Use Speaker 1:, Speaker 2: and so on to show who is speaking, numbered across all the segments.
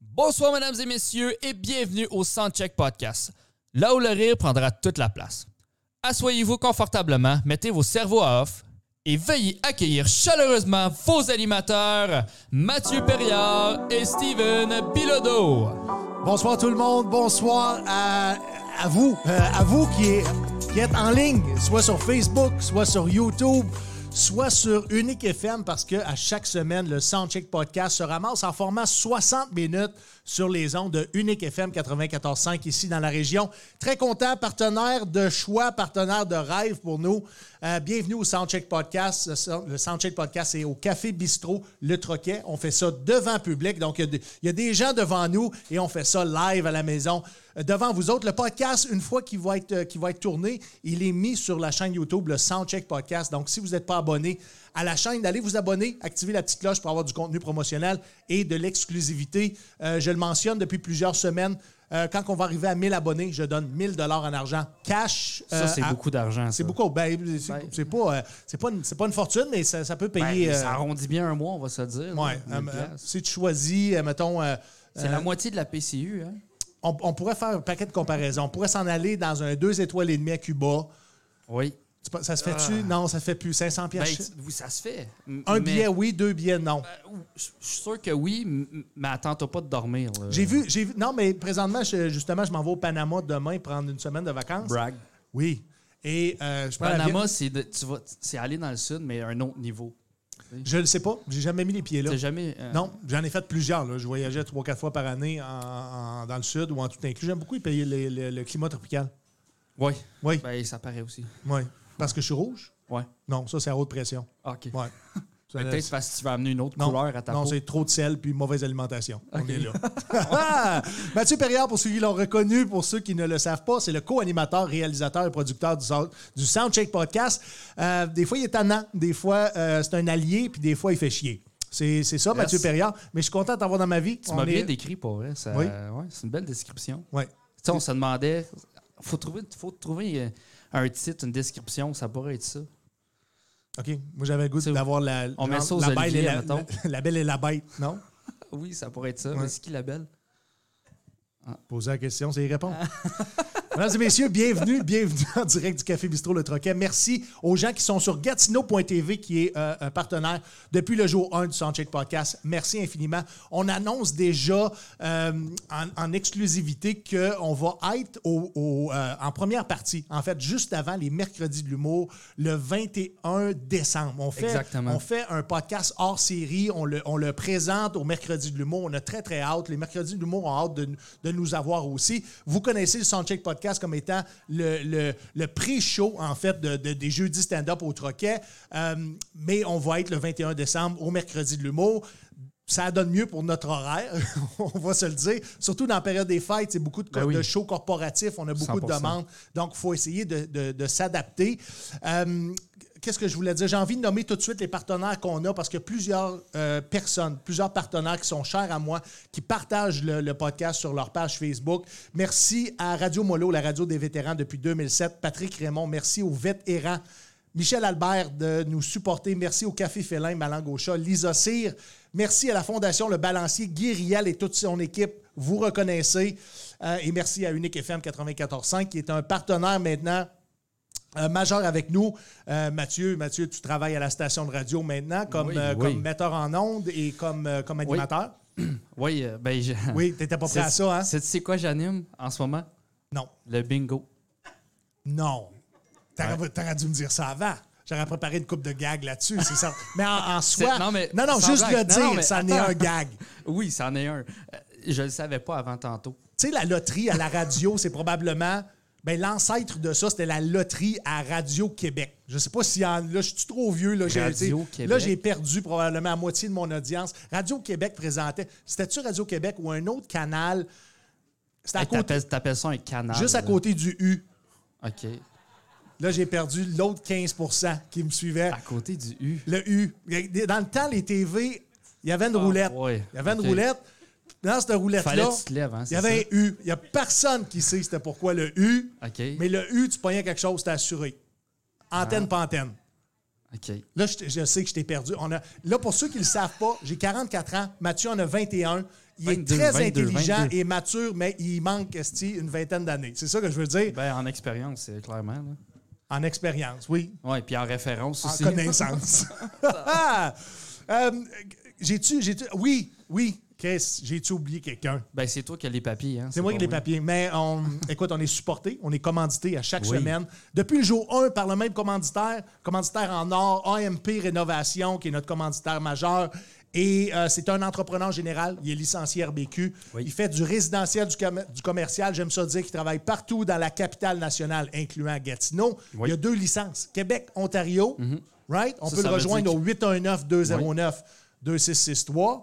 Speaker 1: Bonsoir, mesdames et messieurs, et bienvenue au Soundcheck Podcast, là où le rire prendra toute la place. Assoyez-vous confortablement, mettez vos cerveaux à off et veuillez accueillir chaleureusement vos animateurs, Mathieu Perriard et Steven Bilodeau.
Speaker 2: Bonsoir tout le monde, bonsoir à, à vous, euh, à vous qui, est- qui êtes en ligne, soit sur Facebook, soit sur YouTube, soit sur Unique FM, parce que à chaque semaine, le Soundcheck Podcast se ramasse en format 60 minutes sur les ondes de Unique FM 94.5 ici dans la région. Très content, partenaire de choix, partenaire de rêve pour nous. Euh, bienvenue au Soundcheck Podcast. Le Sound- Le Soundcheck Podcast est au Café Bistrot Le Troquet. On fait ça devant public. Donc, il y a des- il y, a des gens devant nous et on fait ça live à la maison euh, devant vous autres. Le podcast, une fois qu'il va, être, euh, qu'il va être tourné, il est mis sur la chaîne YouTube, le Soundcheck Podcast. Donc, si vous n'êtes pas abonné à la chaîne, d'aller vous abonner, activer la petite cloche pour avoir du contenu promotionnel et de l'exclusivité. Euh, je le mentionne depuis plusieurs semaines. Euh, quand on va arriver à 1000 abonnés, je donne 1000 dollars en argent cash. euh,
Speaker 1: Ça, c'est
Speaker 2: à-
Speaker 1: beaucoup d'argent.
Speaker 2: c'est beaucoup. Ben, c'est c'est pas, euh, c'est pas, une- c'est pas une fortune, mais ça, ça peut payer.
Speaker 1: Ça
Speaker 2: euh,
Speaker 1: arrondit bien un mois, on va se dire.
Speaker 2: ouais, euh, euh, si tu choisis, euh, mettons, euh,
Speaker 1: c'est la moitié de la PCU. Hein?
Speaker 2: on, on pourrait faire un paquet de comparaisons. On pourrait s'en aller dans un 2 étoiles et demi à Cuba.
Speaker 1: Oui. Ah.
Speaker 2: C'est pas- Ça se fait-tu? Non, ça se fait plus. 500
Speaker 1: Ben,
Speaker 2: pièces.
Speaker 1: tu- Euh, oui, ça se fait. M-
Speaker 2: un
Speaker 1: mais-
Speaker 2: billet oui, deux billets non.
Speaker 1: Je je suis sûr que oui, m- m- mais attends-toi pas de dormir. là.
Speaker 2: J'ai vu, j'ai vu. Non, mais présentement, je- justement, je m'en vais au Panama demain prendre une semaine de vacances.
Speaker 1: Brag.
Speaker 2: Oui. Et euh, je prends l'avion.
Speaker 1: Panama, c'est de- tu vas- c'est aller dans le sud, mais à un autre niveau.
Speaker 2: Je le sais pas. J'ai jamais mis les pieds là.
Speaker 1: T'as jamais. euh,
Speaker 2: Non, j'en ai fait plusieurs. là. Je voyageais trois, quatre fois par année en- en- dans le sud ou en tout inclus. J'aime beaucoup les pays- le, le- le climat tropical.
Speaker 1: Oui.
Speaker 2: Oui,
Speaker 1: Ben, ça paraît aussi.
Speaker 2: oui. Parce que je suis rouge?
Speaker 1: Ouais.
Speaker 2: Non, ça, c'est à haute pression.
Speaker 1: OK.
Speaker 2: Ouais. Ça,
Speaker 1: Mais
Speaker 2: là,
Speaker 1: Peut-être parce que tu vas amener une autre
Speaker 2: non,
Speaker 1: couleur à ta
Speaker 2: non,
Speaker 1: peau.
Speaker 2: c'est trop de sel puis mauvaise alimentation. On est là. Ah! Mathieu Perriard, pour ceux qui l'ont reconnu, pour ceux qui ne le savent pas, c'est le co-animateur, réalisateur et producteur du, Sound- du Soundcheck Podcast. Euh, des fois, il est tannant. Des fois, euh, c'est un allié, puis des fois, il fait chier. C'est c'est ça, Mathieu Perriard. Mais je suis content de t'avoir dans ma vie.
Speaker 1: Tu
Speaker 2: On
Speaker 1: m'as
Speaker 2: est-
Speaker 1: bien décrit, pour vrai. Ça-
Speaker 2: Oui.
Speaker 1: ouais, c'est une belle description.
Speaker 2: Ouais.
Speaker 1: Tu sais, on se demandait. Faut trouver, faut trouver euh, un titre, une description, ça pourrait être ça.
Speaker 2: OK. Moi, j'avais le goût
Speaker 1: C'est-
Speaker 2: d'avoir la,
Speaker 1: on met ça aux
Speaker 2: la, belle
Speaker 1: oliviers,
Speaker 2: et la,
Speaker 1: mettons.
Speaker 2: la- la belle et la bête, non?
Speaker 1: Ah Oui, ça pourrait être ça.
Speaker 2: Ouais.
Speaker 1: Mais c'est qui la belle?
Speaker 2: Poser la question, c'est y répondre. Mesdames et messieurs, bienvenue, bienvenue en direct du Café Bistrot Le Troquet. Merci aux gens qui sont sur Gatineau.tv, qui est euh, un partenaire depuis le jour 1 du Soundcheck Podcast. Merci infiniment. On annonce déjà euh, en, en exclusivité qu'on va être au- au, euh, en première partie, en fait, juste avant les mercredis de l'humour, le 21 décembre. On fait,
Speaker 1: Exactement.
Speaker 2: on fait un podcast hors série. On le, on le présente au Mercredi de l'humour. On a très, très hâte. Les Mercredis de l'humour ont hâte de, de nous avoir aussi. Vous connaissez le Soundcheck Podcast comme étant le, le, le pré-show, en fait, de, de- des jeudis stand-up au Troquet. Euh, mais on va être le 21 décembre au Mercredi de l'humour. Ça donne mieux pour notre horaire, on va se le dire. Surtout dans la période des fêtes, c'est beaucoup de,
Speaker 1: Ben oui.
Speaker 2: de shows corporatifs. On a beaucoup de
Speaker 1: 100%.
Speaker 2: demandes. Donc, il faut essayer de, de- de s'adapter. Euh, Qu'est-ce que je voulais dire? J'ai envie de nommer tout de suite les partenaires qu'on a parce que plusieurs euh, personnes, plusieurs partenaires qui sont chers à moi, qui partagent le, le podcast sur leur page Facebook. Merci à Radio Molo, la radio des vétérans depuis 2007. Patrick Raymond, merci aux vétérans. Michel Albert de nous supporter. Merci au Café Félin, Malangue au chat, Lisa Cyr. Merci à la Fondation Le Balancier, Guy Riel et toute son équipe. Vous reconnaissez. Euh, et merci à Unique FM 94.5 qui est un partenaire maintenant euh, majeur avec nous. Euh, Mathieu, Mathieu, tu travailles à la station de radio maintenant comme,
Speaker 1: Oui,
Speaker 2: euh,
Speaker 1: oui.
Speaker 2: comme metteur en ondes et comme, euh, comme animateur.
Speaker 1: Oui, euh, ben. je-
Speaker 2: Oui, tu n'étais pas prêt à
Speaker 1: C'est-
Speaker 2: ça, hein?
Speaker 1: C'est tu sais quoi j'anime en ce moment?
Speaker 2: Non.
Speaker 1: Le bingo.
Speaker 2: Non. T'aurais t'aurais dû me dire ça avant. J'aurais préparé une coupe de gags là-dessus, c'est ça. Mais en, en soi.
Speaker 1: C'est- non, mais
Speaker 2: non, non,
Speaker 1: sans
Speaker 2: juste
Speaker 1: blague.
Speaker 2: le
Speaker 1: Non,
Speaker 2: dire,
Speaker 1: non, mais
Speaker 2: ça n'est
Speaker 1: attends.
Speaker 2: un gag.
Speaker 1: Oui, c'en est un. Euh, Je le savais pas avant tantôt.
Speaker 2: Tu sais, la loterie à la radio, c'est probablement. Ben, l'ancêtre de ça, c'était la loterie à Radio-Québec. Je sais pas si en- là, je suis trop vieux. Là, j'ai-
Speaker 1: Radio-Québec.
Speaker 2: tu sais, là, j'ai perdu probablement la moitié de mon audience. Radio-Québec présentait. C'était-tu Radio-Québec ou un autre canal? C'était à
Speaker 1: Hey,
Speaker 2: côté,
Speaker 1: T'appelles t'appelles ça un canal.
Speaker 2: juste à
Speaker 1: là.
Speaker 2: côté du U.
Speaker 1: OK.
Speaker 2: Là, j'ai perdu l'autre 15 qui me suivait.
Speaker 1: À côté du U.
Speaker 2: Le U. Dans le temps, les TV, il y avait une roulette.
Speaker 1: Ah, ouais.
Speaker 2: Il y avait une
Speaker 1: Ok.
Speaker 2: roulette. Dans cette
Speaker 1: Fallait
Speaker 2: roulette-là,
Speaker 1: que tu te lèves, hein,
Speaker 2: il y
Speaker 1: c'est
Speaker 2: avait un U. Il n'y a personne qui sait c'était pourquoi le U.
Speaker 1: OK.
Speaker 2: Mais le U, tu pognais quelque chose, t'es assuré. Antenne,
Speaker 1: Ah.
Speaker 2: pas antenne.
Speaker 1: OK.
Speaker 2: Là, je, je sais que je t'ai perdu. On a, là, pour ceux qui ne le savent pas, j'ai 44 ans. Mathieu en a 21. il est
Speaker 3: 22,
Speaker 2: très
Speaker 3: 22,
Speaker 2: intelligent
Speaker 3: 22.
Speaker 2: et mature, mais il manque esti, une vingtaine d'années. C'est ça que je veux dire.
Speaker 3: Ben, en expérience, c'est clairement. Là.
Speaker 2: En expérience, oui.
Speaker 3: Ouais, puis en référence
Speaker 2: En
Speaker 3: aussi.
Speaker 2: connaissance. Euh, j'ai-tu, j'ai-tu. Oui, oui, Chris, j'ai-tu oublié quelqu'un?
Speaker 3: Ben, c'est toi qui as les papiers. Hein,
Speaker 2: C'est moi
Speaker 3: pas
Speaker 2: qui ai les papiers. Mais on, écoute, on est supporté, on est commandité à chaque
Speaker 3: Oui.
Speaker 2: semaine. Depuis le jour 1, par le même commanditaire, commanditaire en or, AMP Rénovation, qui est notre commanditaire majeur. Et euh, c'est un entrepreneur général. Il est licencié RBQ.
Speaker 3: Oui.
Speaker 2: Il fait du résidentiel, du, com- du commercial. J'aime ça dire qu'il travaille partout dans la capitale nationale, incluant Gatineau.
Speaker 3: Oui. Mhm.
Speaker 2: Il y a deux licences Québec, Ontario. Right? On
Speaker 3: Ça,
Speaker 2: peut le
Speaker 3: ça veut
Speaker 2: rejoindre
Speaker 3: dire
Speaker 2: au 819-209-2663.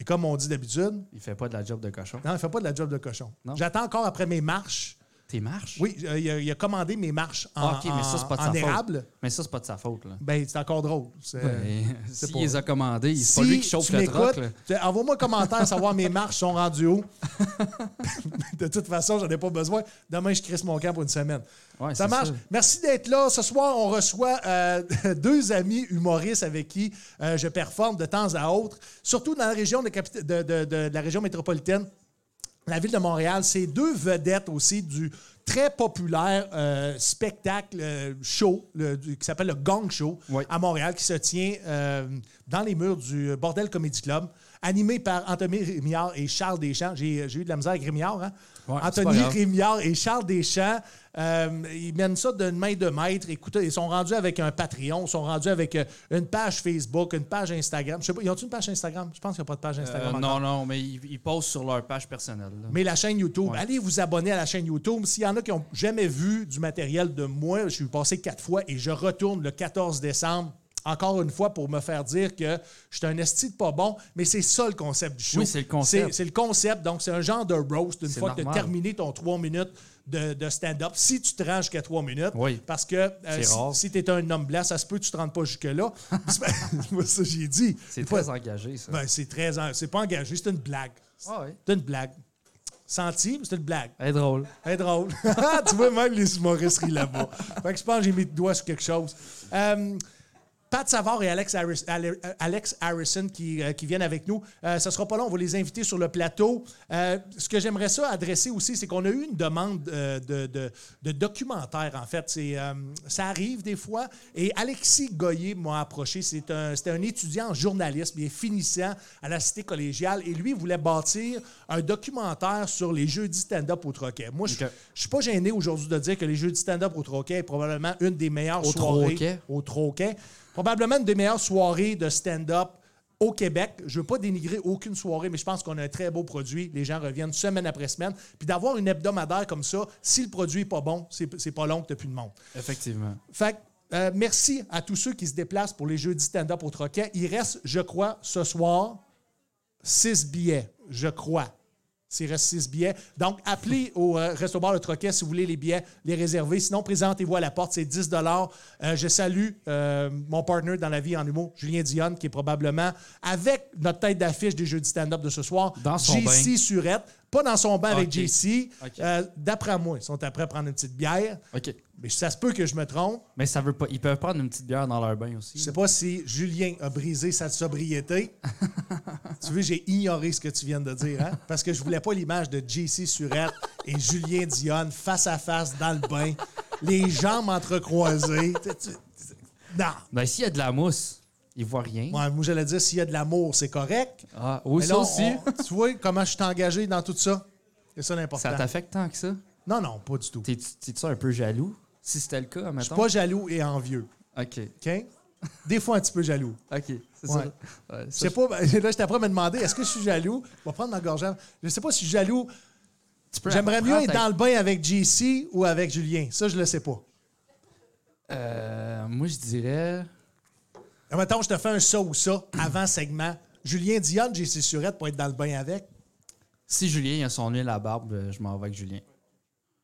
Speaker 2: Et comme on dit d'habitude,
Speaker 3: Il fait pas de la job de cochon.
Speaker 2: non, il ne fait pas de la job de cochon.
Speaker 3: Non.
Speaker 2: J'attends encore après mes marches.
Speaker 3: Tes marches?
Speaker 2: Oui, euh, il, a, il a commandé mes marches en,
Speaker 3: Ah, ok, mais ça, c'est pas de
Speaker 2: en
Speaker 3: sa
Speaker 2: érable.
Speaker 3: faute. Mais ça, c'est pas de sa faute. Là.
Speaker 2: Ben, c'est encore drôle. C'est-
Speaker 3: Mais
Speaker 2: c'est
Speaker 3: S'il
Speaker 2: pas-
Speaker 3: les a commandés, c'est
Speaker 2: Si
Speaker 3: pas lui qui chauffe
Speaker 2: tu
Speaker 3: le
Speaker 2: m'écoutes,
Speaker 3: troc. là.
Speaker 2: tu- Envoie-moi un commentaire, savoir mes marches sont rendues où. de toute façon, j'en ai pas besoin. Demain, je crisse mon camp pour une semaine.
Speaker 3: Ouais,
Speaker 2: ça
Speaker 3: c'est
Speaker 2: marche.
Speaker 3: ça.
Speaker 2: Merci d'être là. Ce soir, on reçoit euh, deux amis humoristes avec qui euh, je performe de temps à autre, surtout dans la région, de capit- de- de- de- de la région métropolitaine. la ville de Montréal, c'est deux vedettes aussi du très populaire euh, spectacle euh, show le- du- qui s'appelle le Gong Show
Speaker 3: Oui.
Speaker 2: à Montréal, qui se tient euh, dans les murs du Bordel Comedy Club, animé par Anthony Rémillard et Charles Deschamps. J'ai j'ai eu de la misère avec Rémillard. hein?
Speaker 3: Ouais, c'est pas
Speaker 2: Anthony
Speaker 3: grave.
Speaker 2: Rémillard et Charles Deschamps, euh, ils mènent ça d'une main de maître. Écoutez, ils sont rendus avec un Patreon, ils sont rendus avec euh, une page Facebook, une page Instagram. Je sais pas, ils ont-tu une page Instagram? Je pense qu'il n'y a pas de page
Speaker 3: Euh,
Speaker 2: Instagram. encore.
Speaker 3: non, non, mais ils, ils posent sur leur page personnelle. là.
Speaker 2: Mais la chaîne YouTube,
Speaker 3: Ouais.
Speaker 2: allez vous abonner à la chaîne YouTube. S'il y en a qui n'ont jamais vu du matériel de moi, je suis passé quatre fois et je retourne le 14 décembre. Encore une fois, pour me faire dire que je suis un esti de pas bon, mais c'est ça le concept du show.
Speaker 3: Oui, c'est le concept.
Speaker 2: C'est- C'est le concept. Donc, c'est un genre de roast une
Speaker 3: C'est
Speaker 2: fois que tu as
Speaker 3: normal.
Speaker 2: terminé ton trois minutes de, de stand-up, si tu te rends jusqu'à trois minutes.
Speaker 3: Oui.
Speaker 2: Parce que euh,
Speaker 3: C'est
Speaker 2: si,
Speaker 3: rare.
Speaker 2: tu es un homme blanc, ça se peut que tu ne te rendes pas jusque-là. Moi, ça, j'ai dit.
Speaker 3: C'est très engagé, ça.
Speaker 2: Ben, c'est très. C'est pas engagé, c'est une blague.
Speaker 3: Ah oui.
Speaker 2: C'est une blague. Senti, mais c'est une blague.
Speaker 3: Elle est drôle.
Speaker 2: C'est drôle. tu vois, même les humoristes rient là-bas. Fait que je pense que j'ai mis le doigt sur quelque chose. Euh, Pat Savard et Alex, Harris- Ale- Alex Harrison qui, euh, qui viennent avec nous. Euh, ça sera pas long, on va les inviter sur le plateau. Euh, ce que j'aimerais ça adresser aussi, c'est qu'on a eu une demande euh, de, de- de documentaire, en fait. C'est, euh, ça arrive des fois. Et Alexis Goyer m'a approché. C'est un, c'était un étudiant en journalisme, il est finissant à la Cité collégiale. Et lui, il voulait bâtir un documentaire sur les jeudis stand-up au Troquet. Moi, je
Speaker 3: Ok.
Speaker 2: je suis pas gêné aujourd'hui de dire que les jeudis stand-up au Troquet est probablement une des meilleures
Speaker 3: Au
Speaker 2: soirée
Speaker 3: Troquet?
Speaker 2: au Troquet. Probablement une des meilleures soirées de stand-up au Québec. Je ne veux pas dénigrer aucune soirée, mais je pense qu'on a un très beau produit. Les gens reviennent semaine après semaine. Puis d'avoir une hebdomadaire comme ça, si le produit n'est pas bon, c'est c'est pas long que tu plus de monde.
Speaker 3: Effectivement.
Speaker 2: Fait que, euh, merci à tous ceux qui se déplacent pour les jeudis stand-up au Troquet. Il reste, je crois, ce soir, six billets, je crois. S'il reste six billets. Donc, appelez au euh, Resto Bar Le Troquet si vous voulez les billets, les réserver. Sinon, présentez-vous à la porte, c'est 10 Euh, Je salue euh, mon partner dans la vie en humour, Julien Dionne, qui est probablement avec notre tête d'affiche des jeudis stand-up de ce soir.
Speaker 3: Dans son
Speaker 2: JC Surette. Pas dans son bain avec
Speaker 3: Ok.
Speaker 2: JC.
Speaker 3: Ok.
Speaker 2: Euh, D'après moi, ils sont après à prendre une petite bière.
Speaker 3: OK.
Speaker 2: Mais ça se peut que je me trompe.
Speaker 3: Mais ça veut pas. Ils peuvent prendre une petite bière dans leur bain aussi.
Speaker 2: Je sais pas si Julien a brisé sa sobriété. tu vois, j'ai ignoré ce que tu viens de dire, hein? Parce que je voulais pas l'image de JC Surette et Julien Dionne face à face dans le bain, les jambes entrecroisées. Tu- tu- tu- Non.
Speaker 3: Ben, s'il y a de la mousse, ils voient rien.
Speaker 2: Moi, moi, j'allais dire, s'il y a de l'amour, c'est correct.
Speaker 3: Ah, oui,
Speaker 2: Mais
Speaker 3: ça
Speaker 2: là, on-
Speaker 3: aussi.
Speaker 2: on- tu vois comment je suis engagé dans tout ça? C'est ça l'important.
Speaker 3: Ça t'affecte tant que ça?
Speaker 2: Non, non, pas du tout. Je
Speaker 3: T'es-tu t'es-tu un peu jaloux? Si c'était le cas,
Speaker 2: suis
Speaker 3: maintenant.
Speaker 2: pas jaloux et envieux.
Speaker 3: OK.
Speaker 2: OK? Des fois, un petit peu jaloux.
Speaker 3: OK. C'est
Speaker 2: Ouais.
Speaker 3: ça. Ouais,
Speaker 2: Je
Speaker 3: ça,
Speaker 2: sais pas, ben, là, j'étais après à me demander, est-ce que je suis jaloux? Je vais prendre ma gorge. Je sais pas si je suis jaloux.
Speaker 3: tu peux
Speaker 2: J'aimerais mieux
Speaker 3: apprendre
Speaker 2: être
Speaker 3: ta-
Speaker 2: dans le bain avec JC ou avec Julien. Ça, je le sais pas.
Speaker 3: Euh, moi, je dirais.
Speaker 2: Et mettons, je te fais un ça ou ça avant segment. Julien Dion, JC Surette pour être dans le bain avec.
Speaker 3: Si Julien a son huile à barbe, euh, je m'en vais avec Julien.
Speaker 2: Mm.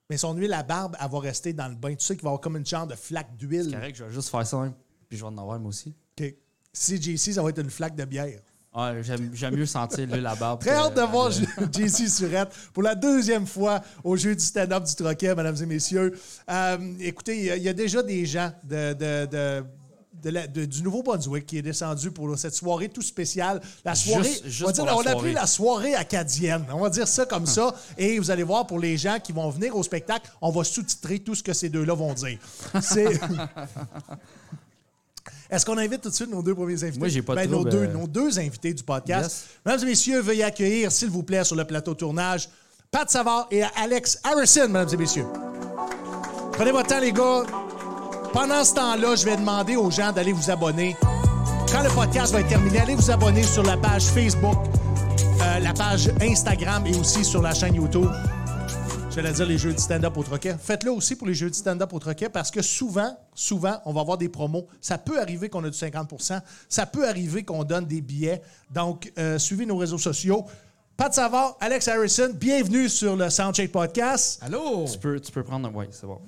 Speaker 2: Mais son huile à barbe, elle va rester dans le bain. Tu sais qu'il va avoir comme une genre de flaque
Speaker 3: C'est
Speaker 2: d'huile.
Speaker 3: correct, je vais juste faire ça, hein, puis je vais en avoir moi aussi.
Speaker 2: Ok. Si JC, ça va être une flaque de bière.
Speaker 3: Ah, J'aime j'aime mieux sentir l'huile à barbe.
Speaker 2: Très
Speaker 3: que-
Speaker 2: hâte de voir
Speaker 3: euh,
Speaker 2: JC Surette pour la deuxième fois au jeu du stand-up du Troquet, mesdames et messieurs. Euh, écoutez, il y a- il y, a déjà des gens de, de- de- de la- de- du Nouveau-Brunswick qui est descendu pour cette soirée tout spéciale. La soirée,
Speaker 3: juste
Speaker 2: on va dire-
Speaker 3: pour la
Speaker 2: on l'a appelée
Speaker 3: soirée. Hum.
Speaker 2: la soirée acadienne. On va dire ça comme ça. Et vous allez voir, pour les gens qui vont venir au spectacle, on va sous-titrer tout ce que ces deux-là vont dire. C'est... Est-ce qu'on invite tout de suite nos deux premiers invités?
Speaker 3: Moi, j'ai pas de
Speaker 2: Ben, nos,
Speaker 3: trouble,
Speaker 2: deux,
Speaker 3: euh.
Speaker 2: nos deux invités du podcast.
Speaker 3: Yes.
Speaker 2: Mesdames et messieurs, veuillez accueillir, s'il vous plaît, sur le plateau de tournage, Pat Savard et Alex Harrison, mesdames et messieurs. Prenez votre temps, les gars. Pendant ce temps-là, je vais demander aux gens d'aller vous abonner. Quand le podcast va être terminé, allez vous abonner sur la page Facebook, euh, la page Instagram et aussi sur la chaîne YouTube. J'allais dire les jeux de stand-up au troquet. Faites-le aussi pour les jeux de stand-up au troquet parce que souvent, souvent, on va avoir des promos. Ça peut arriver qu'on a du 50 Ça peut arriver qu'on donne des billets. Donc, euh, suivez nos réseaux sociaux. Pat Savard, Alex Harrison, bienvenue sur le Soundcheck Podcast.
Speaker 4: Allô?
Speaker 3: Tu peux, tu peux prendre. un- Ouais, c'est bon.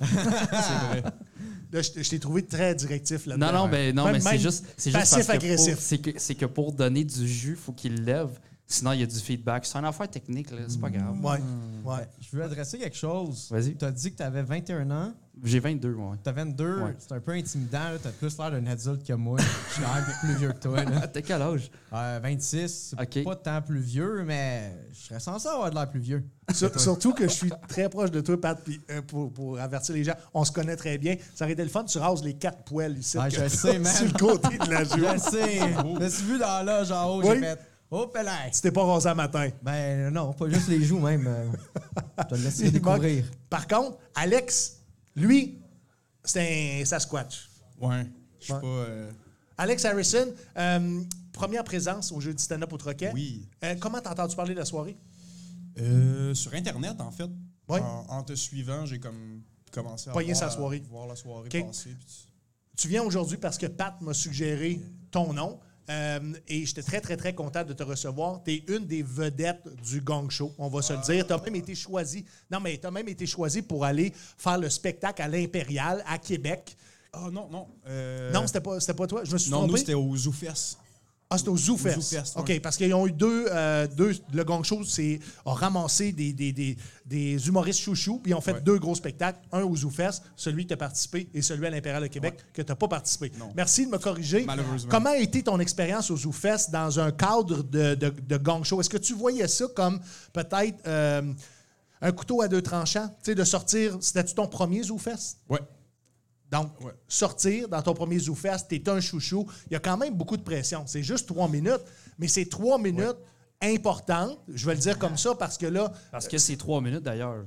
Speaker 2: Là, je, je t'ai trouvé très directif là-dedans.
Speaker 3: Non, non, ben, non
Speaker 2: Même-
Speaker 3: mais c'est
Speaker 2: même
Speaker 3: juste. c'est juste parce que
Speaker 2: passif-agressif.
Speaker 3: pour- C'est que, c'est que pour donner du jus, faut qu'il lève. Sinon, il y a du feedback. C'est une affaire technique, là. C'est pas grave.
Speaker 2: Mm. Ouais, ouais.
Speaker 4: Je veux adresser quelque chose.
Speaker 3: Vas-y.
Speaker 4: Tu as dit que tu avais 21 ans.
Speaker 3: J'ai 22, moi.
Speaker 4: Tu as 22.
Speaker 3: Ouais.
Speaker 4: C'est un peu intimidant. Tu as plus l'air d'un adulte que moi. Je suis l'air plus vieux que toi. là.
Speaker 3: Ah, T'as quel âge?
Speaker 4: Euh, 26. C'est
Speaker 3: Ok.
Speaker 4: pas tant plus vieux, mais je serais censé avoir de l'air plus vieux.
Speaker 3: Hmm.
Speaker 2: Sur- surtout que je suis très proche de toi, Pat, puis, euh, pour, pour avertir les gens, on se connaît très bien. Ça aurait été le fun, tu rases les quatre poils ici.
Speaker 4: Ah,
Speaker 2: que
Speaker 4: je
Speaker 2: t'as
Speaker 4: sais, man.
Speaker 2: Sur le côté de la
Speaker 4: Je
Speaker 2: joue.
Speaker 4: le sais. Je me suis vu dans l'âge en haut.
Speaker 2: Oui.
Speaker 4: J'ai fait. Oh, pelle!
Speaker 2: tu t'es pas rasé à matin.
Speaker 4: Ben non, pas juste les joues, même. euh, Je te le laisserai
Speaker 2: Il manque-
Speaker 4: découvrir.
Speaker 2: Par contre, Alex, lui, c'est un Sasquatch.
Speaker 5: Ouais. Je suis
Speaker 2: Ouais.
Speaker 5: pas. euh,
Speaker 2: Alex Harrison, euh, première présence au jeu du stand-up au Troquet.
Speaker 5: oui.
Speaker 2: Euh, comment t'as entendu parler de la soirée?
Speaker 5: Euh, sur Internet, en fait.
Speaker 2: Ouais.
Speaker 5: En, en te suivant, j'ai comme commencé à
Speaker 2: Pogné
Speaker 5: voir
Speaker 2: sa
Speaker 5: la-
Speaker 2: soirée.
Speaker 5: voir la soirée
Speaker 2: Ok.
Speaker 5: passer. puis tu-
Speaker 2: tu viens aujourd'hui parce que Pat m'a suggéré ton nom. euh, et j'étais très, très, très content de te recevoir. Tu es une des vedettes du Gong Show, on va se le dire. Tu as même été choisi. Non, mais tu même été choisi pour aller faire le spectacle à l'Impérial, à Québec.
Speaker 5: Ah non, non. euh,
Speaker 2: non, c'était pas, c'était pas toi. Je me suis
Speaker 5: Non, nous,
Speaker 2: trompé.
Speaker 5: c'était au ZooFest.
Speaker 2: Ah, c'était au ZooFest.
Speaker 5: Au ZooFest,
Speaker 2: OK,
Speaker 5: ouais.
Speaker 2: parce qu'ils ont eu deux, euh, deux le Gong Show c'est, a ramassé des, des, des, des humoristes chouchous, puis ils ont fait
Speaker 5: Ouais.
Speaker 2: deux gros spectacles, un au ZooFest, celui que tu as participé, et celui à l'Impérial de Québec, que tu n'as pas participé.
Speaker 5: Non.
Speaker 2: Merci de me corriger.
Speaker 5: Malheureusement.
Speaker 2: Comment a été ton expérience au ZooFest dans un cadre de, de, de Gong Show? Est-ce que tu voyais ça comme peut-être euh, un couteau à deux tranchants? Tu sais, de sortir, c'était-tu ton premier ZooFest?
Speaker 5: Ouais.
Speaker 2: Donc,
Speaker 5: Ouais.
Speaker 2: sortir dans ton premier ZooFest, t'es un chouchou. Il y a quand même beaucoup de pression. C'est juste trois minutes, mais c'est trois minutes importantes. Je vais le dire comme ça parce que là,
Speaker 3: Parce que c'est trois minutes, d'ailleurs.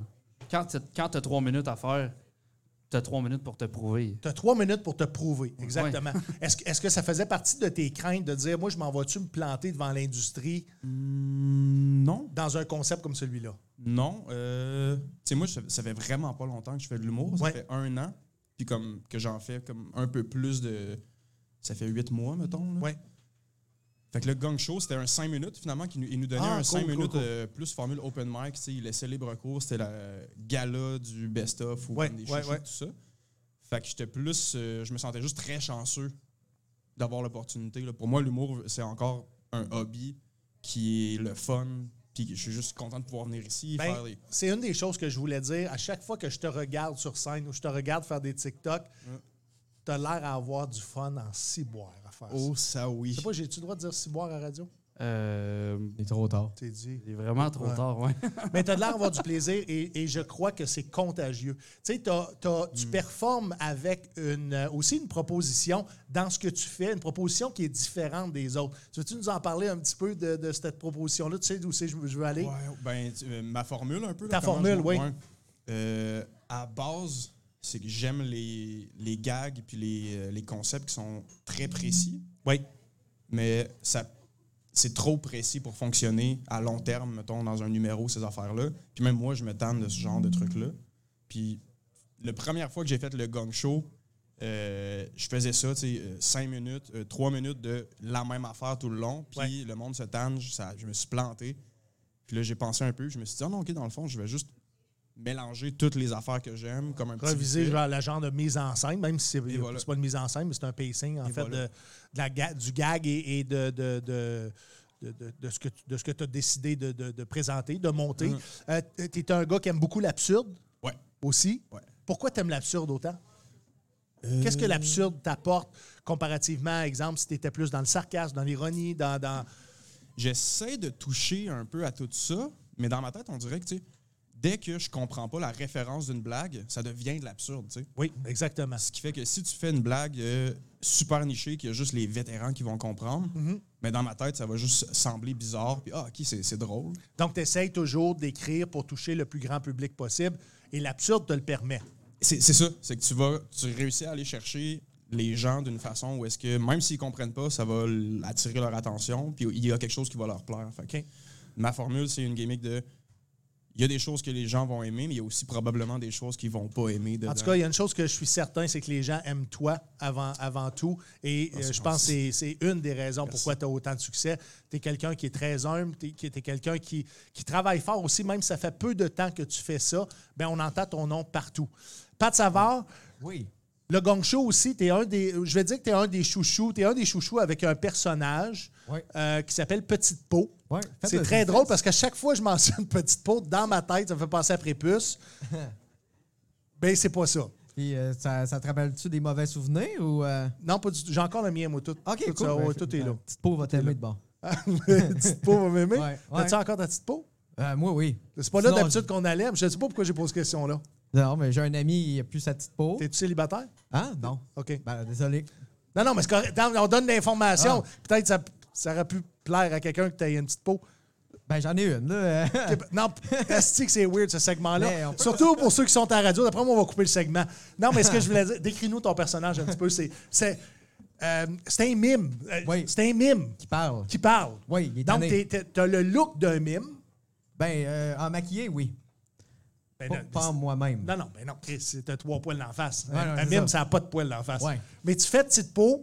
Speaker 3: Quand t'as- quand t'as trois minutes à faire, t'as trois minutes pour te prouver.
Speaker 2: tu as trois minutes pour te prouver. Exactement. Est-ce que- est-ce que ça faisait partie de tes craintes de dire, moi, je m'en vais-tu me planter devant l'industrie
Speaker 5: Non.
Speaker 2: dans un concept comme celui-là?
Speaker 5: Non. euh, tu sais, moi, ça ça fait vraiment pas longtemps que je fais de l'humour. Ça
Speaker 2: Ouais.
Speaker 5: fait un an. Puis comme que j'en fais comme un peu plus de. Ça fait huit mois, mettons. là.
Speaker 2: Ouais.
Speaker 5: Fait que le gang show, c'était un 5 minutes finalement qui nous, il nous donnait
Speaker 2: Ah,
Speaker 5: un
Speaker 2: cool,
Speaker 5: 5
Speaker 2: cool,
Speaker 5: minutes
Speaker 2: cool.
Speaker 5: euh, plus formule open mic. tu sais, Il laissait libre cours, c'était la gala du best-of ou
Speaker 2: Ouais,
Speaker 5: comme des
Speaker 2: ouais,
Speaker 5: chouchous,
Speaker 2: ouais.
Speaker 5: tout ça. Fait que j'étais plus, euh, je me sentais juste très chanceux d'avoir l'opportunité. là. Pour moi, l'humour, c'est encore un hobby qui est le fun. Puis je suis juste content de pouvoir venir ici.
Speaker 2: Ben,
Speaker 5: faire les-
Speaker 2: C'est une des choses que je voulais dire. À chaque fois que je te regarde sur scène ou je te regarde faire des TikTok, tu as l'air à avoir du fun en ciboire à faire ça.
Speaker 5: Oh, ça oui.
Speaker 2: Je sais pas, j'ai-tu le droit de dire ciboire à radio?
Speaker 3: Euh,
Speaker 4: Il est trop tard.
Speaker 2: T'es dit.
Speaker 3: il est vraiment trop
Speaker 2: Ouais.
Speaker 3: tard, ouais.
Speaker 2: Mais tu as de l'air d'avoir du plaisir et, et je crois que c'est contagieux. Tu sais, t'as- t'as-
Speaker 5: Hmm.
Speaker 2: tu performes avec une, euh, aussi une proposition dans ce que tu fais, une proposition qui est différente des autres. Tu Veux-tu nous en parler un petit peu de, de cette proposition-là? Tu sais d'où c'est je, veux- je veux aller?
Speaker 5: Ouais, ben, tu- euh, ma formule un peu.
Speaker 2: Ta
Speaker 5: comment
Speaker 2: formule,
Speaker 5: je-
Speaker 2: oui.
Speaker 5: ouais. Euh, à base, c'est que j'aime les, les gags puis les, euh, les concepts qui sont très précis.
Speaker 2: Oui.
Speaker 5: Mais ça, c'est trop précis pour fonctionner à long terme, mettons, dans un numéro, ces affaires-là. Puis même moi, je me tanne de ce genre de trucs-là. Puis la première fois que j'ai fait le gong show, euh, je faisais ça, tu sais, 5 minutes, 3 minutes de la même affaire tout le long. Puis
Speaker 2: Ouais.
Speaker 5: le monde se tanne, je- ça- je me suis planté. Puis là, j'ai pensé un peu. Je me suis dit, ah non, OK, dans le fond, je vais juste mélanger toutes les affaires que j'aime comme un petit
Speaker 2: Reviser
Speaker 5: buffet.
Speaker 2: genre, le genre de mise en scène, même si c'est
Speaker 5: Et voilà.
Speaker 2: c'est pas une mise en scène, mais c'est un pacing, en
Speaker 5: Et
Speaker 2: fait,
Speaker 5: voilà.
Speaker 2: de, de la ga- du gag et, et de... de- de- de- de- de ce que tu de ce que as décidé de, de- de présenter, de monter. Euh,
Speaker 5: Mhm.
Speaker 2: tu es un gars qui aime beaucoup l'absurde
Speaker 5: Ouais.
Speaker 2: aussi.
Speaker 5: Ouais.
Speaker 2: Pourquoi tu aimes l'absurde autant?
Speaker 5: Euh.
Speaker 2: Qu'est-ce que l'absurde t'apporte comparativement, exemple, si tu étais plus dans le sarcasme, dans l'ironie, dans. dans...
Speaker 5: J'essaie de toucher un peu à tout ça, mais dans ma tête, on dirait que, tu sais, dès que je comprends pas la référence d'une blague, ça devient de l'absurde, tu sais.
Speaker 2: Oui, exactement.
Speaker 5: Ce qui fait que si tu fais une blague euh, super nichée, qu'il y a juste les vétérans qui vont comprendre,
Speaker 2: Mhm.
Speaker 5: mais dans ma tête, ça va juste sembler bizarre. Puis, ah, OK, c'est c'est drôle.
Speaker 2: Donc, tu essaies toujours d'écrire pour toucher le plus grand public possible et l'absurde te le permet.
Speaker 5: C'est c'est ça. C'est que tu vas, tu réussis à aller chercher les gens d'une façon où est-ce que, même s'ils comprennent pas, ça va l- attirer leur attention, puis il y a quelque chose qui va leur plaire. Fait que
Speaker 2: OK.
Speaker 5: Ma formule, c'est une gimmick de. Il y a des choses que les gens vont aimer, mais il y a aussi probablement des choses qu'ils vont pas aimer.
Speaker 2: En
Speaker 5: dedans.
Speaker 2: tout cas, il y a une chose que je suis certain, c'est que les gens aiment toi avant, avant tout. Et
Speaker 4: Ah,
Speaker 2: euh, je pense que c'est- c'est une des raisons pourquoi tu as autant de succès. Tu es quelqu'un qui est très humble, tu es, quelqu'un qui, qui travaille fort aussi, même si ça fait peu de temps que tu fais ça, ben on entend ton nom partout. Pat Savard,
Speaker 4: Oui.
Speaker 2: le gong show aussi, t'es un des, je vais dire que tu es un des chouchous, tu es un des chouchous avec un personnage
Speaker 4: Ouais.
Speaker 2: euh, qui s'appelle Petite Peau.
Speaker 4: Ouais, faites
Speaker 2: C'est
Speaker 4: le-
Speaker 2: très
Speaker 4: faites-
Speaker 2: drôle parce qu'à chaque fois que je mentionne Petite Peau, dans ma tête, ça me fait penser à Prépuce. ben, c'est pas ça.
Speaker 4: Puis euh, ça, ça te rappelle-tu des mauvais souvenirs ou. euh,
Speaker 2: Non, pas du tout. J'ai encore le mien, moi, tout.
Speaker 4: Ok,
Speaker 2: tout,
Speaker 4: cool.
Speaker 2: ça, ouais,
Speaker 4: Ben,
Speaker 2: tout est
Speaker 4: ben,
Speaker 2: là.
Speaker 4: Petite peau va t'aimer de bon.
Speaker 2: petite peau va m'aimer.
Speaker 4: Ouais,
Speaker 2: T'as-tu
Speaker 4: ouais.
Speaker 2: encore ta petite peau?
Speaker 4: Euh, moi, oui.
Speaker 2: C'est pas là
Speaker 4: Sinon,
Speaker 2: d'habitude qu'on allait, mais je sais pas pourquoi j'ai posé cette question-là.
Speaker 4: Non, mais j'ai un ami, il a plus sa petite peau.
Speaker 2: T'es-tu célibataire?
Speaker 4: Ah, non.
Speaker 2: OK.
Speaker 4: Ben, désolé.
Speaker 2: Non, non, mais c'est correct. Non, On donne l'information.
Speaker 4: Ah.
Speaker 2: Peut-être que ça, ça aurait pu plaire à quelqu'un que t'aies une petite peau.
Speaker 4: Ben, j'en ai une, là.
Speaker 2: Ok, Non, asti que c'est weird ce
Speaker 4: Mais
Speaker 2: segment-là.
Speaker 4: on peut-
Speaker 2: Surtout pour ceux qui sont à la radio. D'après moi, on va couper le segment. Non, mais ce que je voulais dire, décris-nous ton personnage un petit peu. C'est c'est, euh, c'est un mime. Euh,
Speaker 4: Oui.
Speaker 2: C'est un mime
Speaker 4: qui parle.
Speaker 2: qui parle.
Speaker 4: Oui, il est
Speaker 2: Donc,
Speaker 4: tanné.
Speaker 2: t'es- t'es- t'as le look d'un mime.
Speaker 4: Ben, euh, en maquillé, oui.
Speaker 2: Ben,
Speaker 4: Pas,
Speaker 2: non,
Speaker 4: pas en moi-même.
Speaker 2: Non, non, mais non, Chris, c'est un trois poils d'en face.
Speaker 4: Ouais, non,
Speaker 2: un
Speaker 4: c'est
Speaker 2: mime,
Speaker 4: ça.
Speaker 2: ça n'a pas de poils d'en face.
Speaker 4: Ouais.
Speaker 2: Mais tu fais petite peau,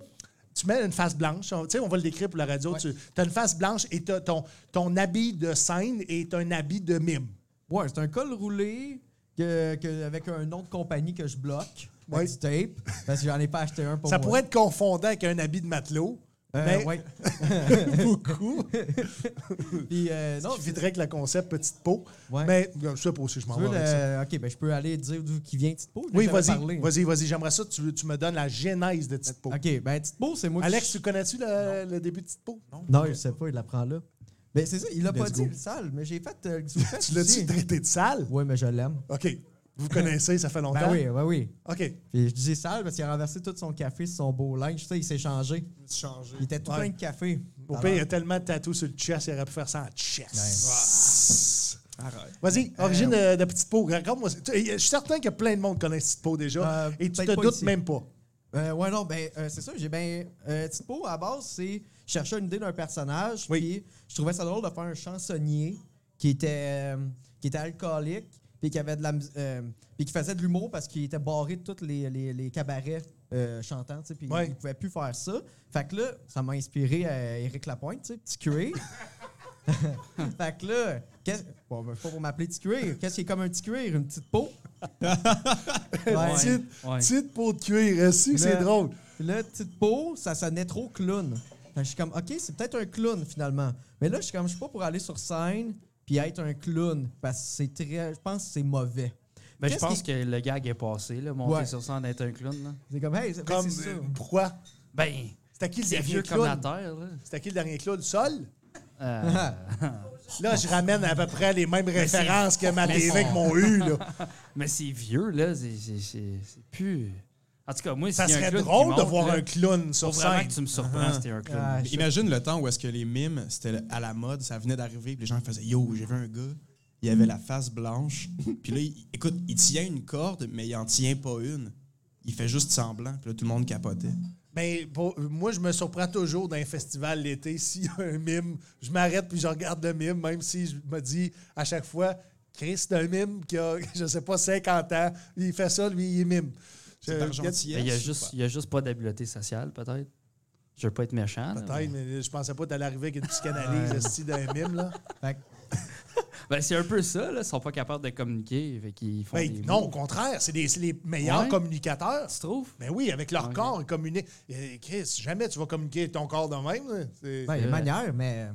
Speaker 2: tu mets une face blanche. On, tu sais, on va le décrire pour la radio.
Speaker 4: Ouais.
Speaker 2: Tu as une face blanche et t'as ton, ton habit de scène est un habit de mime.
Speaker 4: Ouais, c'est un col roulé que, que- avec un nom de compagnie que je bloque.
Speaker 2: Ouais.
Speaker 4: Avec du tape. Parce que j'en ai pas acheté un pour
Speaker 2: ça
Speaker 4: moi.
Speaker 2: pourrait être confondant avec un habit de matelot,
Speaker 4: Euh,
Speaker 2: mais
Speaker 4: ouais.
Speaker 2: Ben, beaucoup.
Speaker 4: Puis, euh, non,
Speaker 2: qui viderait avec le concept petite peau.
Speaker 4: Ouais.
Speaker 2: Mais euh, je sais pas aussi, je m'en
Speaker 4: Ben, tu
Speaker 2: vais
Speaker 4: veux
Speaker 2: avec ça.
Speaker 4: le- Ok, ben, je peux aller dire d'où qui vient Petite Peau.
Speaker 2: Oui,
Speaker 4: J'avais
Speaker 2: vas-y,
Speaker 4: parlé.
Speaker 2: vas-y, vas-y. J'aimerais ça que tu, tu me donnes la genèse de petite peau.
Speaker 4: Ok, ben, Petite Peau, c'est moi qui-
Speaker 2: Alex, tu connais-tu le, le début de petite peau? Non.
Speaker 4: Non, je sais pas, il la prend là. Mais Ben, c'est ça, il l'a pas
Speaker 2: Let's
Speaker 4: dit,
Speaker 2: go.
Speaker 4: le sale, mais j'ai fait. euh, le
Speaker 2: Tu l'as-tu traité de sale?
Speaker 4: Oui, mais je l'aime.
Speaker 2: OK. Vous connaissez, ça fait longtemps?
Speaker 4: Ben oui, ben oui.
Speaker 2: OK.
Speaker 4: Puis je disais sale parce qu'il a renversé tout son café sur son beau linge. Tu sais, il s'est changé.
Speaker 5: changer.
Speaker 4: Il était tout
Speaker 2: Ouais.
Speaker 4: plein de café.
Speaker 2: Au pire, il y a tellement de tatous sur le chest, il aurait pu faire ça en chest.
Speaker 5: Arrête.
Speaker 2: Vas-y, origine euh, de Petite Peau, raconte-moi. ça. Tu- euh, Je suis certain que plein de monde connaît Petite Peau déjà,
Speaker 4: Euh,
Speaker 2: et tu
Speaker 4: peut-être
Speaker 2: te
Speaker 4: pas
Speaker 2: doutes
Speaker 4: ici.
Speaker 2: même pas.
Speaker 4: Euh, ouais, non, ben, euh, c'est ça. J'ai ben, euh, Petite Peau, à la base, c'est. Je cherchais une idée d'un personnage.
Speaker 2: Oui.
Speaker 4: Puis je trouvais ça drôle de faire un chansonnier qui était, euh, qui était alcoolique. Puis qui, avait de la, mus- euh, puis qui faisait de l'humour parce qu'il était barré de tous les, les- les cabarets euh, chantants. tu sais, Puis
Speaker 2: Ouais.
Speaker 4: il pouvait plus faire ça. Fait que là, ça m'a inspiré à Éric Lapointe, tu sais, petit curé. fait que là, qu'est-ce- bon, ben, c'est pas pour m'appeler petit cuir. Qu'est-ce qui est comme un petit cuir? Une petite peau? Ouais.
Speaker 2: Petite,
Speaker 3: Ouais.
Speaker 2: petite peau de cuir, aussi, c'est
Speaker 4: Le-
Speaker 2: drôle.
Speaker 4: Puis là, petite peau, ça sonnait trop clown. Fait que je suis comme, OK, c'est peut-être un clown finalement. Mais là, je suis comme, je suis pas pour aller sur scène puis être un clown parce que c'est très. Je pense que c'est mauvais.
Speaker 3: Ben, je
Speaker 4: Qu'est-ce
Speaker 3: pense
Speaker 4: qui-
Speaker 3: que le gag est passé, là, monter
Speaker 4: Ouais.
Speaker 3: sur scène, être un clown. Là.
Speaker 4: C'est comme, hey, c'est ben,
Speaker 2: Comme,
Speaker 4: c'est ça.
Speaker 2: euh, pourquoi?
Speaker 3: Ben,
Speaker 2: C'était qui le
Speaker 3: c'est vieux
Speaker 2: dernier
Speaker 3: comme la
Speaker 2: clown?
Speaker 3: terre. Là.
Speaker 2: C'était qui le dernier clown? Le sol?
Speaker 3: Euh,
Speaker 2: Là, je ramène à peu près les mêmes
Speaker 3: c'est-
Speaker 2: références que ma
Speaker 3: mais c'est-
Speaker 2: TV m'ont eu. Là.
Speaker 3: mais c'est vieux, là. C'est c'est- c'est- c'est plus. En tout cas, moi,
Speaker 2: Ça
Speaker 3: s'il y a un
Speaker 2: serait
Speaker 3: clown qui
Speaker 2: drôle de
Speaker 3: monte,
Speaker 2: voir
Speaker 3: là,
Speaker 2: un clown
Speaker 3: Faut
Speaker 2: sur
Speaker 3: vraiment
Speaker 2: scène. Uh-huh.
Speaker 3: que tu me surprends si t'es un clown.
Speaker 4: Ah, je-
Speaker 5: Imagine le temps où est-ce que les mimes, c'était à la mode, ça venait d'arriver, puis les gens faisaient Yo, j'ai vu un gars, il avait la face blanche, puis là, il- écoute, il tient une corde, mais il en tient pas une. Il fait juste semblant, puis là, tout le monde capotait.
Speaker 2: Mais pour- moi, je me surprends toujours dans un festival l'été. S'il y a un mime, je m'arrête puis je regarde le mime, même si je me dis à chaque fois, Chris, c'est un mime qui a, je sais pas, 50 ans. Il fait ça, lui, il est mime.
Speaker 5: C'est
Speaker 2: Je-
Speaker 5: d'argentillesse.
Speaker 3: Mais Euh, Ben, Il n'y a, juste- il y a juste pas d'habileté sociale, peut-être. Je veux pas être méchant. là,
Speaker 2: Peut-être,
Speaker 3: mais-
Speaker 2: mais je pensais pas t'allais arriver avec une psychanalyse esti, d'un mime, là.
Speaker 4: Fait que-
Speaker 3: Ben, c'est un peu ça, là. Ils sont pas capables de communiquer. Fait qu'ils font
Speaker 2: Ben,
Speaker 3: des
Speaker 2: non, au
Speaker 3: mots.
Speaker 2: contraire, c'est des- c'est les meilleurs
Speaker 3: Ouais.
Speaker 2: communicateurs.
Speaker 3: Tu trouves?
Speaker 2: Mais oui, avec leur
Speaker 3: Ok.
Speaker 2: corps, ils communiquent. Eh, Chris, jamais tu vas communiquer avec ton corps de même. là. C'est-
Speaker 4: ben, il y a
Speaker 3: Euh.
Speaker 4: une manière, mais.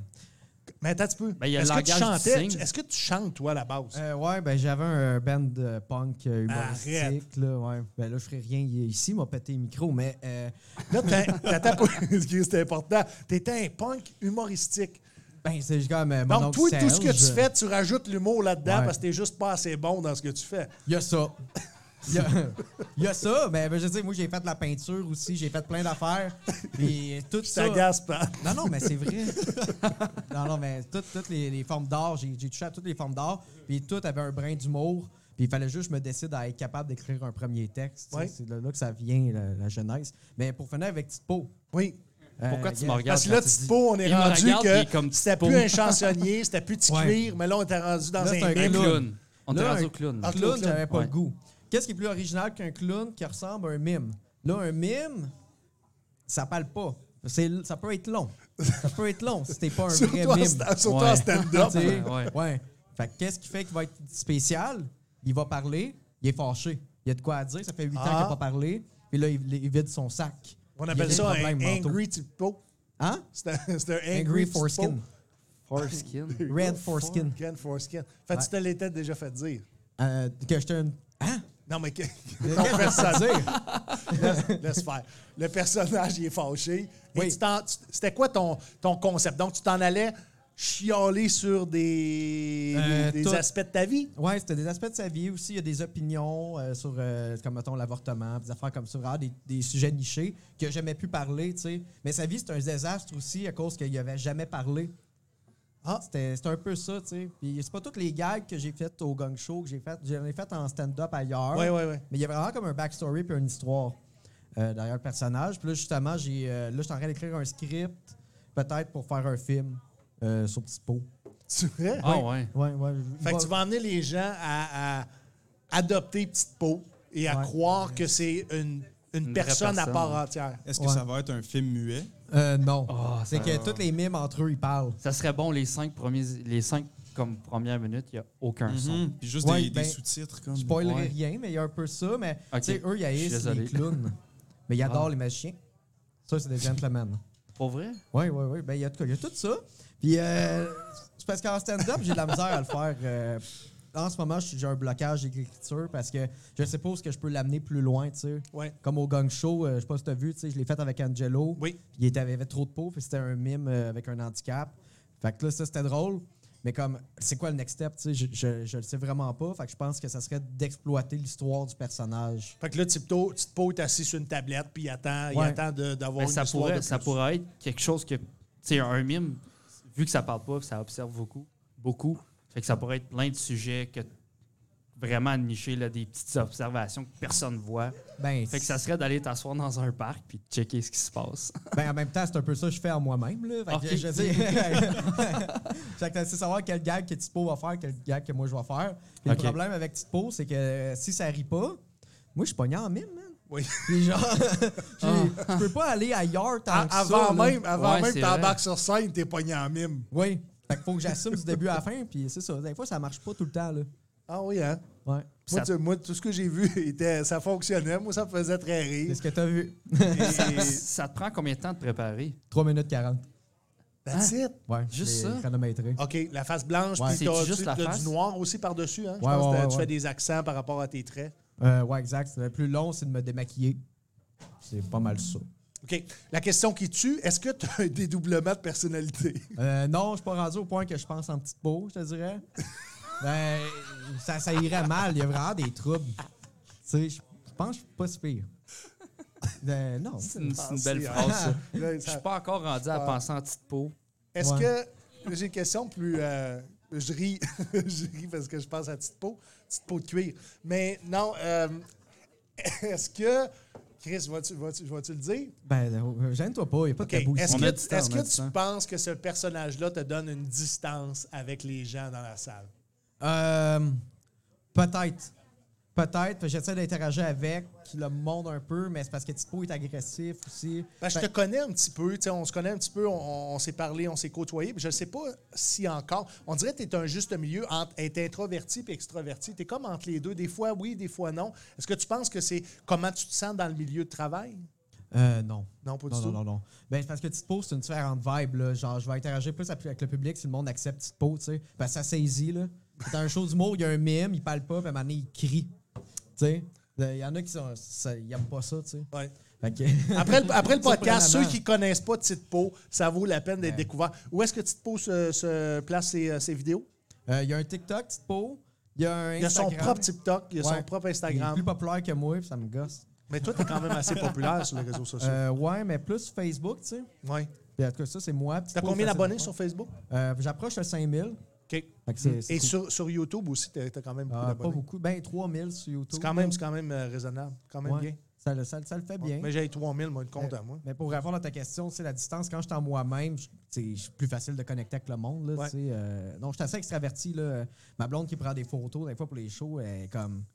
Speaker 2: Mais attends un petit peu.
Speaker 3: Ben, il y a le
Speaker 2: Est-ce que tu
Speaker 3: langage du
Speaker 2: chantais?
Speaker 3: signe.
Speaker 2: Est-ce que tu chantes, toi, à la base?
Speaker 4: Euh, ouais, ben j'avais un band de punk euh,
Speaker 2: Arrête.
Speaker 4: humoristique. Là, ouais. Ben là, je ferais rien ici, m'a pété le micro, mais euh,
Speaker 2: Là, t'as- t'attends pas. C'était important. T'étais un punk humoristique.
Speaker 4: ben c'est juste comme euh, mon
Speaker 2: Donc,
Speaker 4: oncle
Speaker 2: toi, tout ce que
Speaker 4: Serge,
Speaker 2: tu fais, tu rajoutes l'humour là-dedans
Speaker 4: Ouais.
Speaker 2: parce que t'es juste pas assez bon dans ce que tu fais.
Speaker 4: Il y a ça. Il y a, il y a ça, mais ben, je sais, moi j'ai fait de la peinture aussi, j'ai fait plein d'affaires. Et tout
Speaker 2: Tu
Speaker 4: ça.
Speaker 2: t'agaces pas.
Speaker 4: Non, non, mais c'est vrai. non, non, mais toutes, toutes les, les formes d'art, j'ai j'ai touché à toutes les formes d'art, puis toutes avaient un brin d'humour, puis il fallait juste que je me décide à être capable d'écrire un premier texte. tu sais.
Speaker 2: Ouais.
Speaker 4: C'est de là que ça vient, la, la genèse. Mais pour finir avec Tite Pau.
Speaker 2: Oui.
Speaker 4: euh,
Speaker 3: Pourquoi tu
Speaker 4: il y
Speaker 3: me
Speaker 4: a-
Speaker 3: regardes
Speaker 2: Parce que là,
Speaker 3: quand tu dis-
Speaker 2: Tipo, on est
Speaker 3: Il me
Speaker 2: rendu
Speaker 3: regarde, puis il est
Speaker 2: que
Speaker 3: comme
Speaker 2: c'était
Speaker 3: Tipo.
Speaker 2: plus un chansonnier, c'était plus petit
Speaker 4: Ouais.
Speaker 2: cuir, mais là, on était rendu dans
Speaker 4: Là, c'est
Speaker 2: un
Speaker 4: un
Speaker 2: mec.
Speaker 4: clown.
Speaker 3: Clown. On est
Speaker 4: Là,
Speaker 3: rendu au
Speaker 4: un
Speaker 3: clown.
Speaker 2: Ah,
Speaker 4: Un clown, j'avais pas
Speaker 3: Ouais.
Speaker 4: le goût. Qu'est-ce qui est plus original qu'un clown qui ressemble à un mime? Là, un mime, ça parle pas. C'est- Ça peut être long. Ça peut être long si t'es pas un vrai
Speaker 2: Surtout en
Speaker 4: mime.
Speaker 2: sta- surtout
Speaker 3: Ouais.
Speaker 2: en stand-up.
Speaker 4: Tu sais,
Speaker 3: Ouais.
Speaker 4: ouais. Fait que qu'est-ce qui fait qu'il va être spécial? Il va parler, il est fâché. Il y a de quoi à dire, ça fait 8 ans qu'il
Speaker 2: Ah.
Speaker 4: n'a pas parlé, puis là, il, il vide son sac.
Speaker 2: On
Speaker 4: Il y a
Speaker 2: appelle
Speaker 4: des
Speaker 2: ça un
Speaker 4: problèmes mentaux.
Speaker 2: angry Tipo.
Speaker 4: Hein?
Speaker 2: C'est un c'est un angry
Speaker 4: Angry foreskin.
Speaker 2: Tipo.
Speaker 3: Foreskin.
Speaker 4: Red foreskin.
Speaker 2: Red foreskin. Fait que
Speaker 4: Ouais.
Speaker 2: tu te l'étais déjà fait dire.
Speaker 4: Euh, que j'étais une. Hein?
Speaker 2: Non, mais que-
Speaker 4: Qu'est-ce que ça veut dire?
Speaker 2: laisse faire. Le personnage, il est fâché. Et
Speaker 4: Oui.
Speaker 2: tu t'en- tu- C'était quoi ton, ton concept? Donc, tu t'en allais chialer sur des,
Speaker 4: Euh,
Speaker 2: des- des
Speaker 4: tout.
Speaker 2: aspects de ta vie?
Speaker 4: Ouais, c'était des aspects de sa vie aussi. Il y a des opinions euh, sur, euh, comme mettons, l'avortement, des affaires comme ça, vraiment des, des sujets nichés que j'aimais plus parler, tu sais. Mais sa vie, c'est un désastre aussi à cause qu'il avait jamais parlé. Ah, c'était c'était un peu ça, tu sais. Puis c'est pas toutes les gags que j'ai faites au gang show que j'ai faites. J'en ai fait en stand-up ailleurs.
Speaker 2: Oui, oui, oui.
Speaker 4: Mais il y a vraiment comme un backstory puis une histoire euh, derrière le personnage. Puis là, justement, j'ai, euh, là, je suis en train d'écrire un script, peut-être pour faire un film euh, sur Petit Pot.
Speaker 2: C'est vrai?
Speaker 3: Ah ouais.
Speaker 4: Ouais, ouais.
Speaker 2: Fait
Speaker 4: Bah,
Speaker 2: que tu vas emmener les gens à, à adopter Petite Peau et à
Speaker 4: Ouais.
Speaker 2: croire que c'est une, une
Speaker 3: vraie
Speaker 2: personne, à
Speaker 3: personne.
Speaker 2: part entière.
Speaker 5: Est-ce que
Speaker 4: Ouais.
Speaker 5: ça va être un film muet?
Speaker 4: euh, non.
Speaker 3: Ah,
Speaker 4: C'est
Speaker 3: ça-
Speaker 4: que tous les mimes entre eux, ils parlent.
Speaker 3: Ça serait bon les cinq premiers, les cinq comme premières minutes, il n'y a aucun
Speaker 2: Mm-hmm.
Speaker 3: son.
Speaker 5: Puis juste
Speaker 4: Ouais,
Speaker 5: des, des
Speaker 4: ben,
Speaker 5: sous-titres comme.
Speaker 4: Je spoilerai
Speaker 3: Ouais.
Speaker 4: rien, mais il y a un peu ça. Mais
Speaker 3: Ok.
Speaker 4: tu sais, eux, ils
Speaker 3: Je suis
Speaker 4: haïssent
Speaker 3: désolé.
Speaker 4: les clowns. Mais ils adorent
Speaker 3: Ah.
Speaker 4: les magiciens. Ça, c'est des gentlemen.
Speaker 3: Pour vrai?
Speaker 4: Oui, oui, oui. Ben, il y a tout, il y a tout ça. Puis, euh, c'est parce qu'en stand-up, j'ai de la misère à le faire. euh, en ce moment, j'ai un blocage d'écriture parce que je sais pas où est-ce que je peux l'amener plus loin, tu sais.
Speaker 2: Ouais.
Speaker 4: Comme au Gang Show, euh, je sais pas si t'as vu, tu sais, je l'ai fait avec Angelo.
Speaker 2: Oui.
Speaker 4: Il était- avait trop de peau, puis c'était un mime euh, avec un handicap. Fait que là, ça, c'était drôle. Mais comme, c'est quoi le next step, tu sais, je, je, je le sais vraiment pas. Fait que je pense que ça serait d'exploiter l'histoire du personnage.
Speaker 2: Fait que là, Petite Peau Petite Peau est assis sur une tablette puis il attend, il
Speaker 4: Ouais.
Speaker 2: attend de- d'avoir
Speaker 3: Ben,
Speaker 2: une
Speaker 3: ça,
Speaker 2: histoire de
Speaker 3: pourrait,
Speaker 2: plus.
Speaker 3: ça pourrait être quelque chose que. Tu sais, un mime, vu que ça parle pas, ça observe beaucoup. Beaucoup. Fait que ça pourrait être plein de sujets que vraiment nichés, là, des petites observations que personne voit.
Speaker 4: Ben,
Speaker 3: Fait que ça serait d'aller t'asseoir dans un parc puis de checker ce qui se passe.
Speaker 4: Ben, en même temps, c'est un peu ça que je fais en moi-même. là. Fait que
Speaker 3: Ok.
Speaker 4: je- Je dis. fait que euh, c'est savoir quel gag que Tito va faire, quel gag que moi je vais faire. Puis
Speaker 3: Ok.
Speaker 4: Le problème avec Tito, c'est que euh, si ça rit pas, moi je suis pogné en mime, man.
Speaker 2: Oui.
Speaker 4: Puis genre, j'ai- je peux pas aller ailleurs tant
Speaker 2: A-
Speaker 3: Ah,
Speaker 4: que ça,
Speaker 2: avant
Speaker 4: là.
Speaker 2: même, avant
Speaker 3: Ouais,
Speaker 2: même que
Speaker 3: c'est
Speaker 2: t'embarques sur scène, t'es pogné en mime.
Speaker 4: Oui. Fait que faut que j'assume du début à la fin, puis c'est ça. Des fois, ça marche pas tout le temps, là.
Speaker 2: Ah oui, hein?
Speaker 4: Ouais.
Speaker 2: Moi,
Speaker 3: Ça-
Speaker 2: tu- moi, tout ce que j'ai vu, était, ça fonctionnait. Moi, ça me faisait très
Speaker 4: C'est
Speaker 2: rire.
Speaker 4: ce que t'as vu.
Speaker 2: Et-
Speaker 3: ça te prend combien de temps de préparer?
Speaker 4: 3 minutes 40.
Speaker 2: That's
Speaker 3: Hein?
Speaker 2: it.
Speaker 4: Ouais.
Speaker 3: Juste
Speaker 4: je l'ai
Speaker 3: ça? Ah.
Speaker 4: chronométré.
Speaker 2: OK, la face blanche,
Speaker 4: Ouais.
Speaker 2: puis
Speaker 3: C'est-tu
Speaker 2: t'as
Speaker 3: juste
Speaker 2: tu-
Speaker 3: la
Speaker 2: t'as
Speaker 3: face?
Speaker 2: du noir aussi par-dessus. Hein? Je
Speaker 4: Ouais,
Speaker 2: pense que
Speaker 4: ouais,
Speaker 2: t'as-
Speaker 4: ouais,
Speaker 2: tu
Speaker 4: ouais.
Speaker 2: fais des accents par rapport à tes traits.
Speaker 4: Euh, ouais, exact. Le plus long, c'est de me démaquiller. C'est pas mal ça.
Speaker 2: OK. La question qui tue, est-ce que t'as un dédoublement de personnalité?
Speaker 4: Euh, non, je suis pas rendu au point que je pense en petite peau, je te dirais. ben, ça, ça irait mal. Il y a vraiment des troubles. Tu sais, je je pense que je suis pas si pire. Ben, non.
Speaker 3: C'est une, c'est une belle
Speaker 2: Ah,
Speaker 3: phrase, ça.
Speaker 2: Là,
Speaker 3: Je suis
Speaker 2: ça-
Speaker 3: pas encore rendu à
Speaker 2: Ah.
Speaker 3: penser en petite peau.
Speaker 2: Est-ce
Speaker 4: Ouais.
Speaker 2: que. J'ai une question plus. euh, je ris. je ris parce que je pense à petite peau. Petite peau de cuir. Mais non, euh, est-ce que. Chris, vas-tu vas-tu- vas-tu le dire?
Speaker 4: Ben, euh, gêne-toi pas, il n'y a pas de
Speaker 2: OK.
Speaker 4: tabou. ici.
Speaker 2: Est-ce
Speaker 3: On
Speaker 2: que,
Speaker 3: a du temps,
Speaker 2: est-ce
Speaker 3: on a
Speaker 2: que
Speaker 3: du
Speaker 2: tu
Speaker 3: temps.
Speaker 2: penses que ce personnage-là te donne une distance avec les gens dans la salle?
Speaker 4: Euh, peut-être. Peut-être. Fait que J'essaie d'interagir avec, qui le monde un peu, mais c'est parce que petite peau est agressif aussi. Ben,
Speaker 2: Parce que Ben, je
Speaker 4: Fait-
Speaker 2: te connais un petit peu, tu sais, on se connaît un petit peu, on, on s'est parlé, on s'est côtoyé. puis Je ne sais pas si encore. On dirait que tu es un juste milieu entre être introverti et extroverti. Tu es comme entre les deux. Des fois oui, des fois non. Est-ce que tu penses que c'est comment tu te sens dans le milieu de travail?
Speaker 4: Euh, non.
Speaker 2: Non, pas du
Speaker 4: Non,
Speaker 2: tout.
Speaker 4: non, non, non. Ben, c'est parce que Tite Po, c'est une différente vibe. Là. Genre, je vais interagir plus avec le public si le monde accepte Tite Po, tu sais. Ben, ça saisit, là. C'est un show d'humour, il y a un mime, il parle pas, puis à un moment donné, il crie. Tu sais. Euh, Il y en a qui sont, ça- ils aiment pas ça, tu sais.
Speaker 2: Ouais.
Speaker 4: Fait que-
Speaker 2: Après le, après le podcast, ceux
Speaker 4: Surprenamment.
Speaker 2: qui connaissent pas Tite Po, ça vaut la peine d'être
Speaker 4: Ouais.
Speaker 2: découvert. Où est-ce que Tite Po se, se place ses, euh, ses vidéos?
Speaker 4: Euh, il y a un TikTok, Tite Po. Il y a un
Speaker 2: Il a son
Speaker 4: Instagram.
Speaker 2: propre TikTok, il a son
Speaker 4: Ouais.
Speaker 2: propre
Speaker 4: Il est
Speaker 2: Instagram.
Speaker 4: plus populaire que moi, puis ça me gosse.
Speaker 2: Mais toi, t'es quand même assez populaire sur les réseaux sociaux.
Speaker 4: Euh, ouais, mais plus Facebook, tu sais.
Speaker 2: ouais.
Speaker 4: Puis, en tout cas, ça, c'est moi. Tite
Speaker 2: T'as
Speaker 4: Po,
Speaker 2: combien
Speaker 4: facile
Speaker 2: d'abonnés
Speaker 4: à
Speaker 2: sur Facebook?
Speaker 4: faire. Euh, J'approche de 5000.
Speaker 2: OK.
Speaker 4: Fait que c'est- c'est
Speaker 2: Et
Speaker 4: cool.
Speaker 2: sur, sur YouTube aussi, t'as t'as quand même beaucoup
Speaker 4: Ah, pas
Speaker 2: d'abonnés.
Speaker 4: beaucoup. Ben, 3000 sur YouTube.
Speaker 2: C'est quand même, c'est quand même euh, raisonnable. Quand même
Speaker 4: Ouais.
Speaker 2: bien.
Speaker 4: Ça, le- ça, ça le fait bien.
Speaker 2: Mais j'ai 3000, moi, de compte
Speaker 4: Euh,
Speaker 2: à moi.
Speaker 4: Mais pour répondre à ta question, c'est la distance, quand je suis en moi-même, je- c'est je suis plus facile de connecter avec le monde. Là,
Speaker 2: Ouais.
Speaker 4: tu sais, euh, non, je suis assez extraverti. Là. Ma blonde qui prend des photos, des fois pour les shows, elle est comme.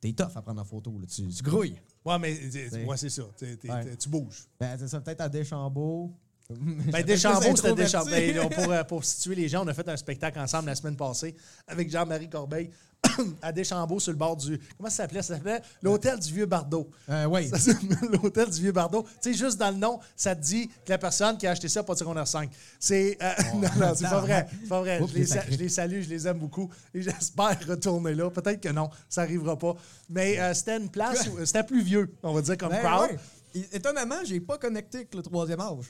Speaker 4: T'es tough à prendre en photo, là. Tu, tu grouilles.
Speaker 2: Ouais, mais euh,
Speaker 4: C'est-
Speaker 2: ouais, c'est ça. T'es- t'es-
Speaker 4: Ouais.
Speaker 2: t'es- Tu bouges.
Speaker 4: Ben, c'est ça, peut-être à Deschambault. J'étais
Speaker 2: Ben,
Speaker 4: plus
Speaker 2: Deschambault, c'était
Speaker 4: introverti.
Speaker 2: Deschambault. Ben, là, pour, euh, pour situer les gens, on a fait un spectacle ensemble la semaine passée avec Jean-Marie Corbeil à Deschambault sur le bord du. Comment ça s'appelait? Ça s'appelait l'Hôtel du Vieux Bardeau.
Speaker 4: Euh, oui.
Speaker 2: Ça, c'est L'hôtel du Vieux Bardeau. Tu sais, juste dans le nom, ça te dit que la personne qui a acheté ça pas de secondaire 5. C'est. euh, non, non, c'est pas vrai. C'est pas vrai.
Speaker 4: Oups,
Speaker 2: je, les,
Speaker 4: les
Speaker 2: sa-
Speaker 4: sacrés.
Speaker 2: je les salue, je les aime beaucoup. Et j'espère retourner là. Peut-être que non, ça n'arrivera pas. Mais euh, c'était une place où- C'était plus vieux, on va dire, comme
Speaker 4: Ben,
Speaker 2: crowd.
Speaker 4: ouais. Et- Étonnamment, j'ai pas connecté avec le troisième âge.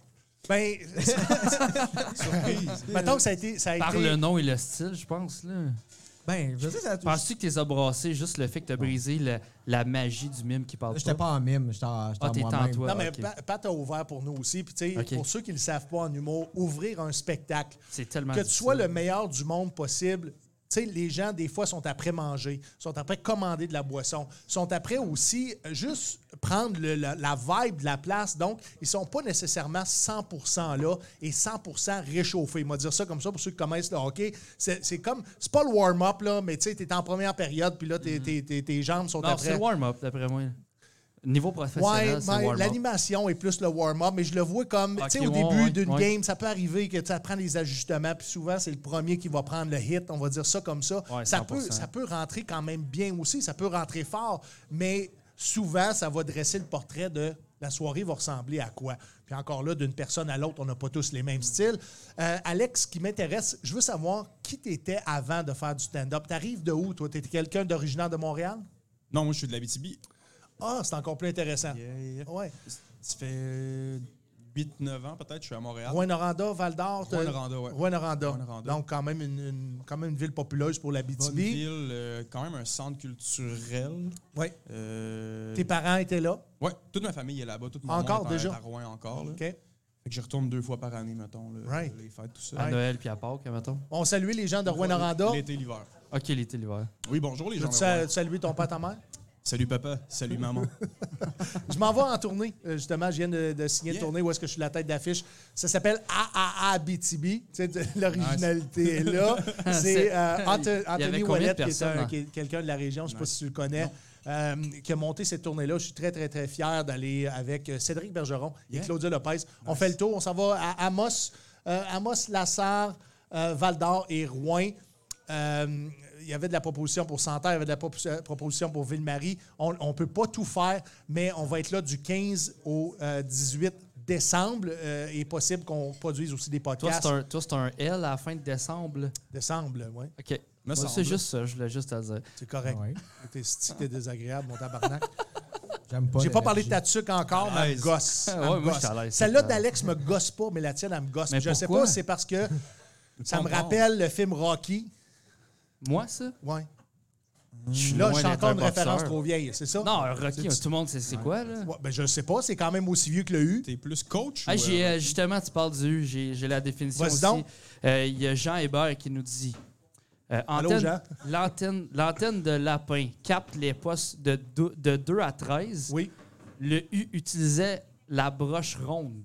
Speaker 2: Ben, mettons que ça a été. Ça a
Speaker 3: Par
Speaker 2: été-
Speaker 3: le nom et le style, je pense. là.
Speaker 4: Ben, je sais, ça a touché.
Speaker 3: Penses-tu que t'es abrassé juste le fait que t'as brisé le- la magie du mime qui parle
Speaker 4: J'étais pas en mime, j'étais en, j'étais
Speaker 3: Ah,
Speaker 4: en
Speaker 3: t'es en
Speaker 4: moi-même.
Speaker 3: toi.
Speaker 2: Non, mais
Speaker 3: ok.
Speaker 2: Pa- Pat a ouvert pour nous aussi. Puis, tu sais,
Speaker 3: Ok.
Speaker 2: pour ceux qui ne le savent pas en humour, ouvrir un spectacle,
Speaker 3: C'est tellement
Speaker 2: que tu sois le
Speaker 3: difficile.
Speaker 2: meilleur du monde possible. Tu sais, les gens, des fois, sont après manger, sont après commander de la boisson, sont après aussi euh, juste prendre le- la, la vibe de la place. Donc, ils sont pas nécessairement 100 là et 100 réchauffés. Il va dire ça comme ça pour ceux qui connaissent le hockey. C'est c'est comme, c'est pas le warm-up, là, mais tu sais, t'es en première période, puis là, tes- tes- tes- tes jambes sont
Speaker 3: Mm-hmm. Non,
Speaker 2: après.
Speaker 3: c'est le warm-up, d'après moi. Niveau
Speaker 2: Ouais, ben,
Speaker 3: professionnel, c'est
Speaker 2: mais
Speaker 3: le warm-up.
Speaker 2: l'animation est plus le warm-up, mais je le vois comme,
Speaker 3: Ok,
Speaker 2: tu sais, au
Speaker 3: ouais,
Speaker 2: début
Speaker 3: ouais,
Speaker 2: d'une
Speaker 3: ouais.
Speaker 2: game, ça peut arriver que ça prend des ajustements, puis souvent, c'est le premier qui va prendre le hit, on va dire ça comme ça.
Speaker 3: Ouais,
Speaker 2: ça, peut,
Speaker 3: 100%.
Speaker 2: ça peut rentrer quand même bien aussi, ça peut rentrer fort, mais souvent, ça va dresser le portrait de la soirée va ressembler à quoi. Puis encore là, d'une personne à l'autre, on n'a pas tous les mêmes styles. Euh, Alex, ce qui m'intéresse, je veux savoir qui t'étais avant de faire du stand-up. T'arrives de où, toi? T'étais quelqu'un d'originaire de Montréal?
Speaker 5: Non, moi, je suis de la BTB.
Speaker 2: Ah, c'est encore plus intéressant. Ouais.
Speaker 5: Oh, Ça fait 8-9 ans, peut-être, je suis à Montréal.
Speaker 2: Rouen-Noranda, Val-d'Or. t'as-
Speaker 5: Rouyn-Noranda, ouais.
Speaker 2: Rouyn-Noranda.
Speaker 5: Rouyn-Noranda.
Speaker 2: Donc, quand même une, une- quand même une ville populeuse pour la
Speaker 5: Bonne
Speaker 2: BTB.
Speaker 5: ville, euh, quand même un centre culturel.
Speaker 2: Oui.
Speaker 5: Euh,
Speaker 2: Tes parents étaient là.
Speaker 5: ouais, toute ma famille est là-bas. Toute mon
Speaker 2: Encore,
Speaker 5: monde est à-
Speaker 2: déjà?
Speaker 5: à Rouen encore. Là.
Speaker 2: OK.
Speaker 5: Fait que j'y retourne deux fois par année, mettons, là,
Speaker 2: Right.
Speaker 5: les fêtes, tout ça.
Speaker 3: À Noël puis à Pâques, mettons.
Speaker 2: On saluait les gens de Rouen-Noranda.
Speaker 5: L'été, l'hiver.
Speaker 3: OK, l'été, l'hiver.
Speaker 5: Oui, bonjour les gens.
Speaker 2: Veux-tu
Speaker 5: de
Speaker 2: sa-
Speaker 5: Rouen.
Speaker 2: saluer ton père, ta mère?
Speaker 5: Salut papa, salut maman.
Speaker 2: Je m'en vais en tournée. Euh, justement, je viens de, de signer
Speaker 5: Yeah.
Speaker 2: une tournée où est-ce que je suis la tête d'affiche. Ça s'appelle AAA BTB. Tu sais, de- L'originalité est là. C'est
Speaker 3: C'est-
Speaker 2: euh, Ant-
Speaker 3: Il y avait
Speaker 2: Anthony
Speaker 3: combien de
Speaker 2: Wallet, qui est,
Speaker 3: personnes,
Speaker 2: un-
Speaker 3: hein?
Speaker 2: qui est quelqu'un de la région, je ne sais pas si tu le connais, euh, qui a monté cette tournée-là. Je suis très, très, très fier d'aller avec euh, Cédric Bergeron et Claudia Lopez. On fait le tour. On s'en va à Amos, euh, Amos Lassar, euh, Val-d'Or et Rouen. Euh, il y avait de la proposition pour Santerre, il y avait de la propos- proposition pour Ville-Marie. On ne peut pas tout faire, mais on va être là du 15 au euh, 18 décembre. Euh, il est possible qu'on produise aussi des
Speaker 3: Toi,
Speaker 2: podcasts.
Speaker 3: c'est un, toi, c'est un L à la fin de décembre.
Speaker 2: Décembre, ouais.
Speaker 3: OK.
Speaker 5: Me
Speaker 3: Moi,
Speaker 5: semble.
Speaker 3: c'est juste ça, je voulais juste te dire.
Speaker 2: C'est correct.
Speaker 4: Ouais.
Speaker 2: T'es sti- t'es désagréable, mon tabarnak.
Speaker 4: J'aime pas.
Speaker 2: J'ai pas parlé
Speaker 4: l'énergie.
Speaker 2: de ta tuque encore, mais elle me gosse. Elle me
Speaker 3: Ouais, moi,
Speaker 2: gosse.
Speaker 3: je suis à l'aise.
Speaker 2: Celle-là d'Alex me gosse pas, mais la tienne, elle me gosse.
Speaker 3: Mais
Speaker 2: je sais
Speaker 3: pourquoi?
Speaker 2: pas, c'est parce que ça me
Speaker 5: pompon.
Speaker 2: rappelle le film Rocky.
Speaker 3: Moi, ça?
Speaker 2: Ouais.
Speaker 3: Je suis
Speaker 2: Là, je
Speaker 3: loin
Speaker 2: suis
Speaker 3: d'être
Speaker 2: encore
Speaker 3: un
Speaker 2: une référence
Speaker 3: boxeur.
Speaker 2: trop vieille, c'est ça?
Speaker 3: Non, un Rocky, tout le monde sait c'est quoi, là?
Speaker 2: Ouais, ben, je sais pas, c'est quand même aussi vieux que le U.
Speaker 5: T'es plus coach
Speaker 3: Ah,
Speaker 5: ou,
Speaker 3: j'ai,
Speaker 5: euh,
Speaker 3: euh, justement, tu parles du. J'ai, j'ai la définition
Speaker 2: Vas-y
Speaker 3: aussi.
Speaker 2: donc.
Speaker 3: Euh, Il y a Jean Hébert qui nous dit euh,
Speaker 2: Allô,
Speaker 3: antenne-
Speaker 2: Jean.
Speaker 3: L'antenne, l'antenne de lapin capte les postes de, dou- de 2 à 13.
Speaker 2: Oui.
Speaker 3: Le U utilisait la broche ronde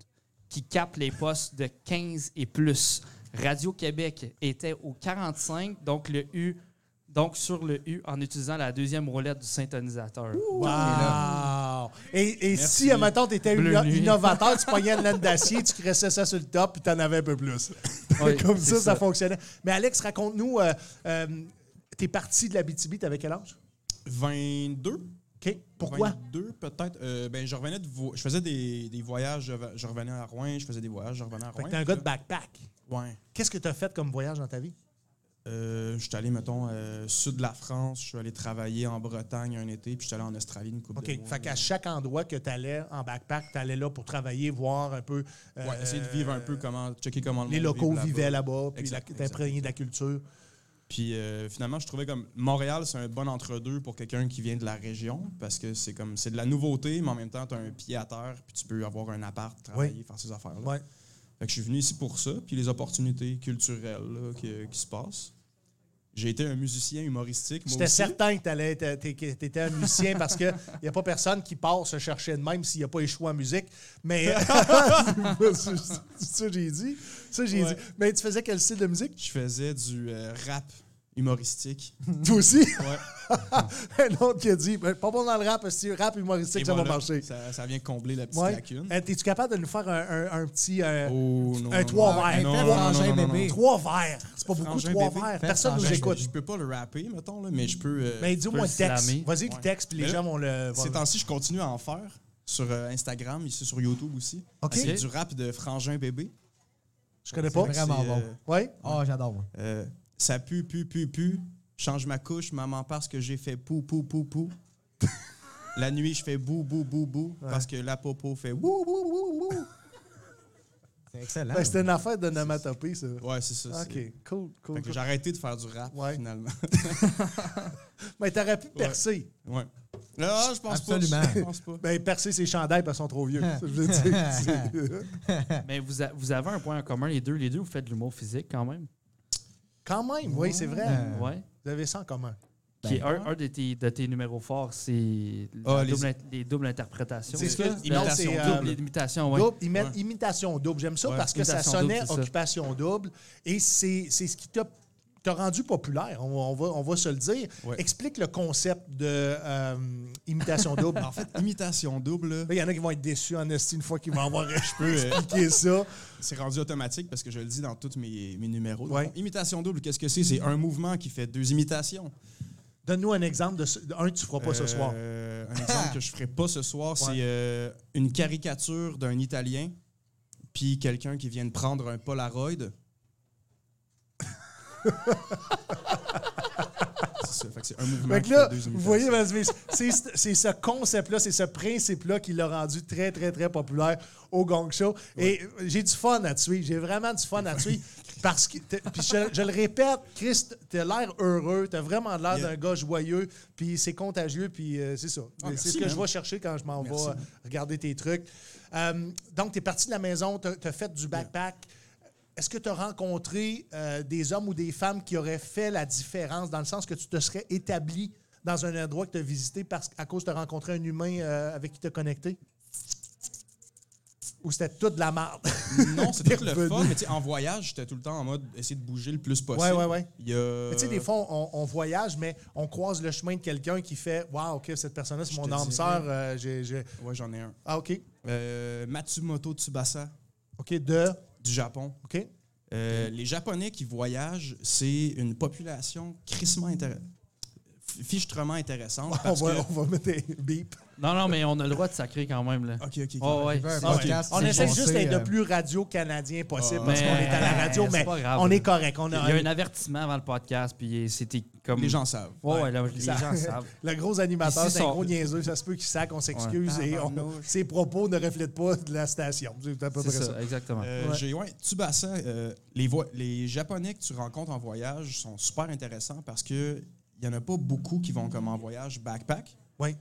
Speaker 3: qui capte les postes de 15 et plus. Radio-Québec était au 45, donc le U. Donc, sur le U, en utilisant la deuxième roulette du syntonisateur.
Speaker 2: Wow! Et, et
Speaker 5: Merci.
Speaker 2: si, mettons, tu étais
Speaker 3: Bleu nuit.
Speaker 2: innovateur, tu pognais une laine d'acier, tu cressais ça sur le top, puis tu en avais un peu plus.
Speaker 3: Oui,
Speaker 2: Comme
Speaker 3: c'est
Speaker 2: ça, ça, fonctionnait. Mais Alex, raconte-nous, euh, euh, t'es parti de la BTB, t'avais quel âge?
Speaker 5: 22?
Speaker 2: OK. Pourquoi?
Speaker 5: 22, peut-être. Euh, ben, je revenais de vo- Je faisais des, des voyages, je re- je revenais à Rouen, je faisais des voyages, je revenais à
Speaker 2: Fait
Speaker 5: Rouen.
Speaker 2: que t'es un gars de backpack.
Speaker 5: Ouais.
Speaker 2: Qu'est-ce que t'as fait comme voyage dans ta vie?
Speaker 5: Euh, je suis allé, mettons, euh, sud de la France, je suis allé travailler en Bretagne un été, puis je suis allé en Australie une couple
Speaker 2: OK.
Speaker 5: de mois.
Speaker 2: fait qu'à chaque endroit que t'allais en backpack, t'allais là pour travailler, voir un peu... euh,
Speaker 5: Ouais, essayer de vivre un peu comment, checker comment le
Speaker 2: Les
Speaker 5: monde
Speaker 2: locaux
Speaker 5: vive là-bas.
Speaker 2: vivaient là-bas, puis
Speaker 5: Exact,
Speaker 2: la- t'es imprégné de la culture.
Speaker 5: Puis euh, finalement, je trouvais comme Montréal, c'est un bon entre-deux pour quelqu'un qui vient de la région parce que c'est comme c'est de la nouveauté, mais en même temps, tu as un pied à terre, puis tu peux avoir un appart, travailler, faire ces affaires-là.
Speaker 2: Ouais.
Speaker 5: Fait que je suis venu ici pour ça, puis les opportunités culturelles là, qui, qui se passent. J'ai été un musicien humoristique. moi
Speaker 2: J'étais
Speaker 5: aussi.
Speaker 2: certain que t'allais être- t'es- que t'étais un musicien parce qu'il n'y a pas personne qui part se chercher de même s'il n'a pas échoué en musique. Mais. C'est ça que j'ai dit. Ça, j'ai
Speaker 5: Ouais.
Speaker 2: dit. Mais tu faisais quel style de musique?
Speaker 5: Je faisais du euh, rap humoristique.
Speaker 2: Toi aussi?
Speaker 5: Ouais.
Speaker 2: un autre qui a dit ben, pas bon dans le rap, si rap
Speaker 5: Et
Speaker 2: humoristique, ça
Speaker 5: voilà,
Speaker 2: va marcher.
Speaker 5: Ça, ça vient combler la petite
Speaker 2: Ouais.
Speaker 5: lacune.
Speaker 2: Euh, Es-tu capable de nous faire un, un- un petit. euh,
Speaker 5: Oh, non,
Speaker 2: Un
Speaker 5: non,
Speaker 2: trois
Speaker 5: non.
Speaker 2: verres.
Speaker 5: Non,
Speaker 4: Fais
Speaker 5: non, non,
Speaker 4: frangin,
Speaker 5: non, non, non.
Speaker 4: bébé.
Speaker 2: Trois verres. C'est pas beaucoup,
Speaker 5: Frangin
Speaker 2: trois
Speaker 5: bébé,
Speaker 2: verres.
Speaker 4: fais
Speaker 2: Personne ne nous
Speaker 4: frangin,
Speaker 5: Ben,
Speaker 2: écoute.
Speaker 5: je, je peux pas le rapper, mettons, là, mais je peux. euh,
Speaker 2: Mais dis-moi
Speaker 3: peux
Speaker 2: le
Speaker 3: le
Speaker 2: texte.
Speaker 3: slammer.
Speaker 2: Vas-y, avec le
Speaker 5: Ouais.
Speaker 2: texte, puis les
Speaker 5: Mais là,
Speaker 2: gens vont le. vont
Speaker 5: Ces
Speaker 2: le-
Speaker 5: temps-ci, je continue à en faire sur euh, Instagram, ici sur YouTube aussi.
Speaker 2: OK.
Speaker 5: C'est du rap de Frangin Bébé.
Speaker 2: Je connais pas.
Speaker 4: C'est vraiment
Speaker 5: C'est, euh,
Speaker 4: bon.
Speaker 2: Ouais.
Speaker 4: Oh, j'adore, moi.
Speaker 5: euh, ça pue, pue, pue, pue. Change ma couche, maman, parce que j'ai fait pou, pou, pou, pou. la nuit, je fais bou, bou, bou, bou. Parce que la popo fait wou, wou, wou, wou.
Speaker 4: C'est excellent.
Speaker 2: Ben, C'était une affaire de nomatopée, ça.
Speaker 5: Ouais, c'est ça.
Speaker 2: OK,
Speaker 5: c'est-
Speaker 2: cool, cool.
Speaker 5: Fait que
Speaker 2: cool.
Speaker 5: j'ai arrêté de faire du rap,
Speaker 2: Ouais.
Speaker 5: finalement.
Speaker 2: Mais t'aurais pu percer.
Speaker 5: ouais. Là, ah, je pense
Speaker 4: Absolument.
Speaker 5: pas. Je pense pas.
Speaker 2: Ben, percer ses chandails parce qu'ils sont trop vieux. Ça, je veux dire, c'est-
Speaker 3: Mais vous, a- vous avez un point en commun, les deux. Les deux, vous faites de l'humour physique quand même.
Speaker 2: Quand même, oui, c'est vrai.
Speaker 4: Euh,
Speaker 3: Ouais.
Speaker 2: Vous avez ça en commun.
Speaker 3: Qui est un, un de, tes, de tes numéros forts, c'est la
Speaker 5: Ah, les-
Speaker 3: double in- les doubles interprétations.
Speaker 2: C'est ça? Non,
Speaker 5: imitation
Speaker 2: c'est
Speaker 5: double.
Speaker 2: euh,
Speaker 3: Double imitation, ouais.
Speaker 2: double. Ils mettent
Speaker 5: Ouais.
Speaker 2: imitation double. J'aime ça
Speaker 5: Ouais,
Speaker 2: parce que ça
Speaker 3: imitation double,
Speaker 2: sonnait
Speaker 3: c'est ça.
Speaker 2: occupation double. Et c'est c'est ce qui t'a t'a rendu populaire, on, va- on va, on va se le dire.
Speaker 5: Ouais.
Speaker 2: Explique le concept de euh, imitation double.
Speaker 5: En fait, imitation double, là,
Speaker 2: Là, Il y en a qui vont être déçus en esti une fois qu'ils vont avoir
Speaker 5: je peux. euh,
Speaker 2: expliqué ça.
Speaker 5: C'est rendu automatique parce que je le dis dans tous mes, mes numéros.
Speaker 2: Ouais.
Speaker 5: Donc, Imitation double, qu'est-ce que c'est? C'est un mouvement qui fait deux imitations.
Speaker 2: Donne-nous un exemple de ce- d'un que tu ne feras pas ce
Speaker 5: Euh,
Speaker 2: soir.
Speaker 5: Un exemple que je ferai pas ce soir,
Speaker 2: Ouais.
Speaker 5: c'est euh, une caricature d'un Italien puis quelqu'un qui vient de prendre un Polaroid. c'est ça, fait que c'est un mouvement
Speaker 2: Fait que
Speaker 5: qui
Speaker 2: là,
Speaker 5: fait deux
Speaker 2: vous
Speaker 5: imitations.
Speaker 2: voyez, Vince Vise, c'est ce- c'est ce concept-là, c'est ce principe-là qui l'a rendu très, très, très populaire au Gong Show. Et euh, j'ai du fun à tuer. J'ai vraiment du fun à tuer. Parce que, t'es- puis je, je le répète, Chris, t'as l'air heureux, t'as vraiment l'air
Speaker 5: Yeah.
Speaker 2: d'un gars joyeux, puis c'est contagieux, puis euh, c'est ça.
Speaker 5: Ah,
Speaker 2: c'est
Speaker 5: merci,
Speaker 2: ce que
Speaker 5: man.
Speaker 2: je vais chercher quand je m'en vais
Speaker 5: Merci.
Speaker 2: euh, regarder tes trucs. Euh, donc, t'es parti de la maison, t'as as fait du backpack. Est-ce que tu as rencontré euh, des hommes ou des femmes qui auraient fait la différence dans le sens que tu te serais établi dans un endroit que tu as visité parce qu'à cause de rencontrer un humain euh, avec qui tu as connecté? Ou c'était toute de la merde?
Speaker 5: Non, c'est tout le
Speaker 2: Revenu.
Speaker 5: fun, mais tu sais, en voyage, j'étais tout le temps en mode essayer de bouger le plus possible.
Speaker 2: Ouais, ouais, ouais.
Speaker 5: Il y a-
Speaker 2: Mais Tu sais, des fois, on, on voyage, mais on croise le chemin de quelqu'un qui fait Waouh, OK, cette personne-là, c'est
Speaker 5: Je
Speaker 2: mon
Speaker 5: te
Speaker 2: âme
Speaker 5: dirais.
Speaker 2: sœur. euh, j'ai- j'ai-
Speaker 5: Ouais, j'en ai un.
Speaker 2: Ah, OK.
Speaker 5: Euh, Matsumoto Tsubasa
Speaker 2: OK, de.
Speaker 5: du Japon.
Speaker 2: OK.
Speaker 5: Euh, les Japonais qui voyagent, c'est une population crissement intéressante. Fichtrement intéressante.
Speaker 2: On
Speaker 5: Parce
Speaker 2: va,
Speaker 5: que...
Speaker 2: on va mettre des beeps.
Speaker 3: Non, non, mais on a le droit de sacrer quand même. Là.
Speaker 5: Ok, ok.
Speaker 3: Oh, ouais.
Speaker 4: J'ai fait un
Speaker 3: C'est-
Speaker 2: Ah ouais.
Speaker 4: podcast,
Speaker 2: On
Speaker 4: c'est
Speaker 2: essaie
Speaker 4: foncé,
Speaker 2: juste d'être
Speaker 4: euh,
Speaker 2: le plus radio canadien possible
Speaker 5: Ah.
Speaker 2: parce qu'on est à la
Speaker 3: Mais
Speaker 2: radio,
Speaker 3: c'est
Speaker 2: mais
Speaker 3: pas grave,
Speaker 2: on
Speaker 3: là.
Speaker 2: est correct. On a
Speaker 3: Il y a
Speaker 2: un-
Speaker 3: un avertissement avant le podcast, puis c'était comme.
Speaker 5: Les gens savent.
Speaker 3: Ouais, ouais, là, les
Speaker 2: Ça-
Speaker 3: gens savent.
Speaker 2: Le gros animateur,
Speaker 3: Ici,
Speaker 2: c'est un
Speaker 3: sont-
Speaker 2: gros niaiseux, ça se peut qu'il sac, on s'excuse et on-
Speaker 5: Tabarnouche.
Speaker 2: ses propos ne reflètent pas de la station. C'est à peu
Speaker 3: C'est
Speaker 2: près ça.
Speaker 3: ça, exactement.
Speaker 5: Euh,
Speaker 2: Ouais.
Speaker 5: J'ai ouais, Tsubasa, euh, les, voi- les Japonais que tu rencontres en voyage sont super intéressants parce que il y en a pas beaucoup qui vont comme en voyage backpack.
Speaker 2: Ouais.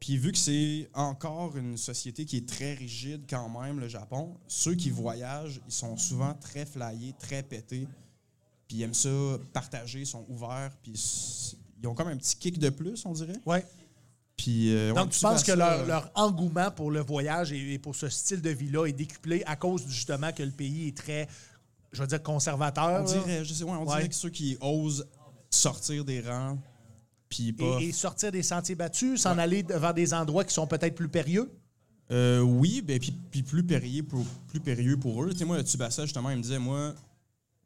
Speaker 5: Puis vu que c'est encore une société qui est très rigide quand même, le Japon, ceux qui voyagent, ils sont souvent très flyés, très pétés. Puis ils aiment ça, partager, ils sont ouverts, puis s- ils ont comme un petit kick de plus, on dirait.
Speaker 2: Ouais.
Speaker 5: Puis, euh, ouais,
Speaker 2: Donc, tu penses
Speaker 5: Tsubasa,
Speaker 2: que leur,
Speaker 5: euh,
Speaker 2: leur engouement pour le voyage et, et pour ce style de vie-là est décuplé à cause justement que le pays est très, je veux dire, conservateur. là,
Speaker 5: On dirait, je sais, ouais, on
Speaker 2: Ouais.
Speaker 5: dirait que ceux qui osent sortir des rangs, puis pas.
Speaker 2: Et, et sortir des sentiers battus, s'en aller vers des endroits qui sont peut-être plus périlleux.
Speaker 5: Euh, oui, ben, puis, puis plus périlleux pour, plus périlleux pour eux. Tu sais, moi, le Tsubasa, justement, il me disait, moi,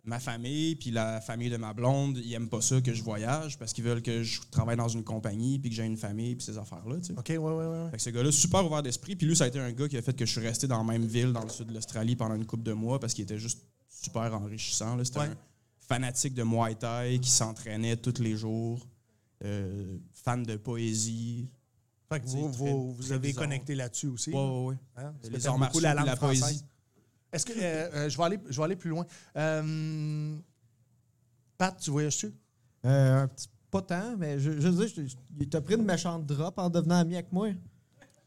Speaker 5: ma famille puis la famille de ma blonde, ils aiment pas ça que je voyage parce qu'ils veulent que je travaille dans une compagnie puis que j'ai une famille puis ces affaires-là. tu sais.
Speaker 2: OK, ouais, ouais, ouais. ouais.
Speaker 5: Fait que ce gars-là, super ouvert d'esprit. Puis lui, ça a été un gars qui a fait que je suis resté dans la même ville, dans le sud de l'Australie, pendant une couple de mois parce qu'il était juste super enrichissant. là. C'était
Speaker 2: Ouais.
Speaker 5: un fanatique de Muay Thai qui s'entraînait tous les jours, euh, fan de poésie.
Speaker 2: Fait que
Speaker 5: C'est
Speaker 2: vous,
Speaker 5: très-
Speaker 2: vous,
Speaker 5: très
Speaker 2: vous avez
Speaker 5: bizarre.
Speaker 2: connecté là-dessus aussi.
Speaker 5: Ouais, ouais, ouais.
Speaker 2: hein? Parce que
Speaker 5: Les
Speaker 2: t'aimes
Speaker 5: arts
Speaker 2: beaucoup
Speaker 5: martiaux,
Speaker 2: la
Speaker 5: puis
Speaker 2: langue
Speaker 5: la
Speaker 2: française.
Speaker 5: poésie.
Speaker 2: Est-ce que. euh, euh, je, vais aller, je vais aller plus loin. Euh, Pat, tu voyages-tu?
Speaker 4: Euh, un petit pas tant, mais je, je veux dire, je- je- il t'a pris une méchante drop en devenant ami avec moi.
Speaker 5: Ouais,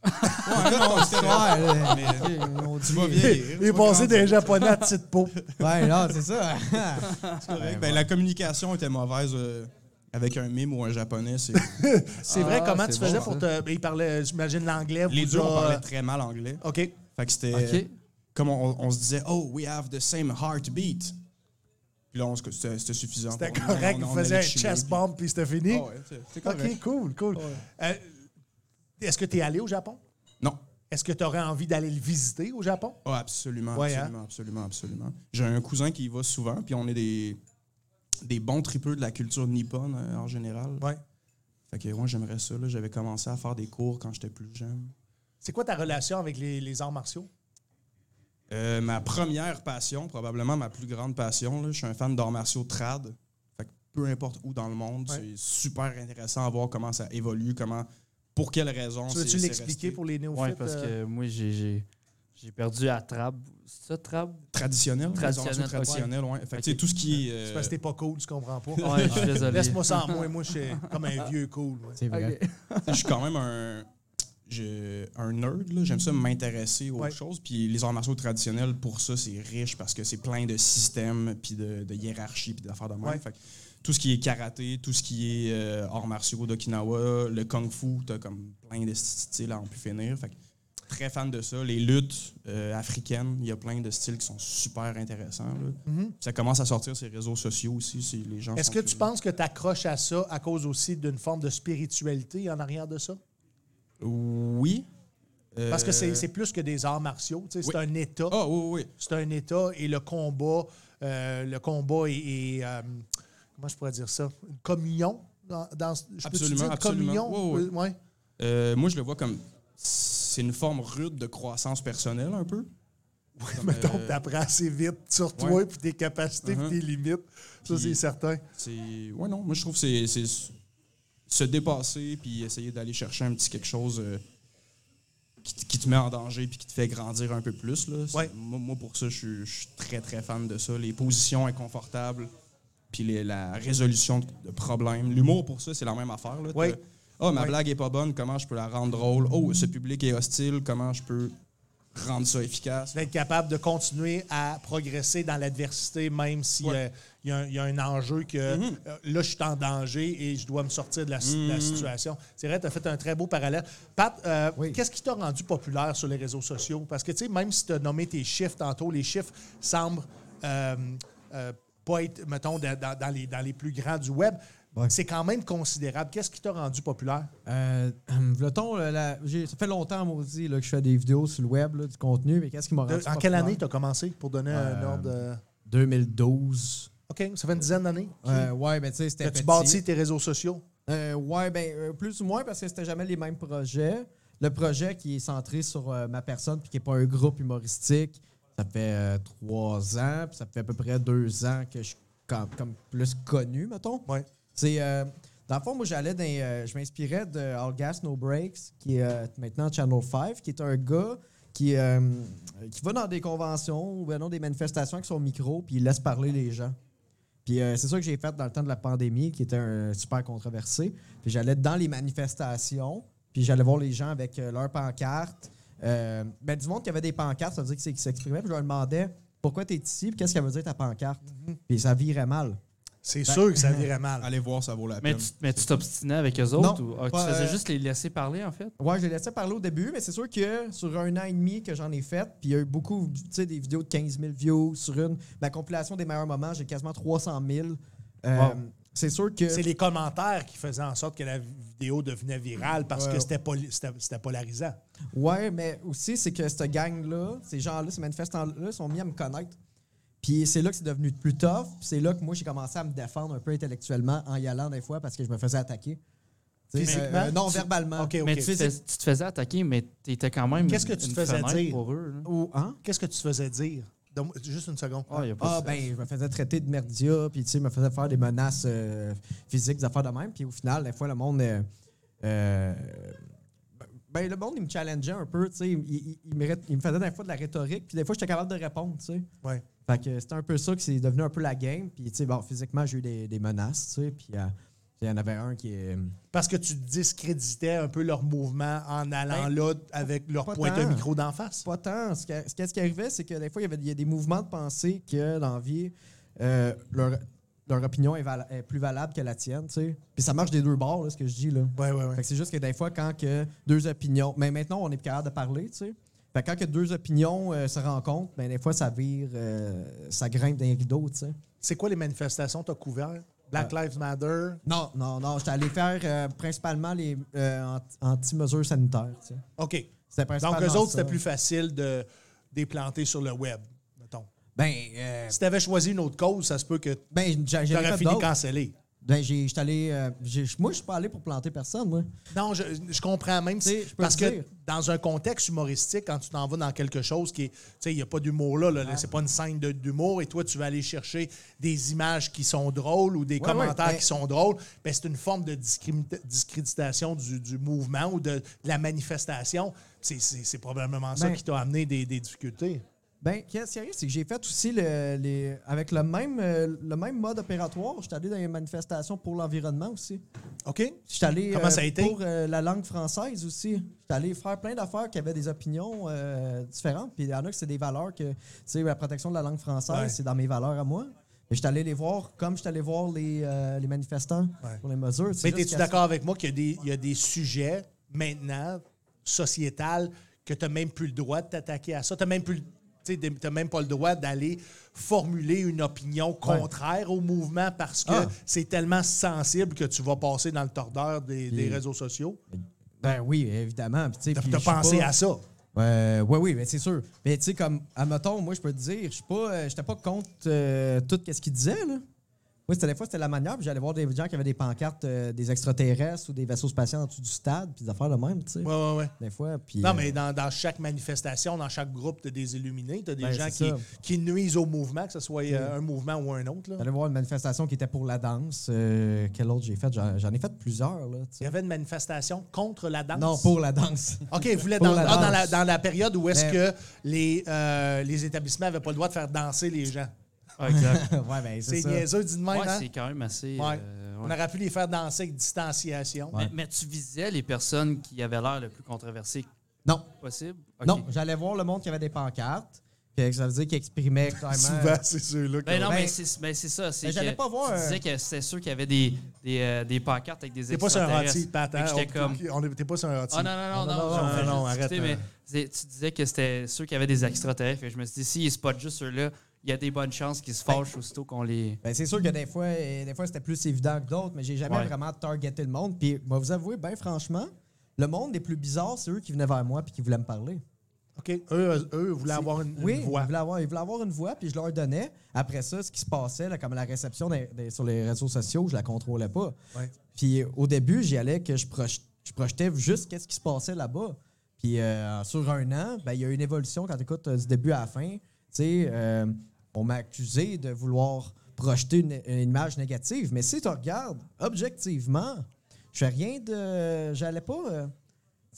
Speaker 5: non, c'était vrai.
Speaker 4: là,
Speaker 5: Mais euh,
Speaker 4: tu sais, Euh, on dit-
Speaker 5: tu vas
Speaker 2: Il
Speaker 5: bien.
Speaker 2: il est passé des Japonais à petite peau.
Speaker 4: Ouais, non, c'est ça.
Speaker 5: Ben, La communication était mauvaise euh, avec un mime ou un japonais. c'est-
Speaker 2: C'est vrai,
Speaker 3: Ah,
Speaker 2: comment
Speaker 3: c'est
Speaker 2: tu
Speaker 3: bon,
Speaker 2: faisais
Speaker 3: ça.
Speaker 2: pour te. Il parlait, j'imagine, l'anglais.
Speaker 5: hein. Les
Speaker 2: vous
Speaker 5: deux, on
Speaker 2: a-
Speaker 5: parlait très mal anglais.
Speaker 2: OK.
Speaker 5: Fait que c'était.
Speaker 3: OK.
Speaker 5: Comme on, on se disait, oh, we have the same heartbeat. Puis là, on se- c'était c'était suffisant.
Speaker 2: C'était
Speaker 5: pour nous.
Speaker 2: correct.
Speaker 5: On- on
Speaker 2: Vous
Speaker 5: allait
Speaker 2: faisiez un
Speaker 5: chiller,
Speaker 2: chest
Speaker 5: puis-
Speaker 2: bump puis c'était fini.
Speaker 5: Ah ouais, c'est- c'est correct. Ah
Speaker 2: OK, cool, cool. Euh, Est-ce que tu es allé au Japon?
Speaker 5: Non.
Speaker 2: Est-ce que tu aurais envie d'aller le visiter au Japon?
Speaker 5: Ah, absolument,
Speaker 2: Ouais, hein?
Speaker 5: absolument, absolument, absolument. J'ai un cousin qui y va souvent, puis on est des, des bons tripeux de la culture nippone euh, en général.
Speaker 2: Ouais.
Speaker 5: Fait que moi, j'aimerais ça. là. J'avais commencé à faire des cours quand j'étais plus jeune.
Speaker 2: C'est quoi ta relation avec les, les arts martiaux?
Speaker 5: Euh, ma première passion, probablement ma plus grande passion, là, je suis un fan d'arts martiaux trad. Fait que peu importe où dans le monde,
Speaker 2: Ouais.
Speaker 5: c'est super intéressant à voir comment ça évolue, comment, pour quelles raisons.
Speaker 2: tu veux-tu
Speaker 5: c'est- c'est
Speaker 2: l'expliquer
Speaker 5: resté
Speaker 2: pour les néophytes?
Speaker 3: Oui, parce
Speaker 2: euh,
Speaker 3: que moi, j'ai- j'ai j'ai perdu à Trab. C'est ça, Trab?
Speaker 5: traditionnel? les arts martiaux
Speaker 3: Traditionnel, ok.
Speaker 5: traditionnels, ouais. Fait que, tu sais,
Speaker 3: Ok.
Speaker 5: tout ce qui est.
Speaker 2: C'est
Speaker 5: euh,
Speaker 2: parce que t'es pas cool, tu comprends pas.
Speaker 3: Ouais, je suis désolé.
Speaker 2: Laisse-moi ça en moi, moi je suis comme un vieux cool. ouais.
Speaker 4: C'est vrai.
Speaker 3: Ok.
Speaker 5: je suis quand même un, je- un nerd. là. J'aime ça m'intéresser aux
Speaker 2: Mm-hmm. Ouais.
Speaker 5: choses. Puis les arts martiaux traditionnels, pour ça, c'est riche parce que c'est plein de systèmes, puis de, de hiérarchie, puis d'affaires de même.
Speaker 2: Ouais.
Speaker 5: Fait que tout ce qui est karaté, tout ce qui est euh, arts martiaux d'Okinawa, le kung-fu, t'as comme plein de styles à en plus finir. Fait que très fan de ça. Les luttes euh, africaines, il y a plein de styles qui sont super intéressants. là.
Speaker 2: Mhm.
Speaker 5: Ça commence à sortir sur les réseaux sociaux aussi. c'est- Les gens
Speaker 2: Est-ce
Speaker 5: sont
Speaker 2: que tu
Speaker 5: curieux.
Speaker 2: penses que tu accroches à ça à cause aussi d'une forme de spiritualité en arrière de ça?
Speaker 5: Oui.
Speaker 2: Parce que c'est
Speaker 5: Euh,
Speaker 2: c'est plus que des arts martiaux, tu sais, c'est
Speaker 5: oui.
Speaker 2: un état.
Speaker 5: Ah oui, oui, oui.
Speaker 2: C'est un état et le combat, euh, le combat est, est, euh, comment je pourrais dire ça? Une communion dans, dans- je peux-tu
Speaker 5: Absolument,
Speaker 2: dire
Speaker 5: absolument.
Speaker 2: communion?
Speaker 5: Oui, oui.
Speaker 2: Ouais.
Speaker 5: Euh, moi, je le vois comme. C'est une forme rude de croissance personnelle, un peu. Comme,
Speaker 2: Mettons
Speaker 5: euh,
Speaker 2: que t'apprends assez vite sur toi,
Speaker 5: ouais.
Speaker 2: puis tes capacités,
Speaker 5: Uh-huh.
Speaker 2: puis tes limites. Ça,
Speaker 5: Puis-
Speaker 2: c'est certain.
Speaker 5: c'est- Ouais, non. Moi, je trouve que c'est- c'est s- se dépasser puis essayer d'aller chercher un petit quelque chose euh, qui, t- qui te met en danger puis qui te fait grandir un peu plus. Là. C'est-
Speaker 2: Ouais.
Speaker 5: Moi, moi, pour ça, je suis- je suis très, très fan de ça. Les positions inconfortables puis les- la résolution de- de problèmes. L'humour, pour ça, c'est la même affaire. Là.
Speaker 2: Ouais.
Speaker 5: T'as- Ah, ma
Speaker 2: Ouais.
Speaker 5: blague est pas bonne, comment je peux la rendre drôle? Oh, ce public est hostile, comment je peux rendre ça efficace?
Speaker 2: d'être capable de continuer à progresser dans l'adversité, même s'il
Speaker 5: Ouais.
Speaker 2: y, a un- il y a un enjeu que euh, là, je suis en danger et je dois me sortir de la, si- de la situation. C'est vrai, tu as fait un très beau parallèle. Pat, euh,
Speaker 4: Oui.
Speaker 2: qu'est-ce qui t'a rendu populaire sur les réseaux sociaux? Parce que, tu sais, même si tu as nommé tes chiffres tantôt, les chiffres semblent euh, euh, pas être, mettons, dans, dans- dans les, dans les plus grands du web.
Speaker 4: Ouais.
Speaker 2: C'est quand même considérable. Qu'est-ce qui t'a rendu populaire?
Speaker 4: Euh, le ton, là, la- j'ai- ça fait longtemps, maudit, là, que je fais des vidéos sur le web, là, du contenu, mais qu'est-ce qui m'a
Speaker 2: De-
Speaker 4: rendu
Speaker 2: en quelle
Speaker 4: populaire?
Speaker 2: année tu as commencé pour donner un
Speaker 4: Euh,
Speaker 2: ordre? euh,
Speaker 4: 2012.
Speaker 2: OK, ça fait une dizaine d'années.
Speaker 4: Euh, ouais, ben tu sais, c'était
Speaker 2: As-tu
Speaker 4: petit.
Speaker 2: bâti tes réseaux sociaux?
Speaker 4: Euh, ouais, ben euh, plus ou moins parce que c'était jamais les mêmes projets. Le projet qui est centré sur euh, ma personne puis qui n'est pas un groupe humoristique, ça fait euh, trois ans, puis ça fait à peu près deux ans que je suis comme, comme plus connu, mettons.
Speaker 2: Ouais.
Speaker 4: C'est euh, dans le fond, moi j'allais dans, euh, je m'inspirais de All Gas No Breaks, qui est euh, maintenant Channel 5, qui est un gars qui, euh, qui va dans des conventions ou ben non, des manifestations avec son micro, puis il laisse parler les gens. Puis euh, c'est ça que j'ai fait dans le temps de la pandémie, qui était un euh, super controversé. Puis j'allais dans les manifestations, puis j'allais voir les gens avec euh, leurs pancartes. Euh, ben, du monde qui avait des pancartes, ça veut dire qu'ils s'exprimaient. Puis je leur demandais pourquoi tu es ici, puis qu'est-ce qu'elle veut dire ta pancarte. Puis ça virait mal.
Speaker 2: C'est
Speaker 4: Ben,
Speaker 2: sûr que ça virait mal.
Speaker 5: Allez voir, ça vaut la
Speaker 3: Mais
Speaker 5: peine.
Speaker 3: tu mais tu t'obstinais avec eux autres?
Speaker 4: Non,
Speaker 3: ou, ah, tu
Speaker 4: pas,
Speaker 3: faisais
Speaker 4: euh,
Speaker 3: juste les laisser parler, en fait?
Speaker 4: Ouais, je l'ai laissé parler au début, mais c'est sûr que sur un an et demi que j'en ai fait, puis il y a eu beaucoup, tu sais, des vidéos de 15 000 views sur une. Ma compilation des meilleurs moments, j'ai quasiment 300 000. Euh,
Speaker 3: Wow.
Speaker 4: C'est sûr que.
Speaker 2: C'est les commentaires qui faisaient en sorte que la vidéo devenait virale parce que
Speaker 4: Ouais.
Speaker 2: c'était poli- c'était- c'était polarisant.
Speaker 4: Ouais, mais aussi, c'est que cette gang-là, ces gens-là, ces manifestants-là, sont mis à me connaître. Puis c'est là que c'est devenu plus tough. Puis c'est là que moi, j'ai commencé à me défendre un peu intellectuellement en y allant des fois parce que je me faisais attaquer. Tu sais,
Speaker 2: Physiquement?
Speaker 4: euh, euh, non,
Speaker 2: Tu-
Speaker 4: verbalement.
Speaker 2: OK,
Speaker 3: Mais
Speaker 2: OK.
Speaker 3: tu, te fais- tu te faisais attaquer, mais tu étais quand même.
Speaker 2: Qu'est-ce que tu
Speaker 3: une
Speaker 2: te faisais
Speaker 3: fenêtre
Speaker 2: dire?
Speaker 3: Pour eux, là.
Speaker 4: Ou- hein?
Speaker 2: Qu'est-ce que tu faisais dire? Donne-moi Juste une seconde.
Speaker 3: Ah, y a pas
Speaker 4: Ah,
Speaker 3: de-
Speaker 4: ben, je me faisais traiter de merdia, puis tu sais, je me faisais faire des menaces euh, physiques, des affaires de même. Puis au final, des fois, le monde. euh, euh, ben, le monde, il me challengeait un peu, tu sais. Il, il- il me ré- il me faisait des fois de la rhétorique, puis des fois, j'étais capable de répondre, tu sais.
Speaker 2: Ouais.
Speaker 4: Fait que c'était un peu ça que c'est devenu un peu la game. Puis, tu sais, bon, physiquement, j'ai eu des, des menaces, tu sais. Puis, euh, il y en avait un qui est.
Speaker 2: Parce que tu discréditais un peu leur mouvement en allant
Speaker 4: Ben,
Speaker 2: là avec leur
Speaker 4: pas
Speaker 2: pointe
Speaker 4: tant.
Speaker 2: un micro d'en face.
Speaker 4: Pas tant. Ce, que- ce qu'est-ce qui arrivait, c'est que des fois, il y avait il y a des mouvements de pensée que l'envie, euh, leur, leur opinion est, vala- est plus valable que la tienne, tu sais. Puis ça marche des deux bords, là, ce que je dis, là.
Speaker 2: Ouais, ouais, ouais.
Speaker 4: Fait que c'est juste que des fois, quand que deux opinions... Mais maintenant, on est plus capable de parler, tu sais. Fait que quand que deux opinions euh, se rencontrent, ben, des fois, ça vire... euh, ça grimpe d'un rideau, tu sais.
Speaker 2: C'est quoi les manifestations que tu as couvert? Black
Speaker 4: Euh.
Speaker 2: Lives Matter.
Speaker 4: Non, non, non. J'étais allé faire euh, principalement les euh, anti- anti-mesures sanitaires, tu sais.
Speaker 2: OK.
Speaker 4: C'était
Speaker 2: Donc,
Speaker 4: principalement
Speaker 2: eux autres,
Speaker 4: ça.
Speaker 2: c'était plus facile de déplanter sur le web, mettons.
Speaker 4: Ben, euh,
Speaker 2: Si tu avais choisi une autre cause, ça se peut que tu
Speaker 4: ben j'a- j'en ai fait
Speaker 2: aurais fini
Speaker 4: d'autres.
Speaker 2: cancellé.
Speaker 4: Ben, j'ai, j'étais allé. euh, j'ai- moi, je suis pas allé pour planter personne, moi.
Speaker 2: Non, je, je comprends même.
Speaker 4: Tu sais,
Speaker 2: Si,
Speaker 4: je peux
Speaker 2: parce
Speaker 4: te
Speaker 2: que
Speaker 4: dire.
Speaker 2: dans un contexte humoristique, quand tu t'en vas dans quelque chose qui est. Tu sais, il n'y a pas d'humour là. là, là, c'est pas une scène de- d'humour et toi, tu vas aller chercher des images qui sont drôles ou des
Speaker 4: ouais,
Speaker 2: commentaires
Speaker 4: ben-
Speaker 2: qui sont drôles. Ben, c'est une forme de discrimi- discréditation du, du mouvement ou de, de la manifestation. C'est- C'est c'est probablement ça
Speaker 4: Ben-
Speaker 2: qui t'a amené des, des difficultés.
Speaker 4: Ben, qu'est-ce qui arrive, c'est que j'ai fait aussi le, les, avec le même, euh, le même mode opératoire. J'étais allé dans les manifestations pour l'environnement aussi.
Speaker 2: OK?
Speaker 4: J'étais allé
Speaker 2: Comment ça a été?
Speaker 4: pour euh, la langue française aussi. J'étais allé faire plein d'affaires qui avaient des opinions euh, différentes. Puis il y en a que c'est des valeurs que, tu sais, la protection de la langue française,
Speaker 2: Ouais.
Speaker 4: c'est dans mes valeurs à moi. Mais j'étais allé les voir comme j'étais allé voir les, euh, les manifestants
Speaker 2: Ouais.
Speaker 4: pour les mesures. C'est
Speaker 2: Mais
Speaker 4: juste
Speaker 2: es-tu
Speaker 4: qu'à-
Speaker 2: d'accord avec moi qu'il y, a des- il y a des sujets maintenant, sociétal, que tu n'as même plus le droit de t'attaquer à ça? Tu n'as même, plus le- tu sais, des- t'as même pas le droit d'aller formuler une opinion contraire au mouvement parce que
Speaker 4: Ah.
Speaker 2: c'est tellement sensible que tu vas passer dans le tordeur des, des
Speaker 4: Et-
Speaker 2: réseaux sociaux.
Speaker 4: Ben oui, évidemment. Puis, tu sais,
Speaker 2: Tu
Speaker 4: puis
Speaker 2: as
Speaker 4: je suis
Speaker 2: pensé
Speaker 4: pas-
Speaker 2: à ça.
Speaker 4: Euh, Ouais, oui, oui, mais c'est sûr. Mais tu sais, comme, à mettons, moi, je peux te dire, je suis pas, euh, j'étais pas contre euh, tout ce qu'il disait, là. Moi, c'était des fois, c'était la manière, puis j'allais voir des gens qui avaient des pancartes euh, des extraterrestres ou des vaisseaux spatiaux en dessous du stade, puis des affaires de même, tu sais.
Speaker 2: Ouais, ouais, ouais.
Speaker 4: Des fois, puis...
Speaker 2: Non,
Speaker 4: euh,
Speaker 2: mais dans, dans chaque manifestation, dans chaque groupe, tu as des illuminés, tu as des
Speaker 4: Ben,
Speaker 2: gens
Speaker 4: c'est
Speaker 2: qui,
Speaker 4: ça.
Speaker 2: qui nuisent au mouvement, que ce soit euh, un mouvement ou un autre. là.
Speaker 4: J'allais voir une manifestation qui était pour la danse. Euh, quelle autre j'ai faite? J'en j'en ai fait plusieurs, là, tu
Speaker 2: Il y
Speaker 4: sais.
Speaker 2: avait une manifestation contre la danse.
Speaker 4: Non, pour la danse.
Speaker 2: OK, vous voulez
Speaker 4: Pour
Speaker 2: dans,
Speaker 4: la
Speaker 2: ah, dans, la,
Speaker 4: danse.
Speaker 2: dans la période où est-ce
Speaker 4: Mais-
Speaker 2: que les, euh, les établissements n'avaient pas le droit de faire danser les gens.
Speaker 3: Ah, exact.
Speaker 4: ouais, ben, c'est
Speaker 2: C'est
Speaker 4: ça.
Speaker 2: niaiseux, dit de même,
Speaker 3: Ouais,
Speaker 2: hein?
Speaker 3: c'est quand même assez.
Speaker 2: Ouais.
Speaker 3: euh, ouais.
Speaker 2: On aurait pu les faire danser avec distanciation.
Speaker 4: Ouais.
Speaker 3: Mais, mais tu visais les personnes qui avaient l'air le plus controversé
Speaker 4: Non,
Speaker 3: possible?
Speaker 4: non, j'allais voir le monde qui avait des pancartes, puis ça veut dire qu'ils exprimaient clairement...
Speaker 2: c'est ceux-là.
Speaker 3: Ben non,
Speaker 4: Ben,
Speaker 3: mais c'est ben, c'est ça. c'est
Speaker 4: ben, j'allais
Speaker 3: que
Speaker 4: pas voir,
Speaker 3: Tu
Speaker 4: euh,
Speaker 3: disais que c'était sûr qu'il y avait des, des, euh, des pancartes avec des
Speaker 2: T'es pas sur un
Speaker 3: extraterrestres.
Speaker 2: rôti, Pat, hein?
Speaker 3: Fait que j'étais
Speaker 2: On-
Speaker 3: comme-
Speaker 2: on est- T'es pas sur un rôti.
Speaker 3: Ah non, non, non, non,
Speaker 2: non,
Speaker 3: j'en
Speaker 2: non,
Speaker 3: fais
Speaker 2: non,
Speaker 3: juste
Speaker 2: arrête,
Speaker 3: discuter,
Speaker 2: euh.
Speaker 3: mais c'est- tu disais que c'était ceux qui avaient des extraterrestres. Fait que je me suis dit, s'ils ne spotent juste ceux-là, il y a des bonnes chances qu'ils se fâchent aussitôt qu'on les.
Speaker 4: Ben, c'est sûr que des fois, euh, des fois c'était plus évident que d'autres, mais j'ai jamais
Speaker 3: Ouais.
Speaker 4: vraiment targeté le monde. Puis, moi, vous avouer, ben franchement, le monde des plus bizarres, c'est eux qui venaient vers moi puis qui voulaient me parler.
Speaker 2: OK, eux, eux, eux voulaient avoir une, une
Speaker 4: oui,
Speaker 2: voix.
Speaker 4: Ils, voulaient avoir, ils voulaient avoir une voix, puis je leur donnais. Après ça, ce qui se passait, là, comme la réception des- des- sur les réseaux sociaux, je la contrôlais pas.
Speaker 2: Ouais.
Speaker 4: Puis au début, j'y allais que je, proje- je projetais juste qu'est-ce qui se passait là-bas. Puis euh, sur un an, ben, il y a eu une évolution quand tu écoutes du début à la fin. Tu sais, euh, on m'a accusé de vouloir projeter une, une image négative. Mais si tu regardes objectivement, je fais rien de. J'allais pas. euh,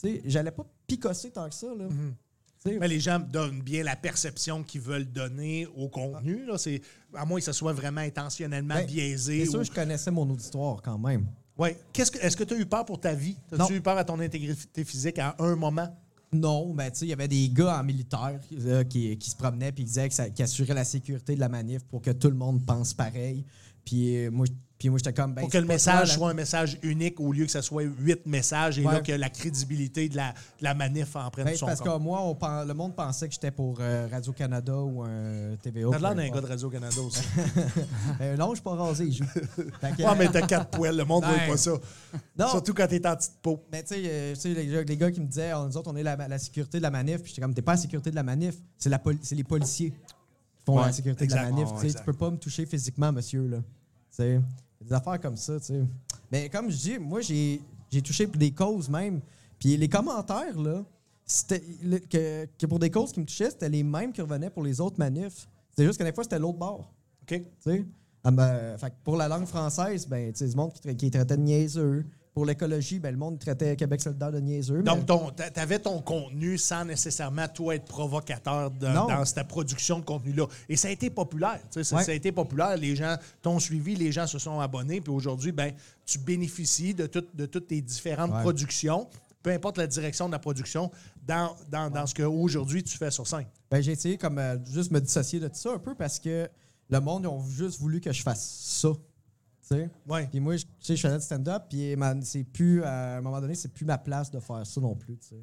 Speaker 4: tu sais, j'allais pas picosser tant que ça. Là. Tu sais,
Speaker 2: Mais les gens donnent bien la perception qu'ils veulent donner au contenu. Là. C'est- À moins que ce soit vraiment intentionnellement
Speaker 4: Ben,
Speaker 2: biaisé.
Speaker 4: Bien sûr,
Speaker 2: ou-
Speaker 4: je connaissais mon auditoire quand même.
Speaker 2: Ouais. Qu'est-ce que- Est-ce que tu as eu peur pour ta vie?
Speaker 4: Non.
Speaker 2: As-tu eu peur à ton intégrité physique à un moment?
Speaker 4: Non, ben tu sais, il y avait des gars en militaire là, qui, qui se promenaient puis qui disaient que ça- qui assuraient la sécurité de la manif pour que tout le monde pense pareil. Puis euh, moi, je- puis moi j'étais comme ben,
Speaker 2: pour que le
Speaker 4: c'est pas
Speaker 2: message
Speaker 4: toi,
Speaker 2: soit un message unique au lieu que ça soit huit messages et
Speaker 4: Ouais.
Speaker 2: là que la crédibilité de la, de la manif en prenne
Speaker 4: Ben, c'est
Speaker 2: son
Speaker 4: parce que
Speaker 2: compte.
Speaker 4: moi, on pen- le monde pensait que j'étais pour euh, Radio-Canada ou euh, un TVA.
Speaker 2: T'as l'air d'un
Speaker 4: peu
Speaker 2: gars
Speaker 4: importe.
Speaker 2: de Radio-Canada aussi.
Speaker 4: Euh, non, je suis pas rasé, je joue. Fait que-
Speaker 2: ouais, mais t'as quatre poils, le monde ne voit
Speaker 4: Ben,
Speaker 2: pas ça.
Speaker 4: non,
Speaker 2: Surtout quand t'es en petite peau.
Speaker 4: Mais tu sais, euh, tu sais, les, gars- les gars qui me oh, disaient, Ah, nous autres, on est la, la sécurité de la manif. Puis j'étais comme, t'es pas la sécurité de la manif, c'est la poli- c'est les policiers. font
Speaker 2: Ouais,
Speaker 4: la sécurité de la
Speaker 2: exact,
Speaker 4: manif.
Speaker 2: ouais,
Speaker 4: tu sais,
Speaker 2: exact.
Speaker 4: tu peux pas me toucher physiquement, monsieur. Là. Tu sais, Des affaires comme ça. tu sais. Mais comme je dis, moi, j'ai j'ai touché pour des causes même. Puis les commentaires, là, c'était le- que, que pour des causes qui me touchaient, c'était les mêmes qui revenaient pour les autres manifs. C'est juste que des fois, c'était l'autre bord.
Speaker 2: OK.
Speaker 4: Tu sais? Ah ben, fait que pour la langue française, ben, tu sais, du monde qui, tra- qui traitait de niaiseux. Pour l'écologie, ben, le monde traitait Québec solidaire de niaiseux. mais-
Speaker 2: Donc, ton, t'a- t'avais ton contenu sans nécessairement toi être provocateur de-
Speaker 4: Non.
Speaker 2: dans cette production de contenu-là. Et ça a été populaire. tu sais, Ça,
Speaker 4: Ouais.
Speaker 2: ça a été populaire. Les gens t'ont suivi, les gens se sont abonnés. Puis aujourd'hui, ben, tu bénéficies de, tout- de toutes tes différentes
Speaker 4: Ouais.
Speaker 2: productions, peu importe la direction de la production, dans, dans, dans ce qu'aujourd'hui tu fais sur scène.
Speaker 4: Ben, j'ai essayé comme euh, juste me dissocier de tout ça un peu parce que le monde, ils ont juste voulu que je fasse ça. Tu sais?
Speaker 2: Ouais.
Speaker 4: Puis moi, je- tu sais, je faisais du stand-up, puis ma- c'est plus, euh, à un moment donné, c'est plus ma place de faire ça non plus. tu sais.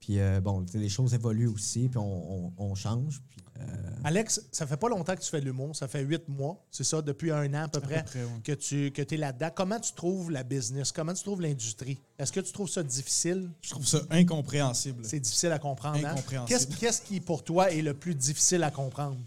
Speaker 4: Puis euh, bon, tu sais, les choses évoluent aussi, puis on, on- on change. puis, euh,
Speaker 2: Alex, ça fait pas longtemps que tu fais de l'humour, ça fait huit mois, c'est ça, depuis un an à peu près,
Speaker 5: près, ouais.
Speaker 2: que tu que es là-dedans. Comment tu trouves la business? Comment tu trouves l'industrie? Est-ce que tu trouves ça difficile?
Speaker 5: Je trouve ça incompréhensible.
Speaker 2: C'est difficile à comprendre. hein?
Speaker 5: Incompréhensible.
Speaker 2: Qu'est-ce qu'est-ce qui, pour toi, est le plus difficile à comprendre?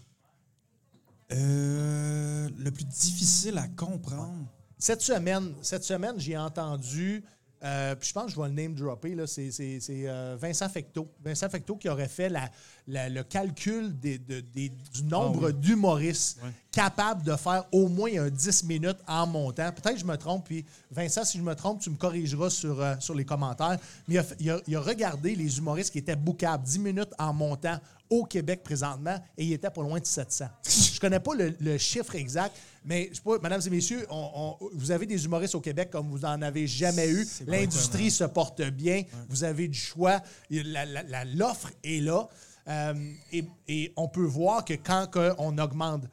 Speaker 5: Euh, le plus difficile à comprendre.
Speaker 2: Cette semaine, cette semaine j'ai entendu, euh, puis je pense que je vais le name dropper, là, c'est, c'est- c'est, euh, Vincent Fecteau. Vincent Fecteau qui aurait fait la- la- le calcul des- de- des- du nombre d'humoristes capables de faire au moins un 10 minutes en montant. Peut-être que je me trompe, puis Vincent, si je me trompe, tu me corrigeras sur, euh, sur les commentaires. Mais il a, il a- il a regardé les humoristes qui étaient boucables 10 minutes en montant au Québec présentement et il était pas loin de 700. Je connais pas le, le chiffre exact, mais je sais pas, mesdames et messieurs, on- on- vous avez des humoristes au Québec comme vous n'en avez jamais eu. L'industrie se porte bien, vous avez du choix, Il- la- la- la- l'offre est là Euh, et, et on peut voir que quand que on augmente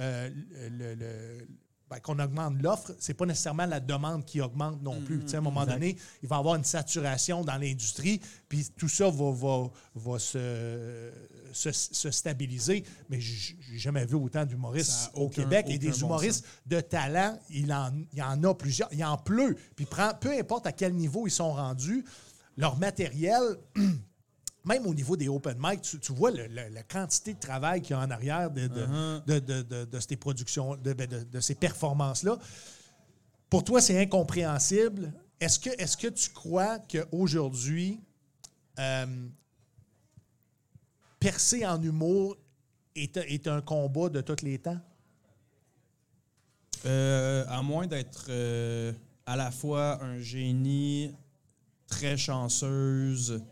Speaker 2: euh, le- le- le- ben, qu'on augmente l'offre, c'est pas nécessairement la demande qui augmente non plus. Tu sais, à un moment donné, il va y avoir une saturation dans l'industrie, puis tout ça va, va- va se, se, se stabiliser. Mais j- j'ai jamais vu autant
Speaker 5: Ça
Speaker 2: d'humoristes
Speaker 5: a
Speaker 2: au
Speaker 5: aucun-
Speaker 2: Québec. Et
Speaker 5: aucun
Speaker 2: des
Speaker 5: bon
Speaker 2: humoristes de talent, il en, il en a plusieurs. Il en pleut. Puis prend, peu importe à quel niveau ils sont rendus, leur matériel même au niveau des open mic, tu, tu vois le- le- la quantité de travail qu'il y a en arrière de, de,
Speaker 5: Uh-huh.
Speaker 2: de- de- de- de ces productions, de, ben, de- de ces performances-là. Pour toi, c'est incompréhensible. Est-ce que, est que tu crois qu'aujourd'hui, euh, percer en humour est, un- est un combat de tous les temps?
Speaker 5: Euh, à moins d'être euh, à la fois un génie, très chanceuse,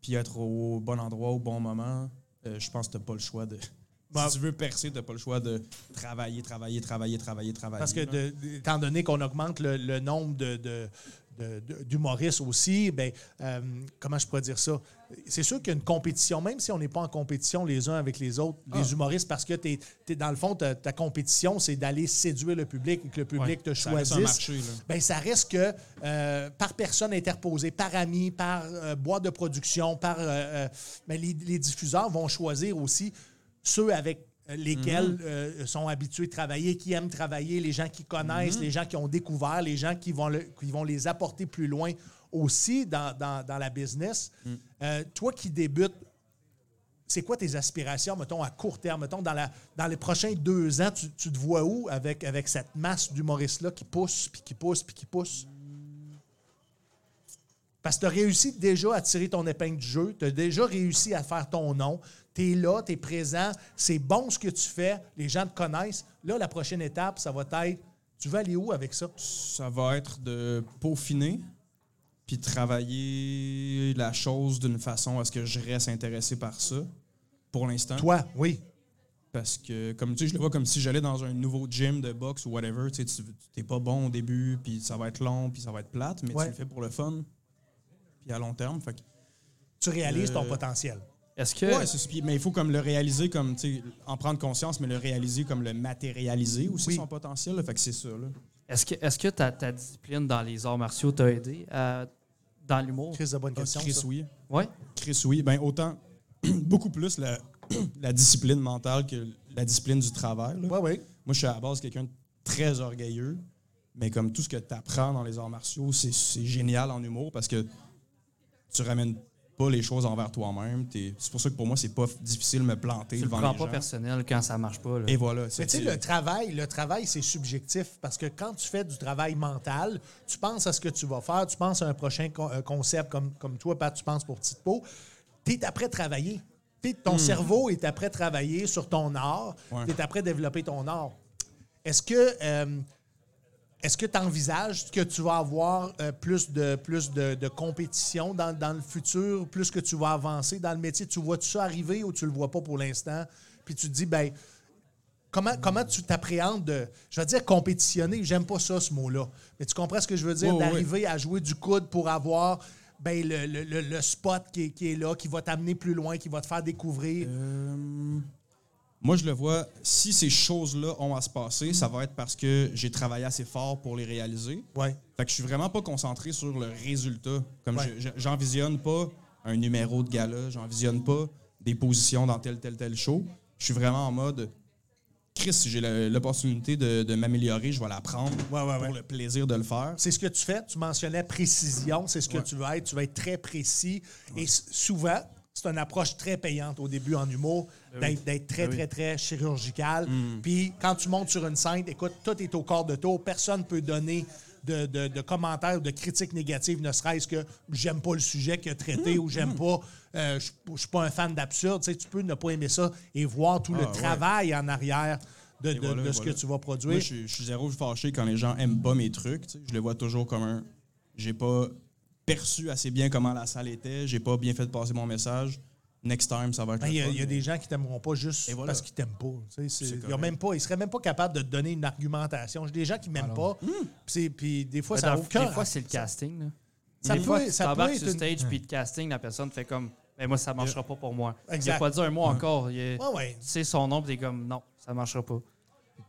Speaker 5: puis être au bon endroit au bon moment, euh, je pense que t'as pas le choix de.
Speaker 2: Bah-
Speaker 5: si tu veux percer, t'as pas le choix de travailler, travailler, travailler, travailler, travailler.
Speaker 2: Parce que,
Speaker 5: là.
Speaker 2: de- de- étant donné qu'on augmente le, le nombre de, de- de- de- d'humoristes aussi, ben, euh, comment je pourrais dire ça? C'est sûr qu'il y a une compétition, même si on n'est pas en compétition les uns avec les autres, les
Speaker 5: Ah.
Speaker 2: humoristes, parce que t'es, t'es- dans le fond, ta, ta compétition, c'est d'aller séduire le public et que le public te
Speaker 5: ça reste un
Speaker 2: choisisse.
Speaker 5: marché, là.
Speaker 2: Ben, ça reste que euh, par personne interposée, par ami, par euh, boîte de production, par euh, euh, ben, les, les diffuseurs vont choisir aussi ceux avec lesquels euh, sont habitués de travailler, qui aiment travailler, les gens qui connaissent, les gens qui ont découvert, les gens qui vont, le- qui vont les apporter plus loin aussi dans, dans- dans la business. Euh, toi qui débutes, c'est quoi tes aspirations, mettons, à court terme? Mettons, dans, la, dans les prochains deux ans, tu, tu te vois où avec, avec cette masse d'humoristes-là qui pousse, puis qui pousse, puis qui pousse? Parce que tu as réussi déjà à tirer ton épingle du jeu, tu as déjà réussi à faire ton nom, tu es là, tu es présent, c'est bon ce que tu fais, les gens te connaissent. Là, la prochaine étape, ça va être, tu vas aller où avec ça?
Speaker 5: Ça va être de peaufiner, puis travailler la chose d'une façon à ce que je reste intéressé par ça, pour l'instant.
Speaker 2: Toi, oui.
Speaker 5: Parce que, comme tu sais, je le vois comme si j'allais dans un nouveau gym de boxe ou whatever. Tu sais, tu t'es pas bon au début, puis ça va être long, puis ça va être plate, mais
Speaker 2: Ouais.
Speaker 5: tu le fais pour le fun, puis à long terme. Fait que-
Speaker 2: Tu réalises ton
Speaker 5: Euh,
Speaker 2: potentiel.
Speaker 3: Est-ce
Speaker 2: Euh.
Speaker 3: que.
Speaker 5: Ouais, c'est ça. Puis- mais il faut comme le réaliser, comme, tu sais, en prendre conscience, mais le réaliser comme le matérialiser aussi,
Speaker 2: Oui.
Speaker 5: son potentiel. là. Fait que c'est ça, là.
Speaker 3: Est-ce que, est-ce que ta, ta discipline dans les arts martiaux t'a aidé euh, dans l'humour?
Speaker 2: Ah, Chris, de bonne question.
Speaker 5: Chris,
Speaker 2: ça.
Speaker 5: oui.
Speaker 3: Oui.
Speaker 5: Chris, oui. Ben, autant, beaucoup plus la, la discipline mentale que la discipline du travail. là.
Speaker 2: Ouais, oui.
Speaker 5: Moi, je suis à la base quelqu'un de très orgueilleux, mais comme tout ce que tu apprends dans les arts martiaux, c'est c'est génial en humour parce que tu ramènes pas pas les choses envers toi-même. T'es- C'est pour ça que pour moi, c'est pas difficile de me planter
Speaker 3: Tu le
Speaker 5: devant
Speaker 3: prends
Speaker 5: les
Speaker 3: pas
Speaker 5: gens.
Speaker 3: personnel quand ça marche pas. là.
Speaker 5: Et voilà.
Speaker 2: Mais
Speaker 5: c'est-
Speaker 2: tu sais, le travail, le travail, c'est subjectif parce que quand tu fais du travail mental, tu penses à ce que tu vas faire, tu penses à un prochain con- euh, concept comme, comme toi, Pat, tu penses pour Petite Peau, tu es après travailler. T'es- ton cerveau est après travailler sur ton art,
Speaker 5: Ouais.
Speaker 2: tu es après développer ton art. Est-ce que. euh, est-ce que tu envisages que tu vas avoir euh, plus de plus de, de compétition dans, dans le futur, plus que tu vas avancer dans le métier? Tu vois-tu ça arriver ou tu le vois pas pour l'instant? Puis tu te dis, ben comment, comment tu t'appréhendes de. Je vais dire compétitionner, j'aime pas ça ce mot-là. Mais tu comprends ce que je veux dire?
Speaker 5: Oui, oui,
Speaker 2: D'arriver à jouer du coude pour avoir ben, le, le- le- le spot qui est, qui est là, qui va t'amener plus loin, qui va te faire découvrir.
Speaker 5: Euh, moi, je le vois, si ces choses-là ont à se passer, ça va être parce que j'ai travaillé assez fort pour les réaliser.
Speaker 2: Ouais.
Speaker 5: Fait que je suis vraiment pas concentré sur le résultat. Comme
Speaker 2: Ouais.
Speaker 5: je- je- j'envisionne pas un numéro de gala, j'envisionne pas des positions dans tel, tel, tel show. Je suis vraiment en mode, Chris, si j'ai la- l'opportunité de, de m'améliorer, je vais la prendre
Speaker 2: Ouais, ouais, ouais.
Speaker 5: pour le plaisir de le faire.
Speaker 2: Hein? C'est ce que tu fais. Tu mentionnais précision. C'est ce que tu veux être. Tu vas être très précis. Et s- souvent, c'est une approche très payante au début en humour,
Speaker 5: Ben
Speaker 2: d'être- d'être très, très, très chirurgical.
Speaker 5: Mm.
Speaker 2: Puis quand tu montes sur une scène, écoute, tout est au corps de tour. Personne ne peut donner de, de- de commentaires ou de critiques négatives, ne serait-ce que j'aime pas le sujet qu'il a
Speaker 5: Mm.
Speaker 2: traité ou j'aime pas, euh, je je suis pas un fan d'absurde. Tu sais, tu peux ne pas aimer ça et voir tout
Speaker 5: Ah,
Speaker 2: le
Speaker 5: ouais.
Speaker 2: travail en arrière de, de-
Speaker 5: voilà,
Speaker 2: de ce
Speaker 5: voilà.
Speaker 2: que tu vas
Speaker 5: Moi,
Speaker 2: produire.
Speaker 5: je, suis- je suis zéro fâché quand les gens aiment pas mes trucs. tu sais. Je le vois toujours comme un. J'ai pas perçu assez bien comment la salle était. J'ai pas bien fait passer mon message. Next time, ça va être.
Speaker 2: Ben,
Speaker 5: le
Speaker 2: Il y a,
Speaker 5: fun,
Speaker 2: il y a
Speaker 5: mais-
Speaker 2: des gens qui t'aimeront pas juste
Speaker 5: Et voilà.
Speaker 2: parce qu'ils t'aiment pas. tu sais, c'est-
Speaker 5: C'est
Speaker 2: ils ne
Speaker 5: correct.
Speaker 2: même pas, ils seraient même pas capables de te donner une argumentation. J'ai des gens qui m'aiment pas. puis c'est- Puis des fois,
Speaker 3: Ah Mais
Speaker 2: ça n'a
Speaker 3: dans-
Speaker 2: aucun.
Speaker 3: Des fois, c'est le casting. là.
Speaker 2: ça
Speaker 3: des
Speaker 2: peut-
Speaker 3: fois,
Speaker 2: ça
Speaker 3: tu t'embarques
Speaker 2: peut
Speaker 3: sur
Speaker 2: être une-
Speaker 3: stage, puis le casting, la personne fait comme, mais moi, ça marchera pas pour moi. Il
Speaker 2: Exact.
Speaker 3: a pas dit un mot encore. Il est-
Speaker 2: Ouais, ouais.
Speaker 3: Tu sais son nom, puis t'es comme, non, ça marchera pas.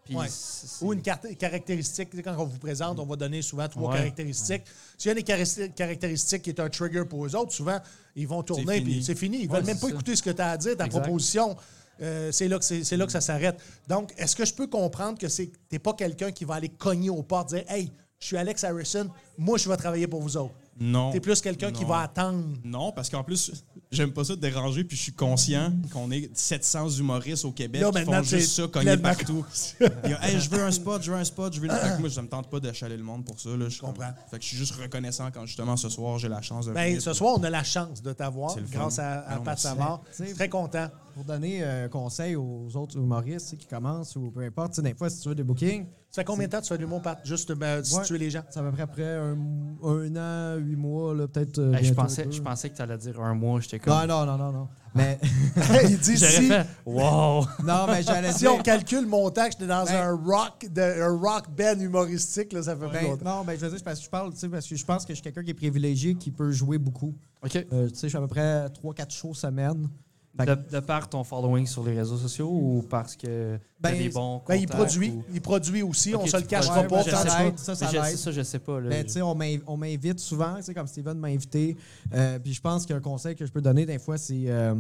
Speaker 3: Puis
Speaker 2: Ouais.
Speaker 3: c'est- c'est-
Speaker 2: Ou une carte- caractéristique. Tu sais, Quand on vous présente, on va donner souvent trois
Speaker 3: Ouais.
Speaker 2: caractéristiques. S'il y a des cari- caractéristiques qui est un trigger pour eux autres, souvent, ils vont tourner
Speaker 5: fini.
Speaker 2: puis c'est fini. Ils ne
Speaker 3: Ouais,
Speaker 2: veulent même
Speaker 3: c'est
Speaker 2: pas
Speaker 3: ça.
Speaker 2: écouter ce que tu as à dire, ta
Speaker 3: Exact.
Speaker 2: proposition. Euh, c'est là que c'est c'est là que ça s'arrête. Donc, est-ce que je peux comprendre que c'est t'es pas quelqu'un qui va aller cogner aux portes, dire Hey, je suis Alex Harrison, moi je vais travailler pour vous autres.
Speaker 5: Non.
Speaker 2: T'es plus quelqu'un qui
Speaker 5: Non.
Speaker 2: va attendre.
Speaker 5: Non, parce qu'en plus, j'aime pas ça de déranger, puis je suis conscient qu'on est 700 humoristes au Québec
Speaker 2: Là,
Speaker 5: qui
Speaker 2: maintenant,
Speaker 5: font
Speaker 2: t'es
Speaker 5: juste ça, cogner
Speaker 2: pleinement Ah.
Speaker 5: partout. Il y a, Hey, je veux un spot, je veux un spot, je veux une... Fait que moi, je me tente pas d'achaler le monde pour ça. Là, je
Speaker 2: comprends.
Speaker 5: Fait que je suis juste reconnaissant quand, justement, ce soir, j'ai la chance de
Speaker 2: Ben,
Speaker 5: venir.
Speaker 2: ce soir, on a la chance de t'avoir
Speaker 5: C'est le fun.
Speaker 2: grâce à, à
Speaker 5: Non,
Speaker 2: Pat
Speaker 5: merci.
Speaker 2: Savard.
Speaker 4: Tu sais,
Speaker 2: Je suis Très content.
Speaker 4: Pour donner un conseil aux autres humoristes tu sais, qui commencent ou peu importe, tu sais, des fois, si tu veux des bookings,
Speaker 2: Ça fait combien de temps que tu fais de l'humour, Pat? Juste euh, situer
Speaker 4: Ouais.
Speaker 2: les gens.
Speaker 4: ça va à peu près un, un an, huit mois, là, peut-être. euh,
Speaker 3: Hey, Ben, je,
Speaker 4: bientôt
Speaker 3: pensais,
Speaker 4: deux.
Speaker 3: je pensais que t'allais dire un mois. J'étais comme,
Speaker 4: Non, non, non, non, non. Mais,
Speaker 2: Il
Speaker 4: Ben,
Speaker 2: dit
Speaker 3: j'aurais
Speaker 2: si-
Speaker 3: fait, wow!
Speaker 4: non, mais j'allais
Speaker 2: Si on
Speaker 4: dire-
Speaker 2: calcule mon temps, que j'étais dans
Speaker 4: Ben-
Speaker 2: un rock de, un rock band humoristique, là, ça fait plus
Speaker 4: Ben,
Speaker 2: longtemps.
Speaker 4: non, ben, je veux dire, c'est parce que je parle, tu sais, parce que je pense que je suis quelqu'un qui est privilégié, qui peut jouer beaucoup.
Speaker 3: OK.
Speaker 4: Euh, tu sais, je fais à peu près 3-4 shows semaine. Fait que-
Speaker 3: De, de par ton following sur les réseaux sociaux ou parce que t'as
Speaker 4: Ben,
Speaker 3: des bons
Speaker 2: Ben, il
Speaker 3: contacts
Speaker 2: produit,
Speaker 3: ou-
Speaker 2: il produit aussi,
Speaker 3: Ok,
Speaker 2: on se le
Speaker 3: tu
Speaker 2: cachera
Speaker 4: produis.
Speaker 2: pas.
Speaker 4: Ouais,
Speaker 3: je
Speaker 2: quand
Speaker 3: sais
Speaker 2: tu-
Speaker 4: l'aide, ça, ça
Speaker 3: Mais je-
Speaker 4: l'aide.
Speaker 3: Ça, je sais pas. là.
Speaker 4: Ben, tu sais, on m'in- on m'invite souvent, tu sais, comme Steven m'a invité. Euh, puis je pense qu'un conseil que je peux donner des fois, c'est euh,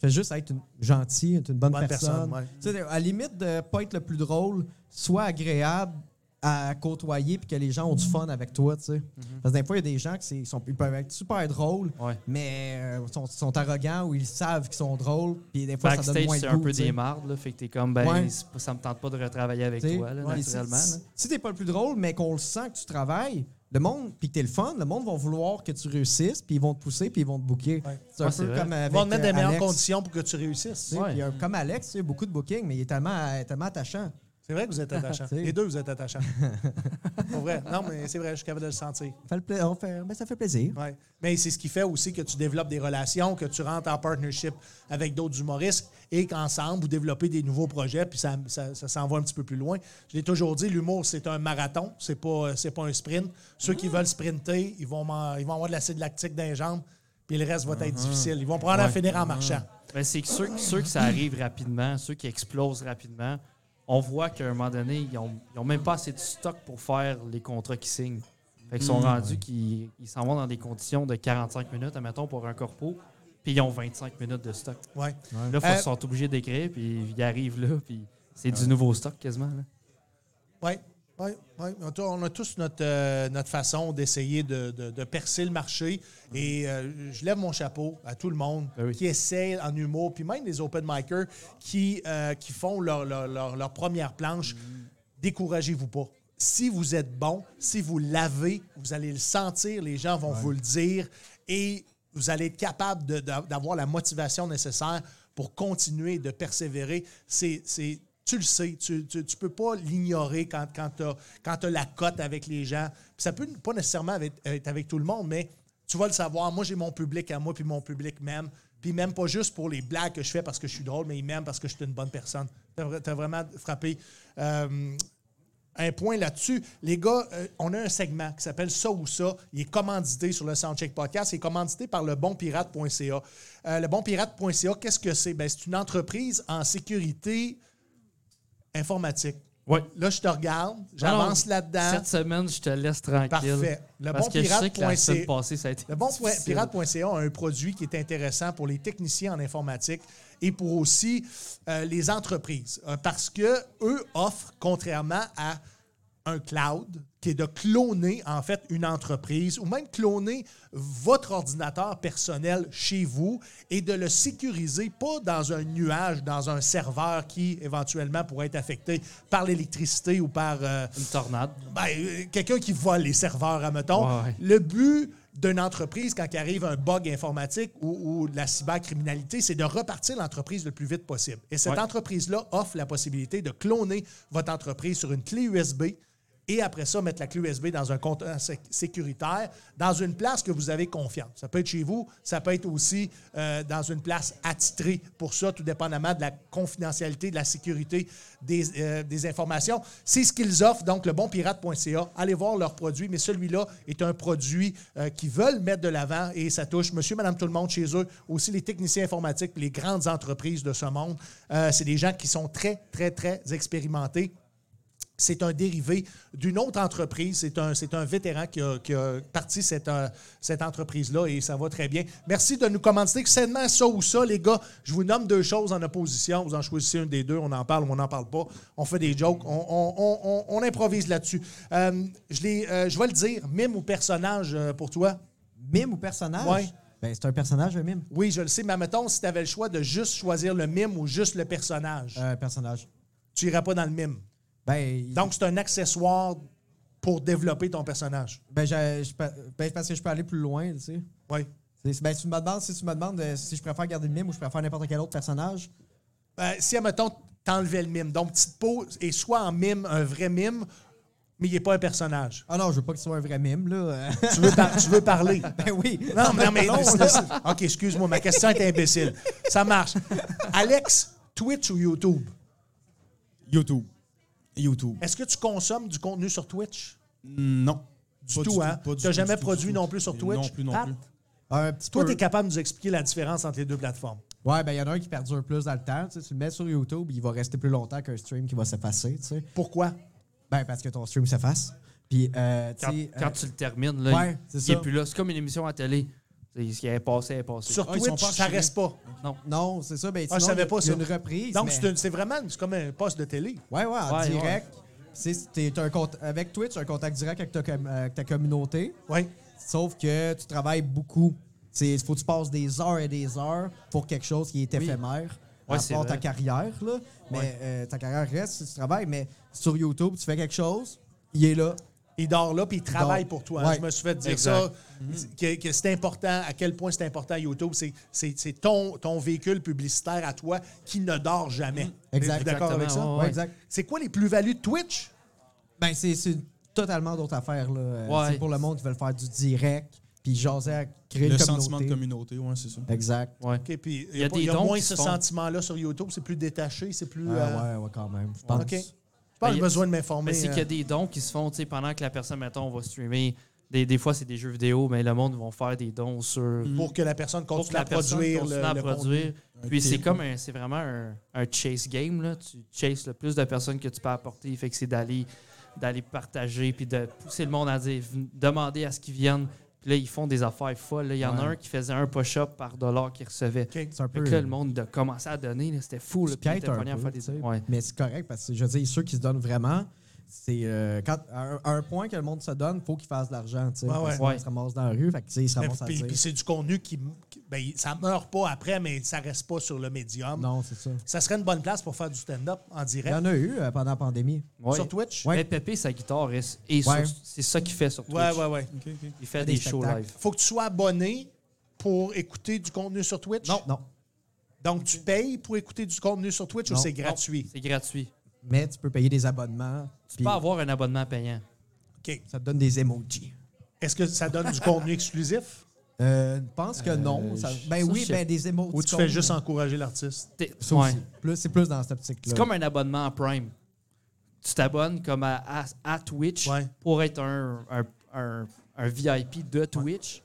Speaker 4: fais juste être une, gentil, être une bonne,
Speaker 2: Bonne personne,
Speaker 4: personne.
Speaker 2: ouais.
Speaker 4: Tu sais, à la limite de pas être le plus drôle, sois agréable à côtoyer puis que les gens ont du fun avec toi, tu sais.
Speaker 3: Mm-hmm.
Speaker 4: Parce que des fois, il y a des gens qui c'est- sont, ils peuvent être super drôles,
Speaker 3: Ouais.
Speaker 4: mais euh, sont, sont arrogants ou ils savent qu'ils sont drôles, puis des fois, ça donne
Speaker 3: Backstage,
Speaker 4: moins de
Speaker 3: c'est un
Speaker 4: goût,
Speaker 3: peu
Speaker 4: tu sais.
Speaker 3: des mardes. là, Fait que t'es comme, ben,
Speaker 4: Ouais.
Speaker 3: c'est pas- ça me tente pas de retravailler avec
Speaker 4: T'sais,
Speaker 3: toi, là,
Speaker 4: ouais,
Speaker 3: naturellement.
Speaker 4: Si,
Speaker 3: là.
Speaker 4: si- si t'es pas le plus drôle, mais qu'on le sent que tu travailles, le monde, puis que t'es le fun, le monde va vouloir que tu réussisses, puis ils vont te pousser, puis ils vont te booker.
Speaker 2: Ouais.
Speaker 4: C'est un
Speaker 3: Ouais, c'est
Speaker 4: peu
Speaker 3: vrai.
Speaker 4: comme
Speaker 2: Ils
Speaker 4: avec
Speaker 2: vont te mettre des
Speaker 4: euh,
Speaker 2: meilleures
Speaker 4: Alex,
Speaker 2: conditions pour que tu
Speaker 4: tu
Speaker 2: réussisses.
Speaker 4: sais,
Speaker 3: Ouais.
Speaker 4: puis, euh, comme Alex, il y a beaucoup de bookings, mais il est tellement, euh, tellement attachant.
Speaker 2: C'est vrai que vous êtes attachants.
Speaker 4: Tu sais.
Speaker 2: les deux, vous êtes attachants. Pour vrai. Non, mais c'est vrai, je suis capable de le sentir.
Speaker 4: Ça fait, le pla- on fait- ben, ça fait plaisir.
Speaker 2: Ouais. Mais c'est ce qui fait aussi que tu développes des relations, que tu rentres en partnership avec d'autres humoristes et qu'ensemble, vous développez des nouveaux projets, puis ça, ça, ça s'en va un petit peu plus loin. Je l'ai toujours dit, l'humour, c'est un marathon, c'est pas, c'est pas un sprint. Ceux qui veulent sprinter, ils vont, man- ils vont avoir de l'acide lactique dans les jambes, puis le reste va être difficile. Ils vont probablement finir en marchant.
Speaker 3: Ben, c'est que ceux, ceux que ça arrive rapidement, ceux qui explosent rapidement, on voit qu'à un moment donné, ils ont, ils ont même pas assez de stock pour faire les contrats qu'ils signent. Fait qu'ils
Speaker 2: Hmm.
Speaker 3: sont rendus qu'ils ils s'en vont dans des conditions de 45 minutes, admettons, pour un corpo, puis ils ont 25 minutes de stock.
Speaker 2: Ouais.
Speaker 3: Là, faut-
Speaker 2: Euh,
Speaker 3: ils sont obligés d'écrire, puis ils arrivent là, puis c'est du nouveau stock quasiment. là.
Speaker 2: Oui. Oui, oui. En tout cas, On a tous notre, euh, notre façon d'essayer de, de- de percer le marché. Et euh, je lève mon chapeau à tout le monde qui essaie en humour, puis même les open micers qui, euh, qui font leur, leur, leur- leur première planche. Découragez-vous pas. Si vous êtes bon, si vous l'avez, vous allez le sentir, les gens vont vous le dire et vous allez être capable de- d'a- d'avoir la motivation nécessaire pour continuer de persévérer. C'est- c'est tu le sais, tu tu- tu peux pas l'ignorer quand, quand tu as, la cote avec les gens. Puis ça peut pas nécessairement avec- être avec tout le monde, mais tu vas le savoir. Moi, j'ai mon public à moi, puis mon public m'aime. Puis même pas juste pour les blagues que je fais parce que je suis drôle, mais ils m'aiment parce que je suis une bonne personne. Tu as, vraiment frappé. Euh, un point là-dessus. Les gars, euh, on a un segment qui s'appelle Ça ou ça. Il est commandité sur le Soundcheck Podcast. Il est commandité par lebonpirate.ca. Euh, lebonpirate.ca, qu'est-ce que c'est? Ben, c'est une entreprise en sécurité informatique.
Speaker 1: Oui.
Speaker 2: Là, je te regarde, j'avance là-dedans.
Speaker 3: Cette semaine, je te laisse tranquille.
Speaker 2: Parfait. Le
Speaker 3: parce
Speaker 2: bon
Speaker 3: que je sais que la
Speaker 2: pirate.ca.
Speaker 3: semaine passée, ça a été.
Speaker 2: Le bon
Speaker 3: difficile.
Speaker 2: pirate.ca a un produit qui est intéressant pour les techniciens en informatique et pour aussi euh, les entreprises euh, parce que eux offrent contrairement à un cloud qui est de cloner en fait une entreprise ou même cloner votre ordinateur personnel chez vous et de le sécuriser pas dans un nuage, dans un serveur qui éventuellement pourrait être affecté par l'électricité ou par euh,
Speaker 3: Une tornade.
Speaker 2: ben, euh, quelqu'un qui vole les serveurs, admettons.
Speaker 3: Ouais, ouais.
Speaker 2: Le but d'une entreprise, quand il arrive un bug informatique ou, ou de la cybercriminalité, c'est de repartir l'entreprise le plus vite possible. Et cette
Speaker 3: Ouais.
Speaker 2: entreprise-là offre la possibilité de cloner votre entreprise sur une clé USB et après ça, mettre la clé USB dans un contenant sé- sécuritaire, dans une place que vous avez confiance. Ça peut être chez vous, ça peut être aussi euh, dans une place attitrée pour ça, tout dépendamment de la confidentialité, de la sécurité des, euh, des informations. C'est ce qu'ils offrent, donc le bonpirate.ca. Allez voir leurs produits, mais celui-là est un produit euh, qu'ils veulent mettre de l'avant et ça touche monsieur, madame, tout le monde chez eux, aussi les techniciens informatiques, puis les grandes entreprises de ce monde. Euh, C'est des gens qui sont très, très, très expérimentés. C'est un dérivé d'une autre entreprise. C'est un, c'est un vétéran qui a, qui a parti cette, euh, cette entreprise-là et ça va très bien. Merci de nous commenter sainement ça ou ça, les gars. Je vous nomme deux choses en opposition. Vous en choisissez une des deux. On en parle ou on n'en parle pas. On fait des jokes. On, on- on- on- on improvise là-dessus. Euh, je, l'ai- euh, je vais le dire, mime ou personnage euh, pour toi?
Speaker 4: Mime ou personnage?
Speaker 2: Ouais.
Speaker 4: Ben, c'est un personnage, un mime.
Speaker 2: Oui, je le sais, mais mettons, si tu avais le choix de juste choisir le mime ou juste le personnage,
Speaker 4: Un Euh, personnage.
Speaker 2: tu irais pas dans le mime.
Speaker 4: Ben, il-
Speaker 2: Donc, c'est un accessoire pour développer ton personnage.
Speaker 4: ben, j'ai- je peux- ben, parce que je peux aller plus loin, tu sais.
Speaker 2: Oui.
Speaker 4: C'est- Ben, si tu me demandes, si tu me demandes euh, si je préfère garder le mime ou je préfère n'importe quel autre personnage,
Speaker 2: Euh, si, admettons, t'enlevais le mime. Donc, petite peau est soit en mime, un vrai mime, mais il n'est pas un personnage.
Speaker 4: ah non, je veux pas qu'il soit un vrai mime, là.
Speaker 2: Tu veux, par- tu veux parler.
Speaker 4: ben oui.
Speaker 2: Non, mais, non, mais- OK, excuse-moi, ma question est imbécile. Ça marche. Alex, Twitch ou YouTube?
Speaker 5: YouTube. YouTube.
Speaker 2: Est-ce que tu consommes du contenu sur Twitch?
Speaker 5: Non. Du
Speaker 2: tout, hein?
Speaker 5: pas du
Speaker 2: T'as
Speaker 5: tout,
Speaker 2: jamais
Speaker 5: du tout,
Speaker 2: produit
Speaker 5: du tout.
Speaker 2: non plus sur Twitch? Ah.
Speaker 5: Non plus, non
Speaker 2: Pat?
Speaker 5: plus.
Speaker 4: Un petit
Speaker 2: Toi,
Speaker 4: peu.
Speaker 2: tu es capable de nous expliquer la différence entre les deux plateformes.
Speaker 4: Ouais, ben il y en a un qui perdure plus dans le temps. Tu, sais, tu le mets sur YouTube, il va rester plus longtemps qu'un stream qui va s'effacer. Tu sais.
Speaker 2: Pourquoi?
Speaker 4: Ben parce que ton stream s'efface. Puis, euh, tu
Speaker 3: Quand,
Speaker 4: sais,
Speaker 3: quand
Speaker 2: hein.
Speaker 4: euh,
Speaker 3: tu le termines, là,
Speaker 4: ouais,
Speaker 3: il-
Speaker 4: c'est
Speaker 3: il est
Speaker 4: ça.
Speaker 3: plus là. C'est comme une émission à télé. C'est- Ce qui est passé est passé.
Speaker 2: Sur
Speaker 5: Ah, ils sont
Speaker 2: Twitch,
Speaker 5: pas
Speaker 2: ça
Speaker 5: archivés.
Speaker 2: reste pas.
Speaker 4: non, c'est ça. Ben,
Speaker 2: Ah, je
Speaker 4: sinon,
Speaker 2: savais
Speaker 4: il y a-
Speaker 2: pas
Speaker 4: il y a
Speaker 2: ça.
Speaker 4: une reprise.
Speaker 2: Donc,
Speaker 4: mais-
Speaker 2: c'est une- c'est vraiment c'est comme un poste de télé.
Speaker 4: Ouais, ouais, en
Speaker 3: Ouais,
Speaker 4: direct. Tu sais, t'es- t'as un cont- avec Twitch, t'as un contact direct avec ta, com- euh, avec ta communauté.
Speaker 2: Oui.
Speaker 4: Sauf que tu travailles beaucoup. Il faut que tu passes des heures et des heures pour quelque chose qui est éphémère.
Speaker 3: Ouais,
Speaker 4: à
Speaker 3: c'est
Speaker 4: part ta
Speaker 3: vrai.
Speaker 4: carrière, là. Mais euh, ta carrière reste si tu travailles. Mais sur YouTube, tu fais quelque chose, il est là.
Speaker 2: Il dort là, puis il travaille
Speaker 4: dort.
Speaker 2: pour toi. hein.
Speaker 4: Ouais.
Speaker 2: Je me suis fait dire
Speaker 3: Exact.
Speaker 2: ça, que, que c'est important, à quel point c'est important YouTube. C'est- C'est c'est ton, ton véhicule publicitaire à toi qui ne dort jamais.
Speaker 4: Mm. Exact.
Speaker 2: Êtes-vous d'accord avec ça?
Speaker 3: Exactement, ouais,
Speaker 4: Ouais, exact.
Speaker 2: C'est quoi les plus-values de Twitch?
Speaker 4: Ben, c'est c'est une totalement d'autres affaires, là. Euh,
Speaker 3: Ouais.
Speaker 4: C'est pour le monde qui veulent faire du direct, puis jaser à créer
Speaker 5: Le
Speaker 4: une
Speaker 5: sentiment de
Speaker 4: communauté. Ben,
Speaker 5: communauté, ouais, c'est ça.
Speaker 4: Exact.
Speaker 3: Ouais.
Speaker 2: OK, puis il
Speaker 3: Il y
Speaker 2: y a,
Speaker 3: a
Speaker 2: pas-
Speaker 3: des
Speaker 2: il y a
Speaker 3: dons
Speaker 2: moins
Speaker 3: qui
Speaker 2: ce
Speaker 3: se font.
Speaker 2: sentiment-là sur YouTube. C'est plus détaché, c'est plus...
Speaker 4: Ouais,
Speaker 2: euh,
Speaker 4: Ah ouais, ouais, quand même. Je pense.
Speaker 2: OK. Je pense que j'ai
Speaker 3: Ben,
Speaker 2: besoin de
Speaker 3: Mais
Speaker 2: m'informer.
Speaker 3: c'est
Speaker 2: euh.
Speaker 3: qu'il y a des dons qui se font tu sais, pendant que la personne, mettons, va streamer. Des, des fois, c'est des jeux vidéo, mais le monde vont faire des dons sur.
Speaker 2: pour que la personne
Speaker 3: pour
Speaker 2: Mm. continue
Speaker 3: que la
Speaker 2: à
Speaker 3: personne
Speaker 2: produire
Speaker 3: continue
Speaker 2: le,
Speaker 3: à
Speaker 2: le
Speaker 3: produire.
Speaker 2: contenu.
Speaker 3: Puis
Speaker 5: Un
Speaker 3: c'est
Speaker 5: team.
Speaker 3: comme un- c'est vraiment un, un chase game là. Tu chases le plus de personnes que tu peux apporter. Fait que c'est d'aller d'aller partager puis de pousser le monde à dire ven- demander à ce qu'ils viennent. Puis là ils font des affaires folles. là. Il y en a
Speaker 4: Ouais.
Speaker 3: un qui faisait un push-up par dollar qu'il recevait.
Speaker 4: C'est un
Speaker 3: Fait
Speaker 4: peu.
Speaker 3: que là, le monde de commencer à donner, là, c'était fou. là.
Speaker 4: Tu
Speaker 3: Puis il
Speaker 4: piètes
Speaker 3: était
Speaker 4: un
Speaker 3: pogné à
Speaker 4: peu,
Speaker 3: faire
Speaker 4: tu
Speaker 3: des
Speaker 4: sais.
Speaker 3: ouais.
Speaker 4: Mais c'est correct parce que je veux dire, ceux qui se donnent vraiment, c'est euh, quand- à un, à un point que le monde se donne, faut qu'il fasse de l'argent, tu sais.
Speaker 2: Ouais,
Speaker 4: Parce
Speaker 2: ouais.
Speaker 4: que sinon,
Speaker 3: Ouais.
Speaker 4: il se ramasse dans la rue, fait que, tu sais, il se
Speaker 2: Mais-
Speaker 4: ramasse à
Speaker 2: Puis
Speaker 4: dire.
Speaker 2: puis c'est du contenu qui. qui- ben, il- ça meurt pas après, mais ça reste pas sur le médium.
Speaker 4: Non, c'est ça.
Speaker 2: Ça serait une bonne place pour faire du stand-up en
Speaker 4: Il y
Speaker 2: direct
Speaker 4: en a eu euh, pendant la pandémie.
Speaker 3: Ouais.
Speaker 2: sur Twitch.
Speaker 4: Ouais.
Speaker 3: Mais Pépé, sa guitare, est, est
Speaker 4: Ouais.
Speaker 3: sur- c'est ça qu'il fait sur Twitch.
Speaker 2: Ouais, ouais, ouais.
Speaker 3: Il fait
Speaker 4: Des
Speaker 3: des, shows
Speaker 4: spectacles.
Speaker 3: live.
Speaker 2: Faut que tu sois abonné pour écouter du contenu sur Twitch.
Speaker 4: Non.
Speaker 2: Donc tu payes pour écouter du contenu sur Twitch ou
Speaker 4: Non.
Speaker 2: c'est gratuit?
Speaker 3: C'est gratuit.
Speaker 4: Mais tu peux payer des abonnements.
Speaker 3: Tu
Speaker 4: puis
Speaker 3: peux avoir un abonnement payant.
Speaker 2: OK.
Speaker 4: Ça te donne des emojis.
Speaker 2: Est-ce que ça donne du contenu exclusif
Speaker 4: Euh, je pense que non. ça- ben
Speaker 3: ça,
Speaker 4: oui,
Speaker 3: je sais
Speaker 4: ben des émoticônes.
Speaker 2: ou tu fais juste encourager l'artiste?
Speaker 3: T'es-
Speaker 4: Ça
Speaker 3: ouais.
Speaker 4: aussi. Plus- C'est plus dans cette optique-là.
Speaker 3: C'est comme un abonnement à Prime. Tu t'abonnes comme à, à- à Twitch
Speaker 2: Ouais.
Speaker 3: pour être un, un- un- un VIP de Twitch.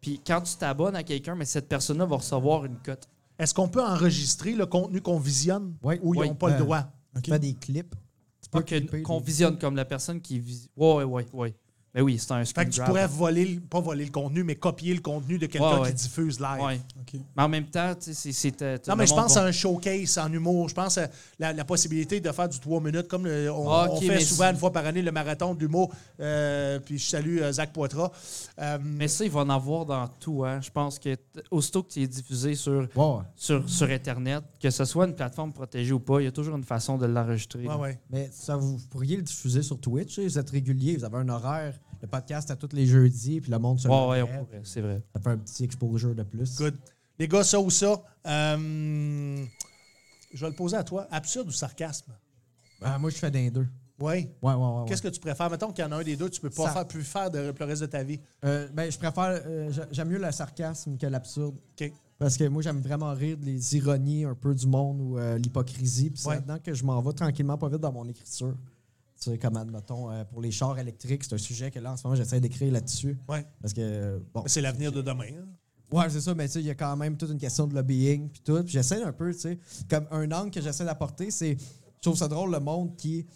Speaker 3: Puis quand tu t'abonnes à quelqu'un, mais cette personne-là va recevoir une cote.
Speaker 2: Est-ce qu'on peut enregistrer le contenu qu'on visionne
Speaker 4: Ouais.
Speaker 2: ou ils
Speaker 3: Ouais.
Speaker 2: n'ont pas le
Speaker 4: Euh,
Speaker 2: droit?
Speaker 4: Tu fais des clips. Tu
Speaker 3: Pas
Speaker 4: peux
Speaker 3: Ah, que-
Speaker 4: clipper
Speaker 3: qu'on
Speaker 4: des-
Speaker 3: visionne comme la personne qui visi- Ouais, ouais, ouais, ouais. Mais oui, c'est un
Speaker 2: Fait
Speaker 3: screen
Speaker 2: que tu
Speaker 3: grab.
Speaker 2: pourrais voler, le- pas voler le contenu, mais copier le contenu de quelqu'un
Speaker 3: Ouais, ouais.
Speaker 2: qui diffuse live.
Speaker 3: Ouais.
Speaker 5: OK.
Speaker 3: Mais en même temps, tu sais, c'est- c'est. euh, tout
Speaker 2: Non,
Speaker 3: le
Speaker 2: mais je
Speaker 3: monde
Speaker 2: pense
Speaker 3: va-
Speaker 2: à un showcase en humour. Je pense à la, la possibilité de faire du 3 minutes, comme le- on,
Speaker 3: Ah,
Speaker 2: on
Speaker 3: ok,
Speaker 2: fait
Speaker 3: mais
Speaker 2: souvent
Speaker 3: c'est-
Speaker 2: une fois par année le marathon de l'humour. Euh, puis je salue euh, Zach Poitras. Euh,
Speaker 3: Mais ça, il va en avoir dans tout. Hein. Je pense que t- aussitôt que tu es diffusé sur,
Speaker 4: Ouais, ouais.
Speaker 3: sur, sur Internet, que ce soit une plateforme protégée ou pas, il y a toujours une façon de l'enregistrer.
Speaker 2: ouais, ouais.
Speaker 4: Mais ça, vous pourriez le diffuser sur Twitch. hein, Vous êtes régulier, vous avez un horaire. Le podcast à tous les jeudis, puis le monde se
Speaker 3: Ouais,
Speaker 4: le
Speaker 3: ouais, on
Speaker 4: fait.
Speaker 3: pourrait, c'est vrai.
Speaker 4: Ça fait un petit exposure de plus.
Speaker 2: Good. Les gars, ça ou ça, euh, je vais le poser à toi. Absurde ou sarcasme?
Speaker 4: Ah, moi, je fais d'un deux.
Speaker 2: Oui.
Speaker 4: Ouais, ouais, ouais. ouais.
Speaker 2: Qu'est-ce que tu préfères? Mettons qu'il y en a un des deux, tu peux pas
Speaker 4: Sar-
Speaker 2: faire, plus faire de, le reste de ta vie.
Speaker 4: Euh, ben, je préfère. euh, j'a- j'aime mieux le sarcasme que l'absurde.
Speaker 2: OK.
Speaker 4: Parce que moi, j'aime vraiment rire des ironies un peu du monde ou euh, l'hypocrisie. Puis c'est
Speaker 2: Ouais.
Speaker 4: là-dedans que je m'en vais tranquillement pas vite dans mon écriture. Tu sais, comme admettons, euh, pour les chars électriques, c'est un sujet que là, en ce moment, j'essaie d'écrire là-dessus.
Speaker 2: Ouais.
Speaker 4: Parce que, euh, bon.
Speaker 2: Mais c'est l'avenir de demain. hein.
Speaker 4: Ouais, c'est ça, mais tu sais, il y a quand même toute une question de lobbying puis tout. Puis j'essaie un peu, tu sais, comme un angle que j'essaie d'apporter, c'est je trouve ça drôle le monde qui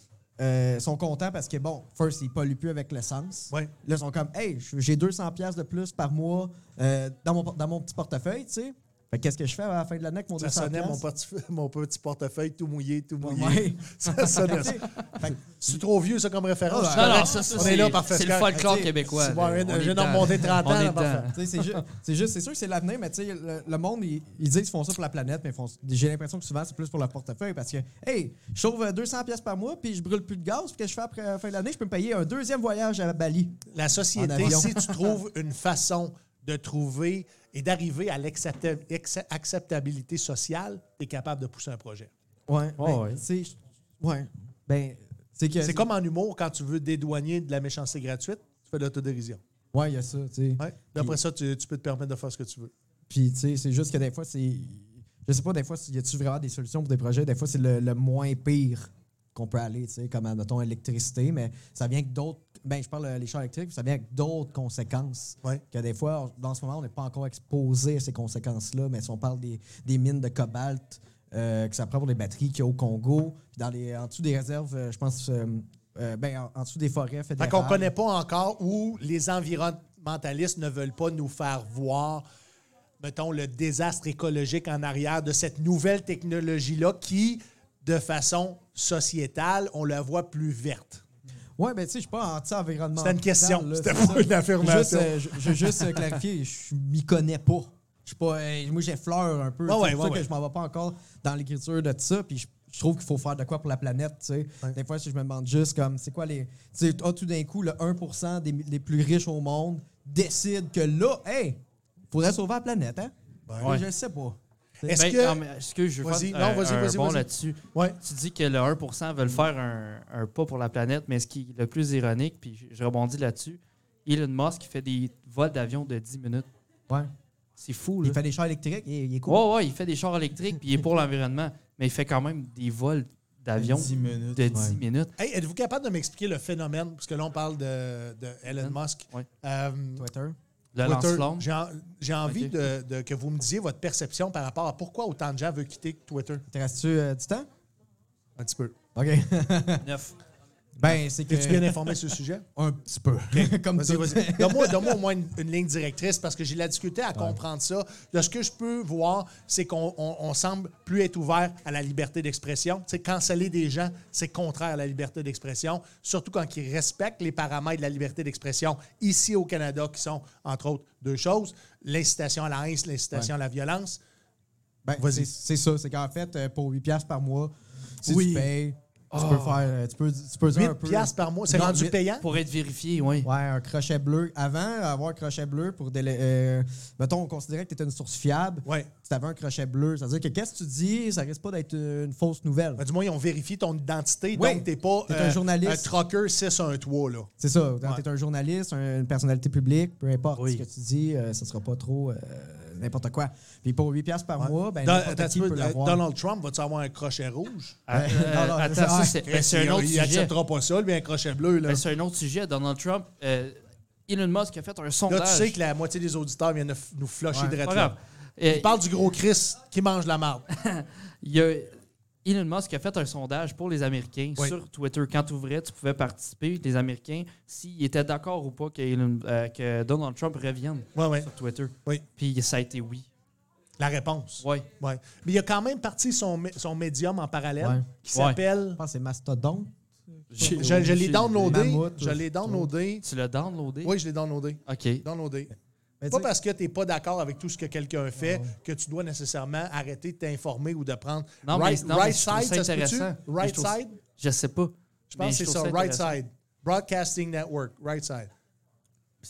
Speaker 4: euh, sont contents parce que bon, first ils polluent plus avec l'essence.
Speaker 2: Ouais.
Speaker 4: Là, ils sont comme hey, je- j'ai 200 pièces de plus par mois euh, dans mon por- dans mon petit portefeuille, tu sais. Fait que qu'est-ce que je fais à la fin de l'année avec mon
Speaker 2: Ça
Speaker 4: 200
Speaker 2: sonnait mon,
Speaker 4: piastres?
Speaker 2: portefeuille- mon petit portefeuille tout mouillé, tout mouillé.
Speaker 4: Ouais.
Speaker 2: ça sonnait ça.
Speaker 4: Fait que-
Speaker 2: C'est trop vieux, ça, comme référence. Je
Speaker 4: Non,
Speaker 2: suis
Speaker 3: Non,
Speaker 2: correct.
Speaker 3: non, ça, ça,
Speaker 2: on
Speaker 3: c'est-
Speaker 2: est là, parfait.
Speaker 3: C'est Ah, le
Speaker 2: correct.
Speaker 3: folklore
Speaker 4: Ben, Tu sais,
Speaker 3: québénois.
Speaker 2: Si
Speaker 3: là.
Speaker 2: Warren-
Speaker 3: On est
Speaker 2: j'ai
Speaker 3: dedans.
Speaker 2: remonté 30 ans,
Speaker 3: On est
Speaker 2: là, parfait.
Speaker 3: dedans.
Speaker 4: Tu sais, c'est ju- c'est juste, c'est sûr que c'est l'avenir, mais tu sais, le, le monde, ils, ils disent qu'ils font ça pour la planète, mais ils font- j'ai l'impression que souvent, c'est plus pour leur portefeuille parce que, hey, je sauve euh, 200 pièces par mois, puis je brûle plus de gaz, puis qu'est-ce que je fais après la fin de l'année, je peux me payer un deuxième voyage à Bali.
Speaker 2: La
Speaker 4: En
Speaker 2: société,
Speaker 4: avion.
Speaker 2: si tu trouves une façon de trouver et d'arriver à l'acceptabilité sociale, tu es capable de pousser un projet.
Speaker 4: Ouais,
Speaker 3: ben,
Speaker 4: ouais. C'est, ouais. Ben, c'est que.
Speaker 2: C'est comme en humour, quand tu veux dédouaner de la méchanceté gratuite, tu fais de l'autodérision.
Speaker 4: Ouais, il y a ça, tu sais.
Speaker 2: Ouais. Puis Après ça, tu, tu peux te permettre de faire ce que tu veux.
Speaker 4: Puis, tu sais, c'est juste que des fois, c'est. Je sais pas, des fois, y a-tu vraiment des solutions pour des projets? Des fois, c'est le, le moins pire qu'on peut aller, tu sais, comme, admettons, électricité, mais ça vient avec d'autres. Ben, je parle euh, les chars électriques, ça vient avec d'autres conséquences.
Speaker 2: Ouais.
Speaker 4: Que des fois, on- dans ce moment, on n'est pas encore exposé à ces conséquences-là, mais si on parle des, des mines de cobalt euh, que ça prend pour les batteries qu'il y a au Congo, puis dans les, en dessous des réserves, euh, je pense, euh, euh, ben, en, en dessous des forêts
Speaker 2: Fait
Speaker 4: fédérales.
Speaker 2: qu'on ne connaît pas encore où les environnementalistes ne veulent pas nous faire voir, mettons, le désastre écologique en arrière de cette nouvelle technologie-là qui, de façon sociétale, on la voit plus verte.
Speaker 4: Ouais, ben tu sais, je suis pas anti-environnement.
Speaker 2: C'était une question,
Speaker 4: là,
Speaker 2: c'était
Speaker 4: c'est
Speaker 2: pas
Speaker 4: ça.
Speaker 2: une affirmation.
Speaker 4: Juste, euh, je je veux juste euh, clarifier, je m'y connais pas. Je suis pas. euh, moi, j'effleure un peu.
Speaker 2: Ouais,
Speaker 4: c'est
Speaker 2: ouais,
Speaker 4: pour
Speaker 2: ouais,
Speaker 4: ça
Speaker 2: ouais.
Speaker 4: que je m'en vais pas encore dans l'écriture de ça. Puis je, je trouve qu'il faut faire de quoi pour la planète, tu sais.
Speaker 2: Ouais.
Speaker 4: Des fois, si je me demande juste comme, c'est quoi les. Tu sais, ah, tout d'un coup, le 1% des, des plus riches au monde décide que là, hey, faudrait sauver la planète, hein?
Speaker 3: Ouais.
Speaker 4: Je le sais pas.
Speaker 2: Est-ce
Speaker 3: Ben,
Speaker 2: que-
Speaker 3: non, mais excuse, je veux
Speaker 2: Vas-y.
Speaker 3: faire
Speaker 2: Non,
Speaker 3: un-
Speaker 2: vas-y,
Speaker 3: un
Speaker 2: vas-y,
Speaker 3: bond
Speaker 2: vas-y.
Speaker 3: là-dessus.
Speaker 2: Ouais.
Speaker 3: Tu dis que le 1 veulent faire un, un pas pour la planète, mais ce qui est le plus ironique, puis je- je rebondis là-dessus, Elon Musk fait des vols d'avion de 10 minutes.
Speaker 4: Ouais.
Speaker 3: C'est fou, là.
Speaker 4: Il fait des chars électriques, il, il est cool.
Speaker 3: Ouais, ouais, il fait des chars électriques, puis il est pour l'environnement, mais il fait quand même des vols d'avion
Speaker 5: 10 minutes.
Speaker 3: de 10
Speaker 4: Ouais.
Speaker 3: minutes.
Speaker 2: Hey, êtes-vous capable de m'expliquer le phénomène? Parce que là, on parle de, de Elon Musk.
Speaker 3: Hein? Ouais.
Speaker 2: Euh,
Speaker 4: Twitter.
Speaker 3: Le
Speaker 2: Twitter,
Speaker 3: lance-flamme.
Speaker 2: j'ai en- J'ai envie
Speaker 3: Ok.
Speaker 2: de, de- que vous me disiez votre perception par rapport à pourquoi autant de gens veulent quitter Twitter.
Speaker 4: Te restes-tu euh, du temps?
Speaker 2: Un petit peu.
Speaker 4: OK.
Speaker 3: Neuf.
Speaker 4: Ben, c'est que.
Speaker 2: Es-tu bien informé sur le sujet?
Speaker 4: Un petit peu. Comme
Speaker 2: Vas-y,
Speaker 4: tout.
Speaker 2: vas-y. Donne-moi, donne-moi au moins une, une ligne directrice parce que j'ai de la difficulté à comprendre ça. De ce que je peux voir, c'est qu'on on- on semble plus être ouvert à la liberté d'expression. Tu sais, canceller des gens, c'est contraire à la liberté d'expression, surtout quand ils respectent les paramètres de la liberté d'expression ici au Canada, qui sont, entre autres, deux choses l'incitation à la haine, l'incitation à la violence.
Speaker 4: Ben,
Speaker 2: Vas-y.
Speaker 4: c'est- C'est ça. C'est qu'en fait, euh, pour 8$ piastres par mois, si
Speaker 2: Oui.
Speaker 4: tu payes, tu peux faire. euh, Tu peux, tu peux dire
Speaker 2: 8
Speaker 4: un peu-
Speaker 2: piastres par mois, c'est
Speaker 4: Non,
Speaker 2: rendu
Speaker 4: huit-
Speaker 2: payant?
Speaker 3: Pour être vérifié, oui.
Speaker 4: Ouais, un crochet bleu. Avant, avoir un crochet bleu pour. délai- euh, mettons, on considérait que tu étais une source fiable.
Speaker 2: Oui.
Speaker 4: Si tu avais un crochet bleu, ça veut dire que qu'est-ce que tu dis, ça risque pas d'être une fausse nouvelle.
Speaker 2: Ben, du moins, ils ont vérifié ton identité,
Speaker 4: Oui.
Speaker 2: donc t'es pas euh,
Speaker 4: T'es un journaliste.
Speaker 2: un trocker 6 à un toit, là.
Speaker 4: C'est ça. Quand
Speaker 2: Ouais.
Speaker 4: tu es un journaliste, un- une personnalité publique, peu importe
Speaker 3: Oui.
Speaker 4: ce que tu dis, euh, ça sera pas trop euh, n'importe quoi. Puis pour 8$ piastres par
Speaker 2: Ouais.
Speaker 4: mois, ben,
Speaker 2: Don-
Speaker 4: n'importe
Speaker 2: attends,
Speaker 4: qui
Speaker 2: tu veux,
Speaker 4: peut
Speaker 2: euh,
Speaker 4: l'avoir.
Speaker 2: Donald Trump va-tu avoir un crochet rouge?
Speaker 3: Ah, euh,
Speaker 4: Non, non,
Speaker 3: attends, ça,
Speaker 4: ouais.
Speaker 3: c'est ben, c'est
Speaker 2: Il-
Speaker 3: un autre
Speaker 2: il
Speaker 3: sujet.
Speaker 2: acceptera pas ça, lui, un crochet bleu. Là.
Speaker 3: Ben, c'est un autre sujet. Donald Trump, euh, Elon Musk a fait un
Speaker 2: là,
Speaker 3: sondage.
Speaker 2: tu sais que la moitié des auditeurs viennent de f- nous flusher
Speaker 4: Ouais,
Speaker 2: de
Speaker 3: Pas grave. Euh,
Speaker 2: Il parle du gros Chris qui mange la marde.
Speaker 3: Il y a Elon Musk a fait un sondage pour les Américains
Speaker 2: Oui.
Speaker 3: sur Twitter. Quand tu ouvrais, tu pouvais participer, les Américains, s'ils étaient d'accord ou pas que, Elon- euh, que Donald Trump revienne
Speaker 2: Ouais, ouais.
Speaker 3: sur Twitter.
Speaker 2: Oui.
Speaker 3: Puis ça a été oui.
Speaker 2: La réponse.
Speaker 3: Ouais.
Speaker 2: Ouais. Mais il a quand même parti son, mé- son médium en parallèle
Speaker 4: Ouais.
Speaker 2: qui
Speaker 3: Ouais.
Speaker 2: s'appelle.
Speaker 4: Je pense que c'est Mastodon.
Speaker 2: Je, je l'ai downloadé.
Speaker 4: Mammouth, Oh.
Speaker 2: Je l'ai downloadé.
Speaker 3: Tu l'as downloadé?
Speaker 2: Oui, je l'ai downloadé.
Speaker 3: OK.
Speaker 2: Downloadé.
Speaker 4: Ben,
Speaker 2: Pas
Speaker 4: tu sais-
Speaker 2: parce que tu n'es pas d'accord avec tout ce que
Speaker 3: Ah
Speaker 2: quelqu'un fait que tu dois nécessairement arrêter de t'informer ou de prendre.
Speaker 3: Non, mais-
Speaker 2: right
Speaker 3: non, mais
Speaker 2: right
Speaker 3: je trouve
Speaker 2: side,
Speaker 3: ça
Speaker 2: ça se peut-tu?
Speaker 3: intéressant. Mais
Speaker 2: Right
Speaker 3: je trouve-
Speaker 2: side?
Speaker 3: Je sais pas.
Speaker 2: Je pense que c'est ça, Right Side. Broadcasting Network, Right Side.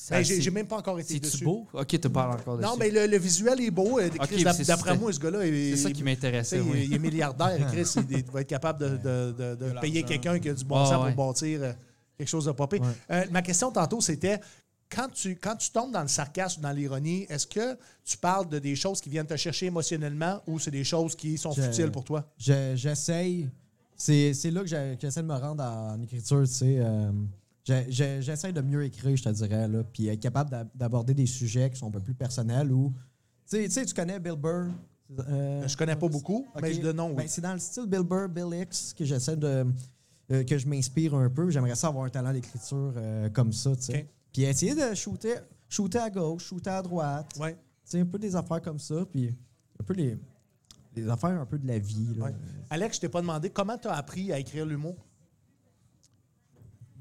Speaker 2: Ben, j'ai j'ai même pas encore été dessus.
Speaker 3: C'est-tu beau? OK, tu parles encore dessus.
Speaker 2: Non, mais le, le visuel est beau. euh, Chris,
Speaker 3: mais
Speaker 2: d'ap-
Speaker 3: c'est-
Speaker 2: D'après
Speaker 3: c'est-
Speaker 2: moi, ce gars-là,
Speaker 3: C'est ça qui m'intéressait.
Speaker 2: il,
Speaker 3: oui.
Speaker 2: il est milliardaire. Chris, il, il va être capable de, de- de- de
Speaker 5: l'argent.
Speaker 2: payer quelqu'un qui a du bon
Speaker 3: Ah,
Speaker 2: sens
Speaker 3: ouais.
Speaker 2: pour bâtir euh, quelque chose de popé. Euh, ma question tantôt, c'était quand tu, quand tu tombes dans le sarcasme ou dans l'ironie, est-ce que tu parles de des choses qui viennent te chercher émotionnellement ou c'est des choses qui sont
Speaker 4: Je-
Speaker 2: futiles pour toi?
Speaker 4: Je- J'essaye. C'est c'est là que j'ai- que j'essaie de me rendre en écriture, tu sais. euh, j'ai- j'ai- J'essaie de mieux écrire, je te dirais, là, puis être capable d'a- d'aborder des sujets qui sont un peu plus personnels ou... Tu sais- tu sais, tu connais Bill Burr? euh,
Speaker 2: Je connais pas beaucoup,
Speaker 4: Ok.
Speaker 2: mais je- de nom, oui.
Speaker 4: Ben, c'est dans le style Bill Burr, Bill X que j'essaie de. euh, que je m'inspire un peu. J'aimerais ça avoir un talent d'écriture euh, comme ça, tu sais.
Speaker 2: Ok.
Speaker 4: Puis essayer de shooter, shooter à gauche, shooter à droite. Tu
Speaker 2: Ouais.
Speaker 4: sais, un peu des affaires comme ça, puis un peu les, les affaires un peu de la vie. Là.
Speaker 2: Ouais. Alex, je t'ai pas demandé comment tu as appris à écrire l'humour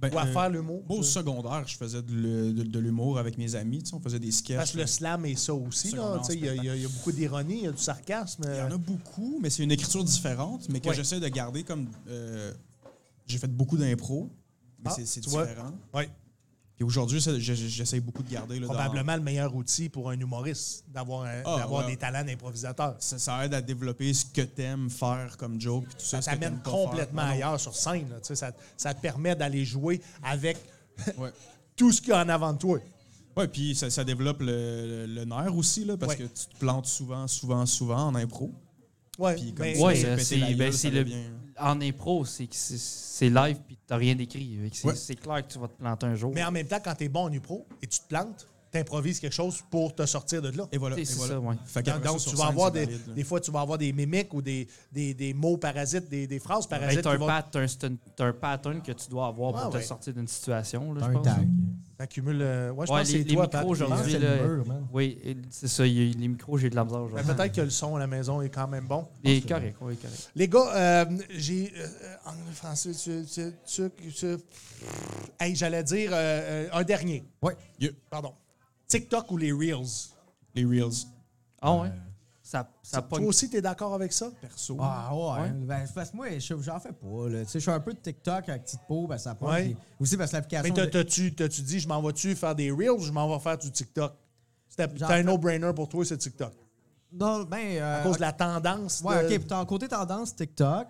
Speaker 5: Ben,
Speaker 2: ou à
Speaker 5: euh,
Speaker 2: faire l'humour.
Speaker 5: Moi, au secondaire, je faisais de, le- de- de l'humour avec mes amis. tu sais, On faisait des sketchs.
Speaker 2: Parce que le slam est ça aussi. là,
Speaker 5: Secondaire,
Speaker 2: tu sais, Il y, a- il y a- il y a beaucoup d'ironie, il y a du sarcasme. euh,
Speaker 5: Il y en a beaucoup, mais c'est une écriture différente, mais que
Speaker 2: Ouais.
Speaker 5: j'essaie de garder comme. euh, j'ai fait beaucoup d'impro,
Speaker 2: Ah,
Speaker 5: mais c'est- c'est
Speaker 2: tu vois.
Speaker 5: différent.
Speaker 2: Ouais.
Speaker 5: Et aujourd'hui, ça, je- je- j'essaie beaucoup de garder. Là, dans-
Speaker 2: Probablement le meilleur outil pour un humoriste, d'avoir un-
Speaker 5: Ah,
Speaker 2: d'avoir
Speaker 5: ouais.
Speaker 2: des talents d'improvisateur.
Speaker 5: ça, ça aide à développer ce que t'aimes faire comme joke. puis Tout ça,
Speaker 2: Ça
Speaker 5: ce que
Speaker 2: t'amène
Speaker 5: t'aimes pas faire.
Speaker 2: complètement
Speaker 5: Ah non.
Speaker 2: ailleurs sur scène. là, tu sais, ça, ça te permet d'aller jouer avec
Speaker 5: Ouais.
Speaker 2: tout ce qu'il y a en avant de toi.
Speaker 5: Ouais, puis ça, ça développe le, le- le nerf aussi, là, parce
Speaker 2: Ouais.
Speaker 5: que tu te plantes souvent, souvent, souvent en impro.
Speaker 2: Ouais,
Speaker 5: Puis comme
Speaker 2: mais-
Speaker 5: ça,
Speaker 3: Ouais,
Speaker 5: se
Speaker 3: euh,
Speaker 5: péter
Speaker 3: c'est-
Speaker 5: la gueule,
Speaker 3: ben,
Speaker 5: ça
Speaker 3: c'est le-
Speaker 5: devient-
Speaker 3: En impro, c'est que c'est- c'est live puis t'as rien d'écrit. Fait que C'est
Speaker 5: Ouais.
Speaker 3: c'est clair que tu vas te planter un jour.
Speaker 2: mais en même temps, quand tu es bon en UPRO et tu te plantes, tu improvises quelque chose pour te sortir de là.
Speaker 5: Et voilà.
Speaker 3: C'est-
Speaker 5: et
Speaker 3: c'est
Speaker 5: voilà.
Speaker 3: ça, ouais.
Speaker 5: Fait
Speaker 2: Donc,
Speaker 5: qu'après ça,
Speaker 2: donc,
Speaker 5: sur
Speaker 2: tu vas
Speaker 5: scène,
Speaker 2: avoir
Speaker 5: c'est
Speaker 2: des,
Speaker 5: valide, là.
Speaker 2: des fois, tu vas avoir des mimiques ou des, des, des mots parasites, des, des phrases
Speaker 3: Hey,
Speaker 2: parasites.
Speaker 3: t'as
Speaker 2: qui
Speaker 3: un,
Speaker 2: vont-
Speaker 3: pat- t'as un- c'est un- t'as un pattern que tu dois avoir pour
Speaker 2: Ah
Speaker 3: te
Speaker 2: ouais.
Speaker 3: sortir d'une situation. Là,
Speaker 4: T'as
Speaker 3: je
Speaker 4: un
Speaker 3: pense.
Speaker 4: tag.
Speaker 2: T'accumules, euh, ouais, je pense
Speaker 3: Ouais, les-
Speaker 2: que c'est
Speaker 3: les
Speaker 2: toi,
Speaker 3: micros
Speaker 2: Pat,
Speaker 3: aujourd'hui,
Speaker 2: hein?
Speaker 4: C'est
Speaker 3: là,
Speaker 4: le mur, man.
Speaker 3: Oui, et c'est ça. il y a- les micros, j'ai de la misère
Speaker 2: Mais
Speaker 3: aujourd'hui.
Speaker 2: Peut-être que le son à la maison est quand même bon.
Speaker 3: Il est correct, oui, correct.
Speaker 2: Les gars, euh, j'ai. euh, en anglais, français, tu. tu, tu- tu- Hey, j'allais dire euh, euh, un dernier.
Speaker 4: Ouais.
Speaker 5: Yeah.
Speaker 2: Pardon. TikTok ou les Reels.
Speaker 5: Les Reels.
Speaker 4: Euh,
Speaker 3: Ah ouais? Ça, ça
Speaker 2: Toi
Speaker 3: pogne.
Speaker 2: aussi, t'es d'accord avec ça?
Speaker 5: Perso.
Speaker 4: Ah ouais,
Speaker 3: Ouais.
Speaker 4: Ben, parce que moi, je- j'en fais pas. là. Tu sais, je suis un peu de TikTok avec petite peau, ben, ça pogne,
Speaker 2: Ouais.
Speaker 4: puis Aussi parce que
Speaker 2: Mais
Speaker 4: l'application.
Speaker 2: t'as- t'as-tu t'as-tu dit, je m'en vais-tu faire des Reels ou je m'en vais faire du TikTok? C'était
Speaker 4: J'en
Speaker 2: c'était un
Speaker 4: fais-
Speaker 2: no-brainer pour toi, c'est TikTok.
Speaker 4: Non, ben. euh,
Speaker 2: À cause de la tendance.
Speaker 4: Ouais,
Speaker 2: de-
Speaker 4: ok. Puis t'as- côté tendance TikTok,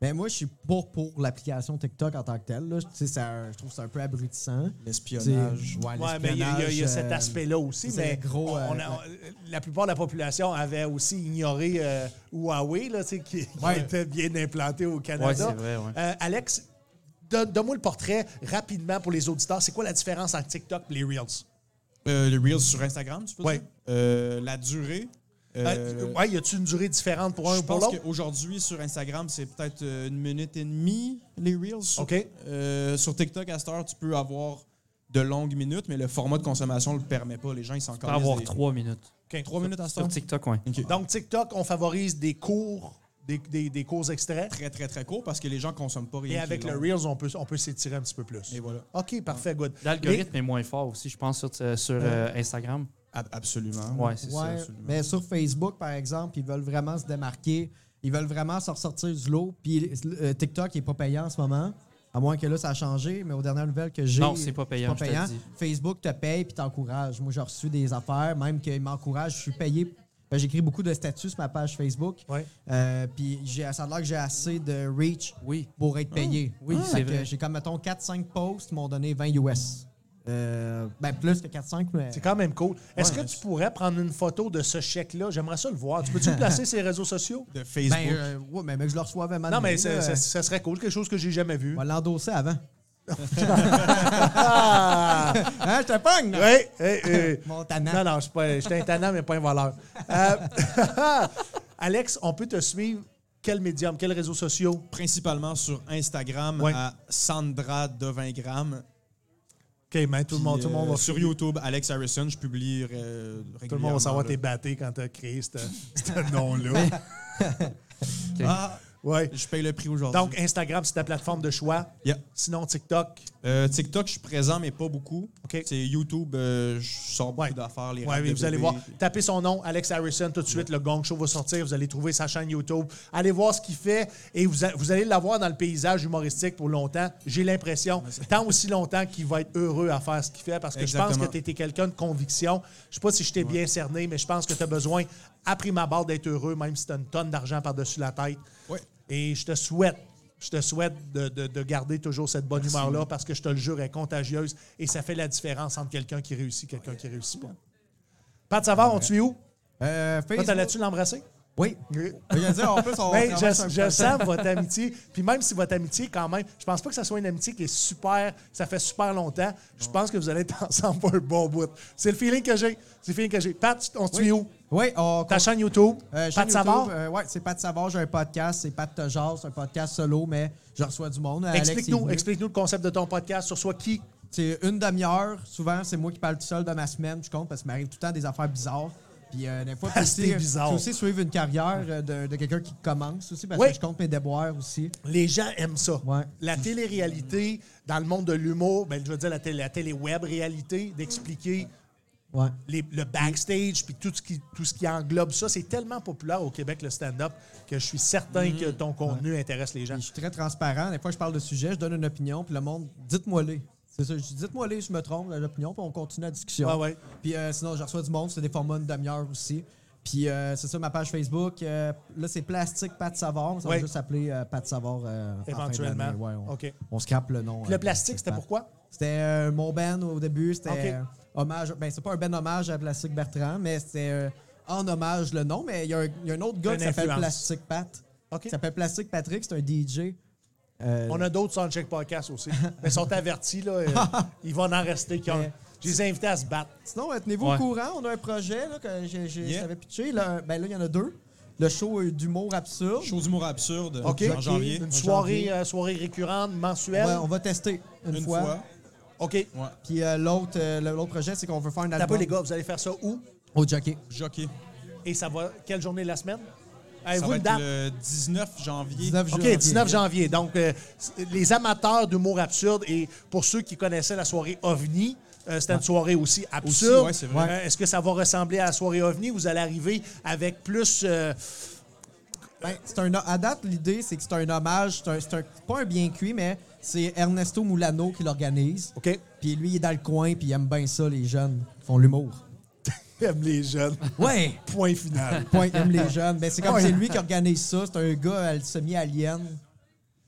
Speaker 4: ben moi, je suis pour, pour l'application TikTok en tant que telle. là. Je- Tu sais, c'est un- je trouve que c'est un peu abrutissant.
Speaker 5: L'espionnage.
Speaker 4: C'est- Ouais,
Speaker 2: Ouais, mais il y a- il y, a- il y a cet aspect-là aussi.
Speaker 4: euh, c'est
Speaker 2: Mais
Speaker 4: le gros,
Speaker 2: on- on
Speaker 4: euh,
Speaker 2: a- la plupart de la population avait aussi ignoré euh, Huawei, là, tu sais, qui, qui
Speaker 4: Ouais.
Speaker 2: était bien implanté au Canada.
Speaker 3: Ouais, c'est vrai, ouais.
Speaker 2: Euh, Alex, donne- donne-moi le portrait rapidement pour les auditeurs. C'est quoi la différence entre TikTok et les Reels?
Speaker 5: Euh, les Reels sur Instagram, tu peux
Speaker 2: Ouais.
Speaker 5: dire? Euh, la durée, Euh,
Speaker 2: Euh, ouais, y a-tu une durée différente pour un
Speaker 5: je
Speaker 2: ou pour
Speaker 5: pense
Speaker 2: l'autre?
Speaker 5: qu'aujourd'hui, sur Instagram, c'est peut-être euh, une minute et demie, les Reels. Sur,
Speaker 2: OK.
Speaker 5: Euh, sur TikTok, à cette heure, tu peux avoir de longues minutes, mais le format de consommation ne le permet pas. Les gens, ils s'en
Speaker 3: Tu peux avoir trois minutes.
Speaker 5: Trois minutes à cette
Speaker 3: Sur
Speaker 5: heure?
Speaker 3: TikTok, ouais.
Speaker 5: OK.
Speaker 2: Donc, TikTok, on favorise des cours, des, des- des cours extraits.
Speaker 5: très, très, très court parce que les gens consomment pas rien.
Speaker 2: Et
Speaker 5: qui
Speaker 2: avec
Speaker 5: est
Speaker 2: le
Speaker 5: long.
Speaker 2: Reels, on peut, on peut s'étirer un petit peu plus.
Speaker 5: Et voilà.
Speaker 2: OK, parfait, good.
Speaker 3: L'algorithme est moins fort aussi, je pense, sur, euh, sur, euh, Instagram.
Speaker 5: Ab- absolument.
Speaker 3: Ouais, c'est
Speaker 5: ça,
Speaker 4: Ouais,
Speaker 5: absolument.
Speaker 4: mais sur Facebook, par exemple, ils veulent vraiment se démarquer. Ils veulent vraiment se ressortir du lot. Puis euh, TikTok n'est pas payant en ce moment. À moins que là, ça a changé, mais aux dernières nouvelles que j'ai.
Speaker 3: Non, c'est pas payant, je te le dis.
Speaker 4: Facebook te paye puis t'encourage. Moi, j'ai reçu des affaires, même qu'ils m'encouragent. Je suis payé. Ben, J'écris beaucoup de statuts sur ma page Facebook.
Speaker 2: Ouais.
Speaker 4: Euh, puis j'ai- ça a l'air que j'ai assez de reach
Speaker 3: Oui.
Speaker 4: pour être payé.
Speaker 3: Ah, oui,
Speaker 4: Fait
Speaker 3: c'est
Speaker 4: que
Speaker 3: vrai.
Speaker 4: J'ai comme, mettons, 4-5 posts qui m'ont donné 20 US. Euh, ben, plus que 4-5, mais.
Speaker 2: C'est quand même cool. Est-ce
Speaker 5: Ouais,
Speaker 2: que
Speaker 5: mais
Speaker 2: tu pourrais prendre une photo de ce chèque-là? J'aimerais ça le voir. Tu peux-tu le placer sur les réseaux sociaux?
Speaker 5: De Facebook.
Speaker 4: Ben, euh, ouais, mais, mais que je le reçoive avant.
Speaker 2: Non,
Speaker 4: de
Speaker 2: mais
Speaker 4: venir,
Speaker 2: ça, ça-
Speaker 4: là.
Speaker 2: ça serait cool. Quelque chose que j'ai jamais vu.
Speaker 4: On va l'endosser avant.
Speaker 2: Ah!
Speaker 4: Hein, je te pogne! là?
Speaker 2: Ouais, hey, hey.
Speaker 4: Mon tannant.
Speaker 2: Non, non, je suis pas- je suis un tannant, mais pas un voleur. Euh, Alex, on peut te suivre quel médium, quels réseaux sociaux?
Speaker 5: Principalement sur Instagram
Speaker 2: Ouais.
Speaker 5: à Sandra de 20 grammes.
Speaker 2: OK, mais tout le monde,
Speaker 5: Puis,
Speaker 2: tout le monde
Speaker 5: euh,
Speaker 2: va
Speaker 5: Sur YouTube, Alex Harrison, je publie euh, régulièrement.
Speaker 2: Tout le monde va savoir
Speaker 5: là.
Speaker 2: t'es batté quand t'as créé ce ce nom-là.
Speaker 5: Ah,
Speaker 2: Ouais.
Speaker 5: je paye le prix aujourd'hui.
Speaker 2: Donc, Instagram, c'est ta plateforme de choix.
Speaker 5: Yeah.
Speaker 2: Sinon, TikTok.
Speaker 5: Euh, TikTok, je suis présent, mais pas beaucoup.
Speaker 2: OK.
Speaker 5: C'est YouTube, euh, je sors beaucoup
Speaker 2: Ouais.
Speaker 5: d'affaires. Les
Speaker 2: Ouais,
Speaker 5: rêves
Speaker 2: mais
Speaker 5: de
Speaker 2: vous allez
Speaker 5: bébé.
Speaker 2: voir. Tapez son nom, Alex Harrison, tout de suite. Le Gong Show va sortir. Vous allez trouver sa chaîne YouTube. Allez voir ce qu'il fait et vous, a- vous allez l'avoir dans le paysage humoristique pour longtemps. J'ai l'impression, tant aussi longtemps qu'il va être heureux à faire ce qu'il fait parce que je pense
Speaker 5: Exactement.
Speaker 2: que tu étais quelqu'un de conviction. Je sais pas si je t'ai bien cerné, mais je pense que tu as besoin, après ma barre, d'être heureux, même si tu as une tonne d'argent par-dessus la tête.
Speaker 5: Ouais.
Speaker 2: Et je te souhaite, je te souhaite de, de- de garder toujours cette bonne humeur-là parce que je te le jure, elle est contagieuse et ça fait la différence entre quelqu'un qui réussit et quelqu'un qui réussit pas. Pat Savard, on tue où?
Speaker 4: Euh,
Speaker 2: Toi,
Speaker 4: Facebook.
Speaker 2: t'allais-tu l'embrasser?
Speaker 4: Oui.
Speaker 2: Oui.
Speaker 4: Je veux dire, en plus, on
Speaker 2: Ben,
Speaker 4: traverse
Speaker 2: je,
Speaker 4: un
Speaker 2: je
Speaker 4: peu.
Speaker 2: sens votre amitié. Puis même si votre amitié, quand même, je pense pas que ça soit une amitié qui est super, ça fait super longtemps. Je pense que vous allez être ensemble pour un bon bout. C'est le feeling que j'ai. C'est le feeling que j'ai. Pat, on tue où?
Speaker 4: Oui, on.
Speaker 2: Ta chaîne YouTube?
Speaker 4: Euh, chaîne
Speaker 2: Pat
Speaker 4: YouTube,
Speaker 2: Savard?
Speaker 4: euh, ouais, c'est Pat Savard, j'ai un podcast, c'est Pat Tejar, c'est un podcast solo, mais je reçois du monde. Euh, Alex, il est
Speaker 2: Explique-nous
Speaker 4: venu.
Speaker 2: explique le concept de ton podcast, sur soi qui
Speaker 4: C'est une demi-heure. Souvent, c'est moi qui parle tout seul de ma semaine, je compte, parce qu'il m'arrive tout le temps des affaires bizarres. Puis euh, des fois,
Speaker 2: Ah,
Speaker 4: faut
Speaker 2: c'est
Speaker 4: aussi-
Speaker 2: bizarre.
Speaker 4: faut aussi suivre une carrière euh, de, de quelqu'un qui commence aussi, parce
Speaker 2: Oui.
Speaker 4: que je compte mes déboires aussi.
Speaker 2: Les gens aiment ça.
Speaker 4: Ouais.
Speaker 2: La télé-réalité, dans le monde de l'humour, ben, je veux dire la, télé, la télé-web-réalité, d'expliquer
Speaker 4: Ouais.
Speaker 2: les- le backstage puis tout ce, qui, tout ce qui englobe ça. C'est tellement populaire au Québec, le stand-up, que je suis certain que
Speaker 4: Mm.
Speaker 2: ton contenu intéresse les gens.
Speaker 4: Puis je suis très transparent. Des fois, je parle de sujets, je donne une opinion, puis le monde, dites-moi-les. C'est ça, je dis, dites-moi-les, je me trompe, l'opinion, puis on continue la discussion.
Speaker 2: Ouais, ouais.
Speaker 4: Puis euh, sinon, je reçois du monde, c'est des formats de demi-heure aussi. Puis euh, c'est ça, ma page Facebook. euh, là, c'est Plastique Pat Savard. Ça
Speaker 2: Ouais.
Speaker 4: va juste s'appeler euh, Pat Savard. euh, en fin
Speaker 2: Éventuellement.
Speaker 4: d'année. Ouais, on,
Speaker 2: OK.
Speaker 4: on scrape le nom.
Speaker 2: Puis
Speaker 4: euh,
Speaker 2: le plastique, c'était
Speaker 4: Pat.
Speaker 2: pourquoi?
Speaker 4: C'était euh, mon band au début. C'était
Speaker 2: OK.
Speaker 4: euh, hommage. Ben, c'est pas un ben hommage à Plastique Bertrand, mais c'était euh, en hommage le nom. Mais il y, a un- il y a un autre gars
Speaker 2: Une
Speaker 4: qui s'appelle
Speaker 2: influence.
Speaker 4: Plastique Pat.
Speaker 2: OK.
Speaker 4: Qui s'appelle Plastique Patrick. C'est un DJ. Euh,
Speaker 2: On a d'autres Soundcheck Podcast aussi. Mais ils sont avertis, là. euh, ils vont en rester qu'un.
Speaker 4: Mais-
Speaker 2: Je les ai invités à se battre.
Speaker 4: Sinon, euh, tenez-vous
Speaker 3: Ouais.
Speaker 4: au courant, on a un projet là, que j'ai- j'ai-
Speaker 5: Yeah.
Speaker 4: je t'avais pitché. Là, ben là, il y en a deux. Le show euh, d'humour absurde.
Speaker 5: Show d'humour absurde
Speaker 2: OK.
Speaker 5: en janvier.
Speaker 2: Une
Speaker 4: En
Speaker 2: soirée,
Speaker 4: janvier.
Speaker 2: euh, soirée récurrente, mensuelle.
Speaker 4: Ouais, on va tester une,
Speaker 5: Une
Speaker 4: fois.
Speaker 5: fois.
Speaker 2: OK.
Speaker 5: Ouais.
Speaker 4: Puis euh, l'autre euh, le- l'autre projet, c'est qu'on veut faire un
Speaker 2: T'as
Speaker 4: album
Speaker 2: pas, les gars, vous allez faire ça où?
Speaker 4: au jockey.
Speaker 5: Jockey.
Speaker 2: Et ça va. Quelle journée de la semaine?
Speaker 5: Ça
Speaker 2: Avez-vous
Speaker 5: va
Speaker 2: une
Speaker 5: être
Speaker 2: date?
Speaker 5: le 19 janvier.
Speaker 4: 19
Speaker 2: OK,
Speaker 4: janvier.
Speaker 2: 19 janvier. Donc, euh, les amateurs d'humour absurde, et pour ceux qui connaissaient la soirée OVNI, euh, c'était une soirée aussi absurde.
Speaker 5: ouais, c'est vrai.
Speaker 2: Euh, Est-ce que ça va ressembler à la soirée OVNI? Vous allez arriver avec plus... euh,
Speaker 4: Ben, c'est un, à date, l'idée, c'est que c'est un hommage. C'est un- c'est un- c'est pas un bien cuit, mais c'est Ernesto Mulano qui l'organise.
Speaker 2: OK?
Speaker 4: Puis lui, il est dans le coin, puis il aime bien ça, les jeunes. Ils font l'humour.
Speaker 2: Aime les jeunes.
Speaker 4: Ouais!
Speaker 2: Point final.
Speaker 4: Point, il aime les jeunes. Ben, c'est comme c'est lui qui organise ça. C'est un gars euh, semi-alien.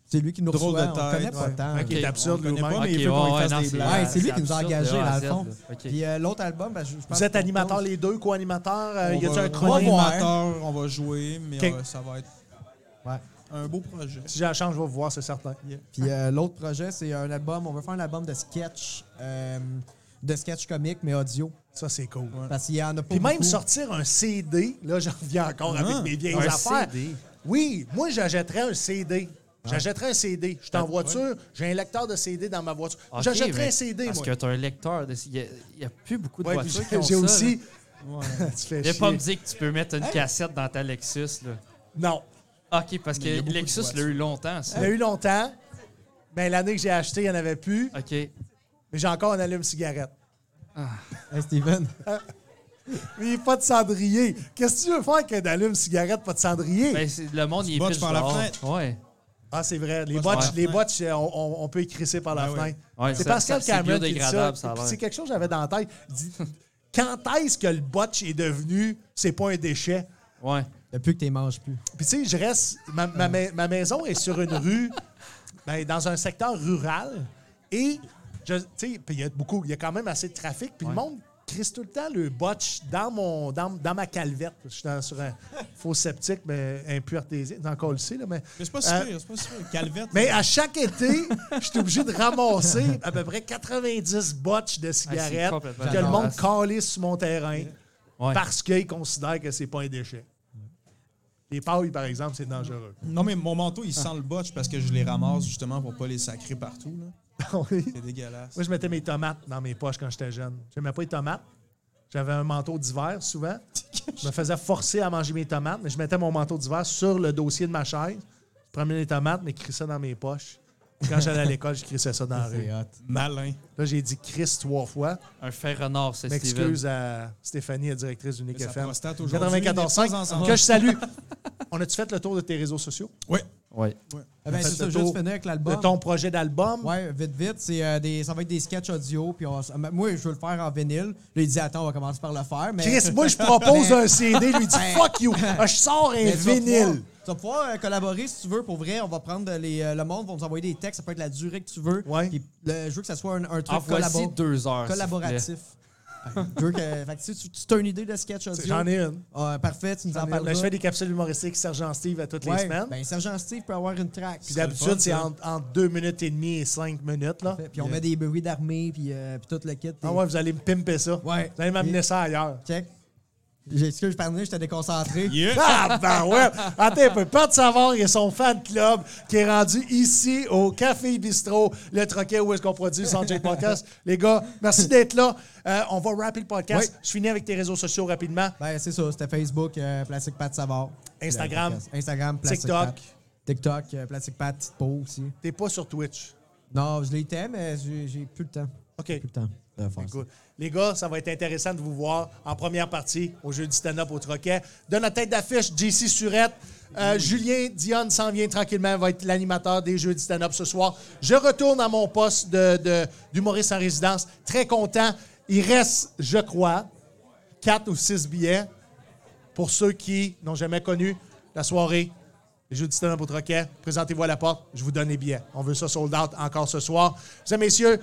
Speaker 4: C'est lui qui nous
Speaker 5: Drôle
Speaker 4: reçoit.
Speaker 5: de
Speaker 4: On connaît
Speaker 5: tête,
Speaker 4: pas
Speaker 5: ouais.
Speaker 4: tant.
Speaker 2: OK, t'es Ah, absurde,
Speaker 5: on connaît
Speaker 2: lui-même.
Speaker 5: pas, mais il
Speaker 3: Ok,
Speaker 5: veut qu'on
Speaker 3: ouais,
Speaker 5: lui fasse
Speaker 3: non,
Speaker 5: des
Speaker 3: c'est-
Speaker 5: blagues.
Speaker 2: Euh,
Speaker 4: Ouais, c'est lui qui nous a
Speaker 3: absurde
Speaker 4: engagés,
Speaker 3: de A à
Speaker 4: dans le
Speaker 3: Z,
Speaker 4: fond.
Speaker 3: là. OK.
Speaker 4: Puis euh, l'autre album, ben, je, je pense
Speaker 2: Vous êtes
Speaker 4: qu'on
Speaker 2: animateurs
Speaker 4: compte-
Speaker 2: les deux, co-animateurs? Euh,
Speaker 5: On
Speaker 2: y a-t-il
Speaker 5: va-
Speaker 2: un
Speaker 5: on va
Speaker 2: chrono?
Speaker 4: voir.
Speaker 5: amateur, on va jouer, mais
Speaker 2: OK.
Speaker 5: euh, ça va être
Speaker 4: Ouais.
Speaker 5: un beau projet.
Speaker 2: Si j'ai la chance, je vais vous voir, c'est certain.
Speaker 4: Puis euh, l'autre projet, c'est un album. On veut faire un album de sketch, euh, de sketch comique, mais audio.
Speaker 2: Ça, c'est cool.
Speaker 4: Parce qu'il y en a pas
Speaker 2: Puis même
Speaker 4: beaucoup.
Speaker 2: sortir un CD, là, j'en reviens encore avec mes vieilles
Speaker 3: Ah, Un
Speaker 2: affaires.
Speaker 3: CD.
Speaker 2: Oui, moi, j'achèterais un CD.
Speaker 3: Hein?
Speaker 2: J'achèterais un CD. Je suis en voiture, j'ai un lecteur de CD dans ma voiture.
Speaker 3: Ok,
Speaker 2: j'achèterais
Speaker 3: mais
Speaker 2: un CD,
Speaker 3: Parce
Speaker 2: moi.
Speaker 3: que t'as un lecteur. de- Il n'y a, plus beaucoup de
Speaker 2: Ouais, puis
Speaker 3: voitures qui ont
Speaker 2: j'ai
Speaker 3: ça,
Speaker 2: aussi.
Speaker 3: là.
Speaker 2: tu fais
Speaker 3: Viens pas me
Speaker 2: chier.
Speaker 3: dire que tu peux mettre une cassette dans ta Lexus. Là.
Speaker 2: Non.
Speaker 3: OK, parce
Speaker 5: Mais il y a
Speaker 3: que
Speaker 5: beaucoup de
Speaker 3: Lexus
Speaker 5: boîtes.
Speaker 3: l'a eu longtemps, ça.
Speaker 2: Il y a eu longtemps. Mais l'année que j'ai acheté, il n'y en avait plus.
Speaker 3: OK.
Speaker 2: Mais j'ai encore un allume-cigarette.
Speaker 4: Hey, Steven.
Speaker 2: Mais pas de cendrier. Qu'est-ce que tu veux faire avec un allume-cigarette, pas de cendrier?
Speaker 3: Ben, c'est- le monde, il est
Speaker 5: botches
Speaker 3: pitch
Speaker 5: par la
Speaker 3: dehors.
Speaker 5: fenêtre.
Speaker 3: Ouais.
Speaker 2: Ah, c'est vrai. Les
Speaker 5: Moi, je prends
Speaker 2: botches,
Speaker 5: la
Speaker 2: les
Speaker 5: fenêtre.
Speaker 2: botches, euh, on, on- on peut écrisser par la
Speaker 5: Ouais, ouais.
Speaker 2: fenêtre.
Speaker 3: Ben Ouais,
Speaker 2: c'est
Speaker 3: ça-
Speaker 2: Pascal
Speaker 3: ça- c'est
Speaker 2: Cameron qui dit ça.
Speaker 3: biodégradable, ça a
Speaker 2: Puis
Speaker 3: l'air.
Speaker 2: C'est quelque chose que j'avais dans la tête. Il dit, quand est-ce que le botch est devenu, c'est pas un déchet?
Speaker 3: Ouais.
Speaker 4: Depuis que t'es manges plus.
Speaker 2: Puis tu sais, je reste, ma, ma- ma- ma maison est sur une rue, ben, dans un secteur rural, et je- tu sais, puis il y a beaucoup, il y a quand même assez de trafic, puis le monde crisse tout le temps le botch dans mon, dans, dans ma calvette. Je suis dans- sur un faux septique, mais un puits artésien, dans le sait, là, mais.
Speaker 5: Mais c'est pas sûr,
Speaker 2: Euh,
Speaker 5: c'est pas sûr. Calvette.
Speaker 2: Mais à chaque été, je suis obligé de ramasser à peu près 90 botches de
Speaker 3: Ah, c'est
Speaker 2: cigarettes
Speaker 3: complètement
Speaker 2: que le monde
Speaker 3: dégueulasse.
Speaker 2: calisse sur mon terrain
Speaker 3: Ouais.
Speaker 2: parce qu'ils considèrent que c'est pas un déchet. Les pailles, par exemple, c'est dangereux.
Speaker 5: Non, mais mon manteau,
Speaker 2: Ah.
Speaker 5: il sent le botch parce que je les ramasse justement pour pas les sacrer partout. là.
Speaker 2: Oui.
Speaker 5: C'est dégueulasse.
Speaker 2: Moi, je mettais mes tomates dans mes poches quand j'étais jeune. J'aimais pas les tomates. J'avais un manteau d'hiver, souvent. Je me faisais forcer à manger mes tomates, mais je mettais mon manteau d'hiver sur le dossier de ma chaise. Je prenais les tomates, mais crissais dans mes poches. Quand j'allais à l'école, je crissais Ah, ça dans la rue.
Speaker 4: C'est hot.
Speaker 5: Malin.
Speaker 2: Là, j'ai dit Chris trois fois.
Speaker 3: Un fer renard, c'est Steven.
Speaker 2: M'excuse à Stéphanie, la directrice d'Unique
Speaker 5: Sa
Speaker 2: FM.
Speaker 5: prostate aujourd'hui.
Speaker 2: 94.5, que je salue. On a-tu fait le tour de tes réseaux sociaux?
Speaker 5: Oui.
Speaker 3: Ouais.
Speaker 4: Ah ben,
Speaker 2: Faites
Speaker 4: c'est
Speaker 2: le
Speaker 4: ça,
Speaker 2: tour
Speaker 4: juste finir avec l'album.
Speaker 2: De ton projet d'album?
Speaker 4: Ouais, vite, vite. C'est, euh, des, ça va être des sketchs audio. Puis on s- moi, je veux le faire en vinyle. Là, il dit, attends, on va commencer par le faire. Mais,
Speaker 2: Chris, moi, je propose
Speaker 4: Mais- Ben,
Speaker 2: un CD. Je lui dis « Fuck you! Ah, Je sors un
Speaker 4: mais tu vas pouvoir-
Speaker 2: vinyle!
Speaker 4: Tu vas pouvoir euh, collaborer si tu veux. Pour vrai, on va prendre les, euh, le monde, va nous envoyer des textes. Ça peut être la durée que tu veux.
Speaker 2: Ouais.
Speaker 4: Puis, le- je veux que ça soit un, un
Speaker 3: En
Speaker 4: truc
Speaker 3: voici
Speaker 4: collabo-
Speaker 3: deux heures. s'il vous plaît.
Speaker 4: collaboratif. je veux que, fait que si tu, tu as une idée de sketch » audio,
Speaker 2: J'en ai une.
Speaker 4: ah, parfait, tu nous en
Speaker 2: J'en ai une.
Speaker 4: parles.
Speaker 2: Je fais des capsules humoristiques Sergent Steve à toutes les
Speaker 4: ouais,
Speaker 2: semaines.
Speaker 4: ben, Sergent Steve peut avoir une track.
Speaker 2: Puis
Speaker 5: c'est
Speaker 2: d'habitude,
Speaker 5: le
Speaker 2: c'est
Speaker 5: fun, ça.
Speaker 2: entre, entre 2 minutes et demie et 5 minutes. Là.
Speaker 4: Parfait. Puis on met des bruits d'armée, puis, euh, puis tout le kit.
Speaker 2: Ah
Speaker 4: Et-
Speaker 2: ouais, vous allez me pimper ça.
Speaker 4: Ouais.
Speaker 2: Vous allez m'amener ça ailleurs.
Speaker 4: Check. J'ai- Excuse, je parlais, j'étais déconcentré.
Speaker 5: Yeah.
Speaker 2: Ah, ben ouais! Attends un peu. Pat Savard et son fan club qui est rendu ici au Café Bistrot, le troquet où est-ce qu'on produit le Soundcheck Podcast. Les gars, merci d'être là. Euh, on va rapper le podcast.
Speaker 4: Oui.
Speaker 2: Je finis avec tes réseaux sociaux rapidement.
Speaker 4: Ben, c'est ça, c'était Facebook, euh, Plastic Pat Savard.
Speaker 2: Instagram.
Speaker 4: Le podcast. Instagram, Plastic
Speaker 2: TikTok.
Speaker 4: Pat. TikTok, euh, Plastic Pat, petite peau aussi.
Speaker 2: T'es pas sur Twitch.
Speaker 4: Non, je l'étais, mais j'ai j'ai plus le temps.
Speaker 2: OK.
Speaker 4: Plus le temps de faire ça.
Speaker 2: Good. Les gars, ça va être intéressant de vous voir en première partie au jeu du stand-up au Troquet. De notre tête d'affiche, JC Surette. Euh, Julien Dionne s'en vient tranquillement, va être l'animateur des Jeux du stand-up ce soir. Je retourne à mon poste de- de- d'humoriste en résidence. Très content. Il reste, je crois, quatre ou six billets pour ceux qui n'ont jamais connu la soirée. Les Jeux du stand-up au Troquet. Présentez-vous à la porte. Je vous donne les billets. On veut ça sold out encore ce soir. Mesdames et messieurs,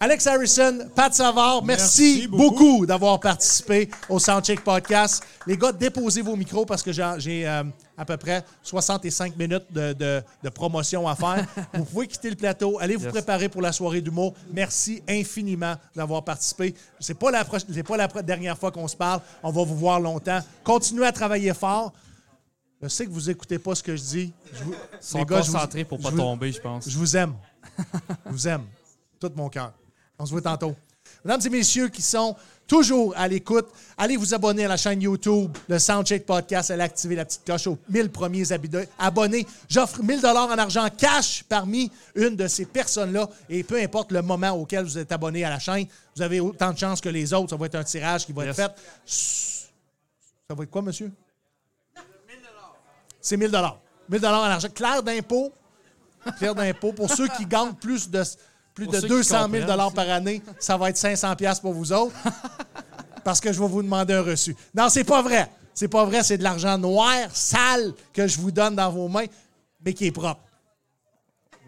Speaker 2: Alex Harrison, Pat Savard, merci,
Speaker 5: Merci
Speaker 2: beaucoup,
Speaker 5: beaucoup.
Speaker 2: d'avoir participé au Soundcheck Podcast. Les gars, déposez vos micros parce que j'ai- j'ai euh, à peu près 65 minutes de, de- de promotion à faire. vous pouvez quitter le plateau, allez vous préparer pour la soirée d'humour. Merci infiniment d'avoir participé. C'est pas la, proche- c'est pas la pro- dernière fois qu'on se parle. On va vous voir longtemps. Continuez à travailler fort. Je sais que vous écoutez pas ce que je dis. Je vous,
Speaker 3: Ils sont
Speaker 2: les gars, je vous-
Speaker 3: concentrés pour pas
Speaker 2: je vous-
Speaker 3: tomber, je pense.
Speaker 2: je vous aime. Je vous aime. Tout mon cœur. On se voit tantôt. Mesdames et messieurs qui sont toujours à l'écoute, allez vous abonner à la chaîne YouTube, le Soundcheck Podcast. Allez activer la petite cloche aux 1000 premiers abide- abonnés. J'offre 1000 dollars en argent cash parmi une de ces personnes-là. Et peu importe le moment auquel vous êtes abonné à la chaîne, vous avez autant de chances que les autres. Ça va être un tirage qui va être
Speaker 3: Yes.
Speaker 2: fait. Chut. Ça va être quoi, monsieur? C'est 1000 dollars. 1000 dollars en argent. Clair d'impôt clair d'impôt. Pour ceux qui gagnent plus de, plus
Speaker 3: Pour
Speaker 2: de
Speaker 3: ceux qui
Speaker 2: 200 000
Speaker 3: comprennent,
Speaker 2: dollars par année, ça va être 500 pièces pour vous autres. Parce que je vais vous demander un reçu. Non, c'est pas vrai. C'est pas vrai. C'est de l'argent noir, sale, que je vous donne dans vos mains, mais qui est propre.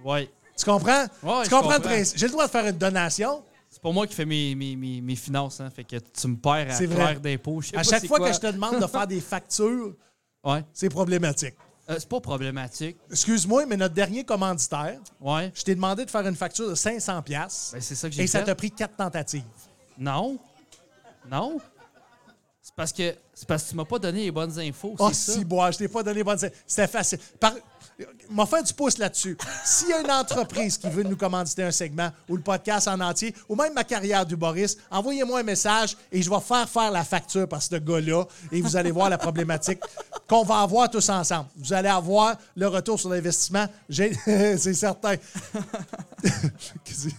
Speaker 3: Ouais.
Speaker 2: Tu comprends?
Speaker 3: Ouais,
Speaker 2: tu
Speaker 3: je
Speaker 2: comprends le
Speaker 3: comprends.
Speaker 2: principe? J'ai le droit de faire une donation.
Speaker 3: C'est pour moi qui fais mes, mes, mes, mes finances, hein. Fait que tu me perds à
Speaker 2: C'est vrai.
Speaker 3: faire d'impôts.
Speaker 2: À chaque fois que je te demande de faire des factures,
Speaker 3: Ouais.
Speaker 2: c'est problématique.
Speaker 3: Euh, c'est pas problématique.
Speaker 2: Excuse-moi, mais notre dernier commanditaire,
Speaker 3: Ouais.
Speaker 2: je t'ai demandé de faire une facture de 500 pièces
Speaker 3: Ben, c'est ça que j'ai
Speaker 2: et ça
Speaker 3: fait.
Speaker 2: t'a pris quatre tentatives.
Speaker 3: Non. Non? C'est parce que c'est parce que tu m'as pas donné les bonnes infos.
Speaker 2: Oh,
Speaker 3: c'est ça.
Speaker 2: si, bois, je t'ai pas donné bonne. C'était facile. Par... M'a fait du pouce là-dessus. S'il y a une entreprise qui veut nous commanditer un segment ou le podcast en entier, ou même ma carrière du Boris, envoyez-moi un message et je vais faire faire la facture par ce gars-là et vous allez voir la problématique qu'on va avoir tous ensemble. Vous allez avoir le retour sur l'investissement. J'ai- C'est certain. Qu'est-ce que-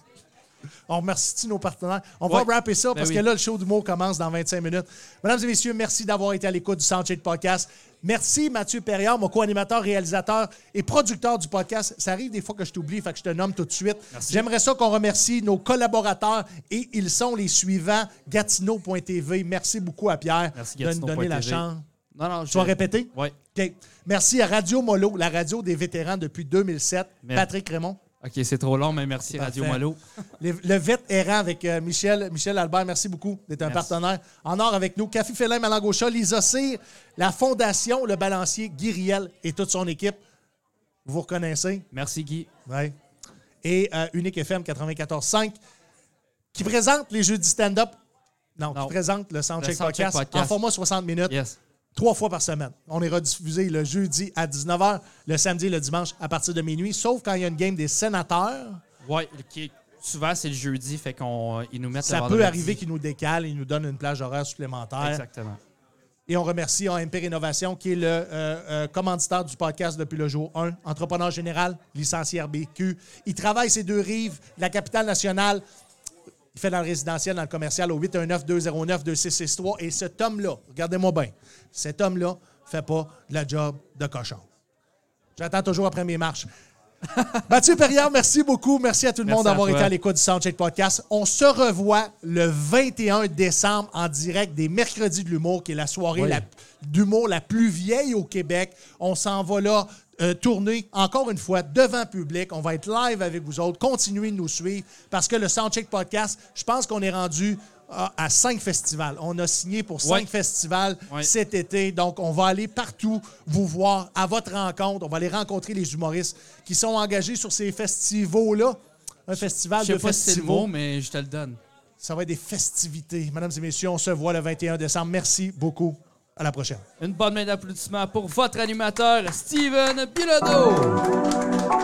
Speaker 2: on remercie nos partenaires. On
Speaker 3: Ouais.
Speaker 2: va rapper ça
Speaker 3: Ben
Speaker 2: parce
Speaker 3: oui.
Speaker 2: que là, le show d'humour commence dans 25 minutes. Mesdames et messieurs, merci d'avoir été à l'écoute du Soundcheck Podcast. Merci Mathieu Perriard, mon co-animateur, réalisateur et producteur du podcast. Ça arrive des fois que je t'oublie, fait que je te nomme tout de suite. J'aimerais ça qu'on remercie nos collaborateurs et ils sont les suivants. Gatineau.tv, merci beaucoup à Pierre
Speaker 3: Merci,
Speaker 2: de nous donner la
Speaker 3: Gatineau.tv.
Speaker 2: chance.
Speaker 3: Non, non,
Speaker 2: Tu vas répéter?
Speaker 3: Oui.
Speaker 2: OK. Merci à Radio Molo, la radio des vétérans depuis 2007.
Speaker 3: Merci.
Speaker 2: Patrick Raymond.
Speaker 3: OK, c'est trop long, mais merci, Radio
Speaker 2: Parfait.
Speaker 3: Malo.
Speaker 2: Les- le vet errant avec euh, Michel, Michel Albert, merci beaucoup d'être un
Speaker 3: Merci.
Speaker 2: partenaire. En or avec nous, Café Félin Malangocha, Lisa Cyr, la Fondation, le balancier Guy Riel et toute son équipe. Vous vous reconnaissez?
Speaker 3: Merci, Guy.
Speaker 2: Oui. Et euh, Unique FM 94.5 qui présente les jeux du stand-up. Non,
Speaker 3: Non.
Speaker 2: qui présente le Soundcheck,
Speaker 3: Le Soundcheck
Speaker 2: podcast,
Speaker 3: Podcast.
Speaker 2: en format 60 minutes,
Speaker 3: Yes.
Speaker 2: trois fois par semaine. On est rediffusé le jeudi à 19h, le samedi et le dimanche à partir de minuit, sauf quand il y a une game des sénateurs.
Speaker 3: Oui, souvent, c'est le jeudi, fait qu'on ils nous mettent le
Speaker 2: Ça peut
Speaker 3: vendredi.
Speaker 2: arriver qu'ils nous décalent, ils nous donnent une plage horaire supplémentaire.
Speaker 3: Exactement.
Speaker 2: Et on remercie AMP Rénovation, qui est le euh, euh, commanditaire du podcast depuis le jour 1, entrepreneur général, licencié RBQ. Il travaille ces deux rives, la capitale nationale. Il fait dans le résidentiel, dans le commercial, au 819-209-2663. Et cet homme-là, regardez-moi bien, cet homme-là fait pas de la job de cochon. J'attends toujours après mes marches. Mathieu Perriard, merci beaucoup. Merci à tout le
Speaker 3: Merci
Speaker 2: monde
Speaker 3: à
Speaker 2: d'avoir
Speaker 3: toi.
Speaker 2: été à l'écoute du Soundcheck Podcast. On se revoit le 21 décembre en direct des Mercredis de l'humour, qui est la soirée la- d'humour la plus vieille au Québec. On s'en va là euh, tourner encore une fois devant public. On va être live avec vous autres. Continuez de nous suivre parce que le Soundcheck Podcast, je pense qu'on est rendu à, à cinq festivals. On a signé pour cinq
Speaker 3: Ouais.
Speaker 2: festivals
Speaker 3: Ouais.
Speaker 2: cet été. Donc, on va aller partout vous voir à votre rencontre. On va aller rencontrer les humoristes qui sont engagés sur ces festivals-là. Un festival
Speaker 3: Je sais
Speaker 2: de
Speaker 3: pas si c'est le mot,
Speaker 2: festivals.
Speaker 3: mais je te le donne.
Speaker 2: Ça va être des festivités. Mesdames et messieurs, on se voit le 21 décembre. Merci beaucoup. À la prochaine.
Speaker 3: Une bonne main d'applaudissements pour votre animateur, Steven Bilodeau.